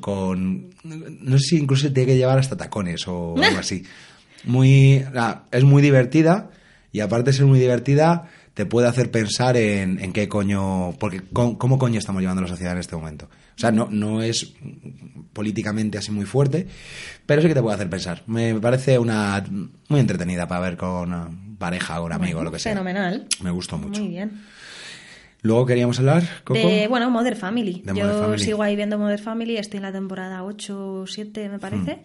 Speaker 3: Con. No sé si incluso tiene que llevar hasta tacones
Speaker 5: [LAUGHS]
Speaker 3: o algo así. Muy. ah, es muy divertida y aparte de ser muy divertida, te puede hacer pensar en, en qué coño, porque con- cómo coño estamos llevando la sociedad en este momento. O sea, no, no es políticamente así muy fuerte, pero sí que te puede hacer pensar. Me parece una muy entretenida para ver con una pareja o un amigo,
Speaker 5: Bueno,
Speaker 3: lo que sea.
Speaker 5: Fenomenal.
Speaker 3: Me gustó mucho.
Speaker 5: Muy bien.
Speaker 3: Luego queríamos hablar, Coco.
Speaker 5: De, bueno, Mother Family.
Speaker 3: De
Speaker 5: Yo
Speaker 3: Modern Family.
Speaker 5: sigo ahí viendo Mother Family, estoy en la temporada 8 o 7, me parece.
Speaker 3: Hmm.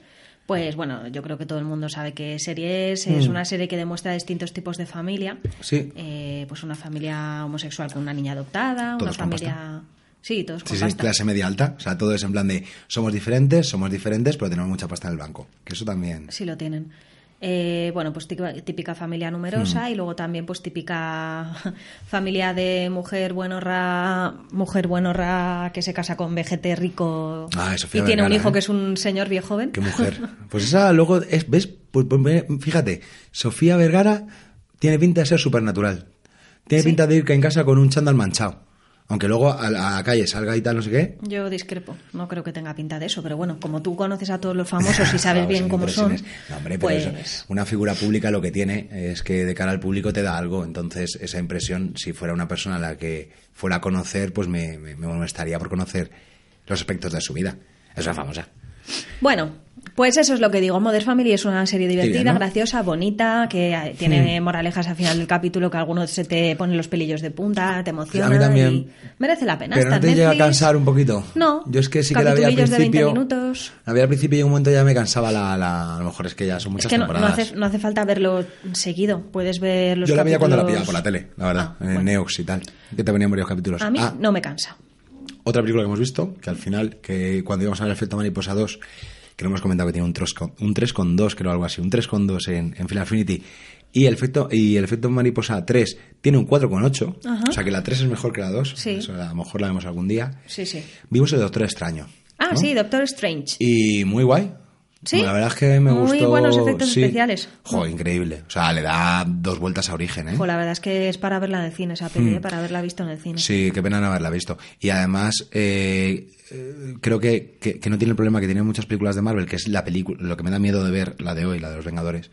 Speaker 5: Pues bueno, yo creo que todo el mundo sabe que serie es. Es una serie que demuestra distintos tipos de familia.
Speaker 3: Sí.
Speaker 5: Eh, pues una familia homosexual con una niña adoptada,
Speaker 3: Todos
Speaker 5: una
Speaker 3: con
Speaker 5: familia. Sí, todos con
Speaker 3: Sí, sí,
Speaker 5: pasta.
Speaker 3: clase media alta. O sea, todo es en plan de somos diferentes, somos diferentes, pero tenemos mucha pasta en el banco. Que eso
Speaker 5: [LAUGHS]
Speaker 3: también.
Speaker 5: Sí lo tienen. Eh, bueno, pues típica, típica familia numerosa
Speaker 3: Hmm.
Speaker 5: y luego también pues típica [LAUGHS] familia de mujer buenorra, mujer buenorra que se casa con vejete rico
Speaker 3: Ah,
Speaker 5: y
Speaker 3: eso fue
Speaker 5: tiene un
Speaker 3: bacana,
Speaker 5: hijo
Speaker 3: ¿eh?
Speaker 5: que es un señor viejo joven.
Speaker 3: Qué mujer. Pues esa luego es, ¿ves? Pues, pues, ve- fíjate, Sofía Vergara tiene pinta de ser supernatural. Tiene pinta de ir que en casa con un chándal manchado. Aunque luego a, la- a la calle salga y tal, no sé qué.
Speaker 5: [LAUGHS] Yo discrepo, no creo que tenga pinta de eso, pero bueno, como tú conoces a todos los
Speaker 3: [LAUGHS]
Speaker 5: famosos y sabes bien
Speaker 3: Sin
Speaker 5: cómo son,
Speaker 3: impresiones. No, hombre, pero
Speaker 5: pues
Speaker 3: eso, una figura pública lo que tiene es que de cara al público te da algo. Entonces, esa impresión, si fuera una persona a la que fuera a conocer, pues me, me, me molestaría por conocer los aspectos de su vida. Es una famosa.
Speaker 5: Bueno, pues eso es lo que digo. Mother Family es una serie divertida,
Speaker 3: Tibia, ¿no?
Speaker 5: graciosa, bonita, que eh, tiene moralejas al final del capítulo que a algunos se te ponen los pelillos de punta, te emociona.
Speaker 3: A mí también.
Speaker 5: y merece la pena.
Speaker 3: Pero
Speaker 5: Está
Speaker 3: no
Speaker 5: en
Speaker 3: te llega a
Speaker 5: Netflix.
Speaker 3: cansar un poquito.
Speaker 5: No.
Speaker 3: Yo es que sí que la veía al
Speaker 5: Capitulillos de 20
Speaker 3: principio.
Speaker 5: minutos.
Speaker 3: La veía al principio y en un momento ya me cansaba la, la- A lo mejor es que ya son
Speaker 5: Es
Speaker 3: muchas
Speaker 5: que no, no
Speaker 3: temporadas.
Speaker 5: hace, no hace falta verlo seguido. Puedes ver los
Speaker 3: Yo la veía cuando la pillaba
Speaker 5: capítulos-
Speaker 3: por la tele, la verdad.
Speaker 5: Ah,
Speaker 3: en
Speaker 5: bueno.
Speaker 3: Neox y tal. Que te venían varios capítulos.
Speaker 5: A mí
Speaker 3: Ah,
Speaker 5: no me cansa.
Speaker 3: Otra película que hemos visto, que al final, que cuando íbamos a ver Efecto Mariposa 2, que lo hemos comentado que tiene un, trosco, un 3,2, creo algo así, un 3,2 en, en Final Affinity, y el, efecto, y el Efecto Mariposa 3 tiene un 4,8,
Speaker 5: Ajá.
Speaker 3: o sea que la 3 es mejor que la 2,
Speaker 5: Sí.
Speaker 3: eso a lo mejor la vemos algún día.
Speaker 5: Sí, sí.
Speaker 3: Vimos el Doctor Extraño.
Speaker 5: Ah,
Speaker 3: ¿no?
Speaker 5: sí, Doctor Strange.
Speaker 3: Y muy guay.
Speaker 5: Sí.
Speaker 3: La verdad es que me
Speaker 5: Muy
Speaker 3: gustó.
Speaker 5: buenos efectos
Speaker 3: sí.
Speaker 5: especiales.
Speaker 3: Jo, increíble. O sea, le da dos vueltas a origen, ¿eh?
Speaker 5: Ojo, la verdad es que es para verla en el cine, esa peli, ¿eh? para haberla visto en el cine.
Speaker 3: Hmm. Sí, qué pena no haberla visto. Y además, eh, eh, creo que, que- que no tiene el problema que tienen muchas películas de Marvel, que es la película, lo que me da miedo de ver, la de hoy, la de los Vengadores,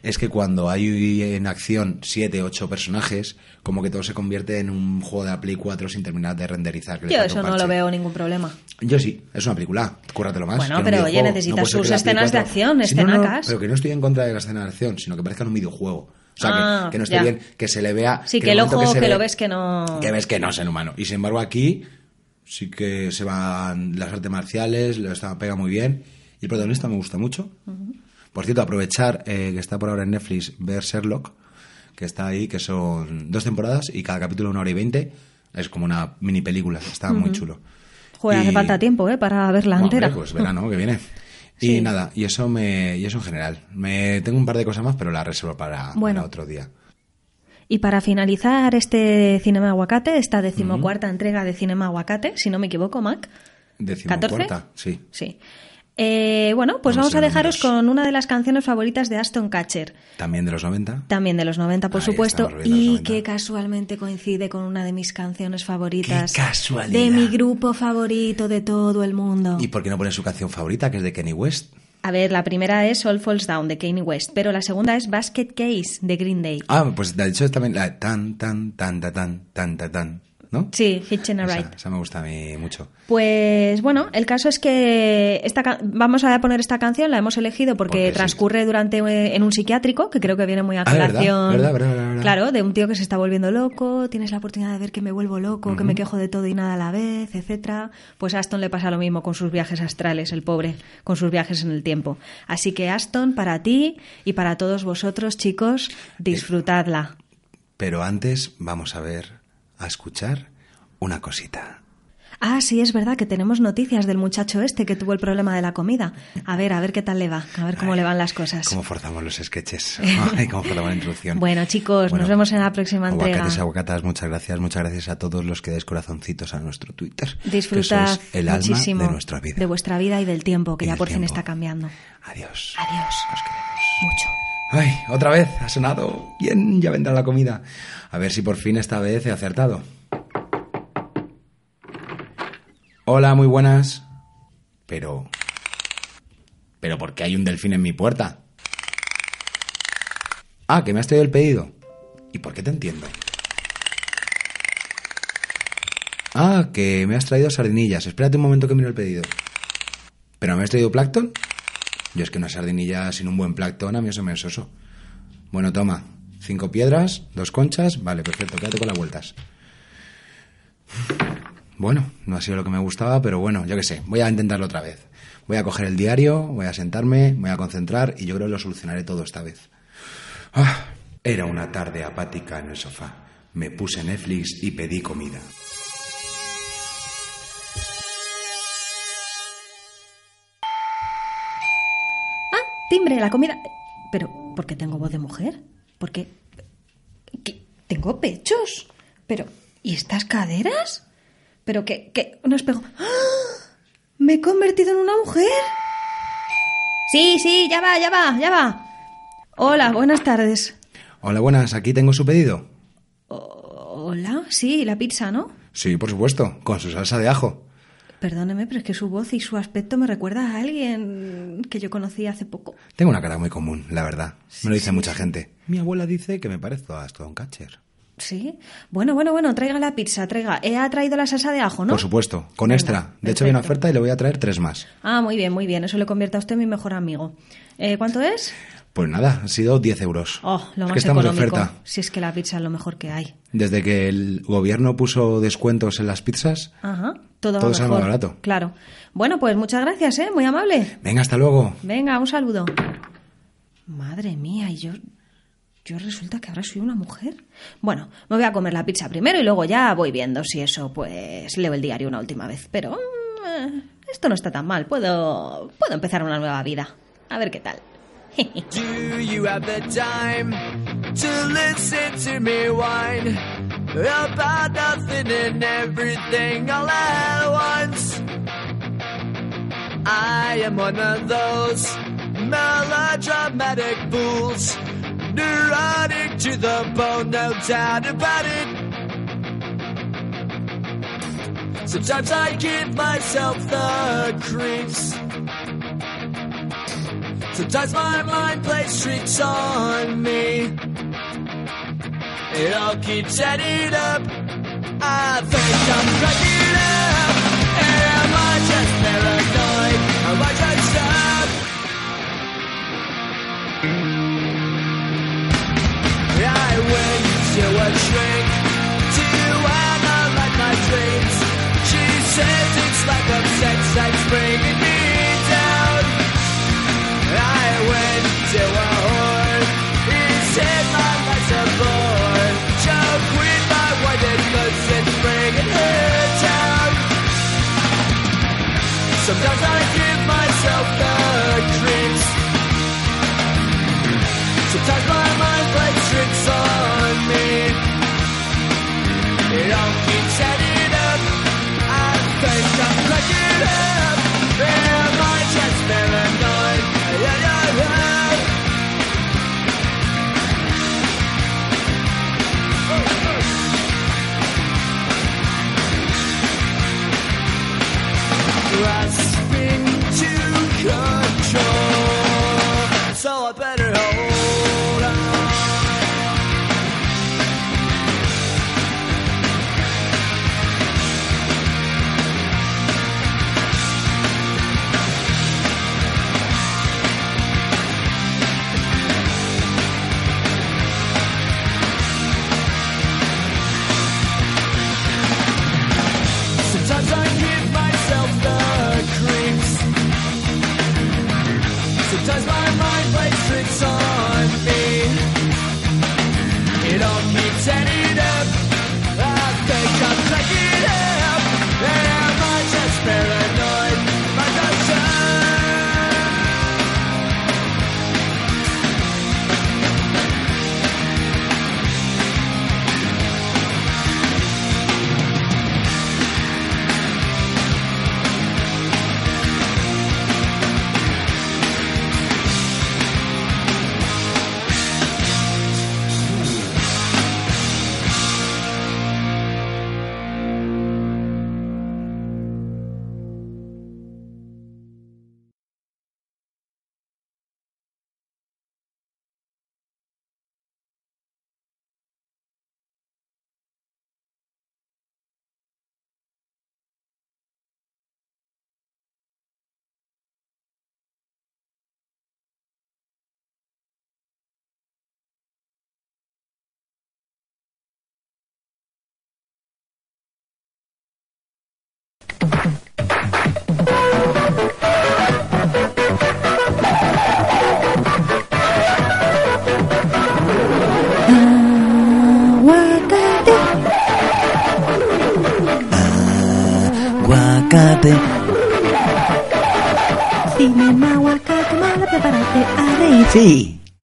Speaker 3: es que cuando hay en acción siete, ocho personajes, como que todo se convierte en un juego de la Play 4 sin terminar de renderizar. que le
Speaker 5: Yo
Speaker 3: falta un
Speaker 5: eso no
Speaker 3: parche.
Speaker 5: lo veo ningún problema.
Speaker 3: Yo sí, es una película, cúrratelo más.
Speaker 5: Bueno,
Speaker 3: que un
Speaker 5: pero, oye,
Speaker 3: videojuego.
Speaker 5: necesitas
Speaker 3: puede ser
Speaker 5: sus
Speaker 3: que la Play
Speaker 5: escenas de
Speaker 3: 4
Speaker 5: acción,
Speaker 3: Sí, no, no,
Speaker 5: escenacas.
Speaker 3: pero que no estoy en contra de las escenas de acción, sino que parezca un videojuego. O sea, que-
Speaker 5: Ah,
Speaker 3: que, no esté
Speaker 5: ya.
Speaker 3: bien, que se le vea...
Speaker 5: Sí, que,
Speaker 3: en
Speaker 5: el
Speaker 3: momento
Speaker 5: ojo
Speaker 3: se
Speaker 5: que,
Speaker 3: ve-
Speaker 5: lo ves que no...
Speaker 3: que ves que no es en humano. Y sin embargo aquí sí que se van las artes marciales, lo está, pega muy bien. Y el protagonista me gusta mucho. Por cierto, aprovechar eh, que está por ahora en Netflix, ver Sherlock, que está ahí, que son dos temporadas y cada capítulo una hora y veinte. Es como una mini película, está muy chulo.
Speaker 5: Joder, hace
Speaker 3: Y-
Speaker 5: falta tiempo, ¿eh? Para verla
Speaker 3: Bueno,
Speaker 5: entera.
Speaker 3: hombre, pues verano que
Speaker 5: [LAUGHS]
Speaker 3: viene. Y nada, y eso me y eso en general. Me tengo un par de cosas más, pero las reservo para, para
Speaker 5: Bueno.
Speaker 3: otro día.
Speaker 5: Y para finalizar este Cinema Aguacate, esta decimocuarta entrega de Cinema Aguacate, si no me equivoco, Mac.
Speaker 3: Decimocuarta, sí.
Speaker 5: Sí. Eh, bueno, pues
Speaker 3: No
Speaker 5: vamos
Speaker 3: sé
Speaker 5: a dejaros
Speaker 3: números.
Speaker 5: con una de las canciones favoritas de Aston Catcher,
Speaker 3: También de los 90.
Speaker 5: también de los 90, por
Speaker 3: Ahí
Speaker 5: supuesto,
Speaker 3: estamos viendo los
Speaker 5: y
Speaker 3: 90.
Speaker 5: que casualmente coincide con una de mis canciones favoritas.
Speaker 3: ¡Qué casualidad!
Speaker 5: De mi grupo favorito de todo el mundo.
Speaker 3: ¿Y por qué no pones su canción favorita, que es de Kenny West?
Speaker 5: A ver, la primera es All Falls Down de Kanye West, pero la segunda es Basket Case de Green Day.
Speaker 3: Ah, pues de hecho es también la de tan, tan, tan, ta, tan, tan, ta, tan, ¿no?
Speaker 5: Sí, Hitchin a
Speaker 3: Esa-
Speaker 5: Ride.
Speaker 3: esa me gusta a mí mucho.
Speaker 5: Pues bueno, el caso es que esta ca- vamos a poner esta canción, la hemos elegido porque,
Speaker 3: Porque sí.
Speaker 5: transcurre durante eh, en un psiquiátrico, que creo que viene muy a
Speaker 3: Ah, ¿verdad?
Speaker 5: colación.
Speaker 3: ¿Verdad, verdad, verdad, verdad?
Speaker 5: Claro, de un tío que se está volviendo loco, tienes la oportunidad de ver que me vuelvo loco, que me quejo de todo y nada a la vez, etcétera. Pues a Aston le pasa lo mismo con sus viajes astrales, el pobre, con sus viajes en el tiempo. Así que Aston, para ti y para todos vosotros, chicos, disfrutadla.
Speaker 3: Pero antes vamos a ver, a escuchar una cosita.
Speaker 5: Ah, sí, es verdad que tenemos noticias del muchacho este que tuvo el problema de la comida. A ver, a ver qué tal le va, a ver cómo
Speaker 3: Ay,
Speaker 5: le van las cosas.
Speaker 3: ¿Cómo forzamos los
Speaker 5: [LAUGHS]
Speaker 3: sketches? Ay, ¿Cómo forzamos la introducción?
Speaker 5: Bueno, chicos, nos vemos en la próxima entrega.
Speaker 3: Aguacates, aguacatas, muchas gracias. Muchas gracias a todos los que dais corazoncitos a nuestro Twitter. que
Speaker 5: Disfrutad
Speaker 3: sois el
Speaker 5: muchísimo
Speaker 3: alma de nuestra vida.
Speaker 5: de vuestra vida y del tiempo, que
Speaker 3: Y
Speaker 5: ya
Speaker 3: del
Speaker 5: por fin
Speaker 3: tiempo.
Speaker 5: está cambiando.
Speaker 3: Adiós.
Speaker 5: Adiós.
Speaker 3: Os queremos.
Speaker 5: Mucho.
Speaker 3: Ay, otra vez ha sonado. Bien, ya vendrá la comida. A ver si por fin esta vez he acertado. Hola, muy buenas. Pero... Pero ¿por qué hay un delfín en mi puerta? Ah, que me has traído el pedido. ¿Y por qué te entiendo? Ah, que me has traído sardinillas. Espérate un momento que miro el pedido. ¿Pero me has traído plancton? Yo es que una sardinilla sin un buen plancton a mí eso me es oso. Bueno, toma. Cinco piedras, dos conchas. Vale, perfecto. Quédate con las vueltas. Bueno, no ha sido lo que me gustaba, pero bueno, yo qué sé. Voy a intentarlo otra vez. Voy a coger el diario, voy a sentarme, voy a concentrar y yo creo que lo solucionaré todo esta vez. Ah, era una tarde apática en el sofá. Me puse Netflix y pedí comida.
Speaker 5: Ah, timbre, la comida. Pero, ¿por qué tengo voz de mujer? ¿Por qué? ¿Qué? ¿Tengo pechos? Pero, ¿y estas caderas? Pero que, que, un espejo. ¡Ah! Me he convertido en una mujer. Sí, sí, ya va, ya va, ya va. Hola, buenas tardes.
Speaker 3: Hola, buenas, aquí tengo su pedido.
Speaker 5: O- Hola, sí, la pizza, ¿no?
Speaker 3: Sí, por supuesto, con su salsa de ajo.
Speaker 5: Perdóneme, pero es que su voz y su aspecto me recuerda a alguien que yo conocí hace poco.
Speaker 3: Tengo una cara muy común, la verdad. Me lo dice mucha gente. Mi abuela dice que me parezco a Stone Catcher.
Speaker 5: Sí. Bueno, bueno, bueno, traiga la pizza, traiga. He traído la salsa de ajo, ¿no?
Speaker 3: Por supuesto, con
Speaker 5: Venga,
Speaker 3: extra. De hecho, hay una
Speaker 5: perfecto.
Speaker 3: oferta y le voy a traer tres más.
Speaker 5: Ah, muy bien, muy bien. Eso le convierte a usted en mi mejor amigo. Eh, ¿Cuánto es?
Speaker 3: Pues nada, han sido 10 euros.
Speaker 5: Oh, lo
Speaker 3: Es
Speaker 5: más
Speaker 3: que estamos
Speaker 5: económico.
Speaker 3: de oferta.
Speaker 5: Si es que la pizza es lo mejor que hay.
Speaker 3: Desde que el gobierno puso descuentos en las pizzas.
Speaker 5: Ajá. Todo,
Speaker 3: Todo
Speaker 5: va
Speaker 3: sale
Speaker 5: mejor.
Speaker 3: más barato.
Speaker 5: Claro. Bueno, pues muchas gracias, ¿eh? Muy amable.
Speaker 3: Venga, hasta luego.
Speaker 5: Venga, un saludo. Madre mía, y yo. Yo resulta que ahora soy una mujer. Bueno, me voy a comer la pizza primero y luego ya voy viendo si eso, pues leo el diario una última vez. Pero mm, eh, esto no está tan mal. Puedo, puedo empezar una nueva vida. A ver qué tal. [LAUGHS]
Speaker 2: Do you have the time to listen to me whine about nothing and everything all at once? I am one of those melodramatic fools, neurotic to the bone, no doubt about it. Sometimes I give myself the creeps. Sometimes my mind plays tricks on me. It all keeps adding up. I think I'm cracking up. And am I just paranoid? Am I just stuck? I went to a shrink to analyze my dreams. She says it's like a sex that's bringing me down. I went to a whore. He said my life's a bore. Joke with my wife and cousin, bringing her down. Sometimes I give myself the creeps. Sometimes my mind plays tricks on me. It all keeps adding up. I think I'm cracking up. Am I just paranoid? Yeah, yeah, yeah. grasping to control. So I better hold on. Sometimes I give myself the creeps. Sometimes my mind plays tricks on me. It all keeps adding up. I think I'm cracking up. Am I just paranoid? Am I just drunk?
Speaker 6: Guacate,
Speaker 5: Cinema guacamole, prepárate a reír.
Speaker 6: sí.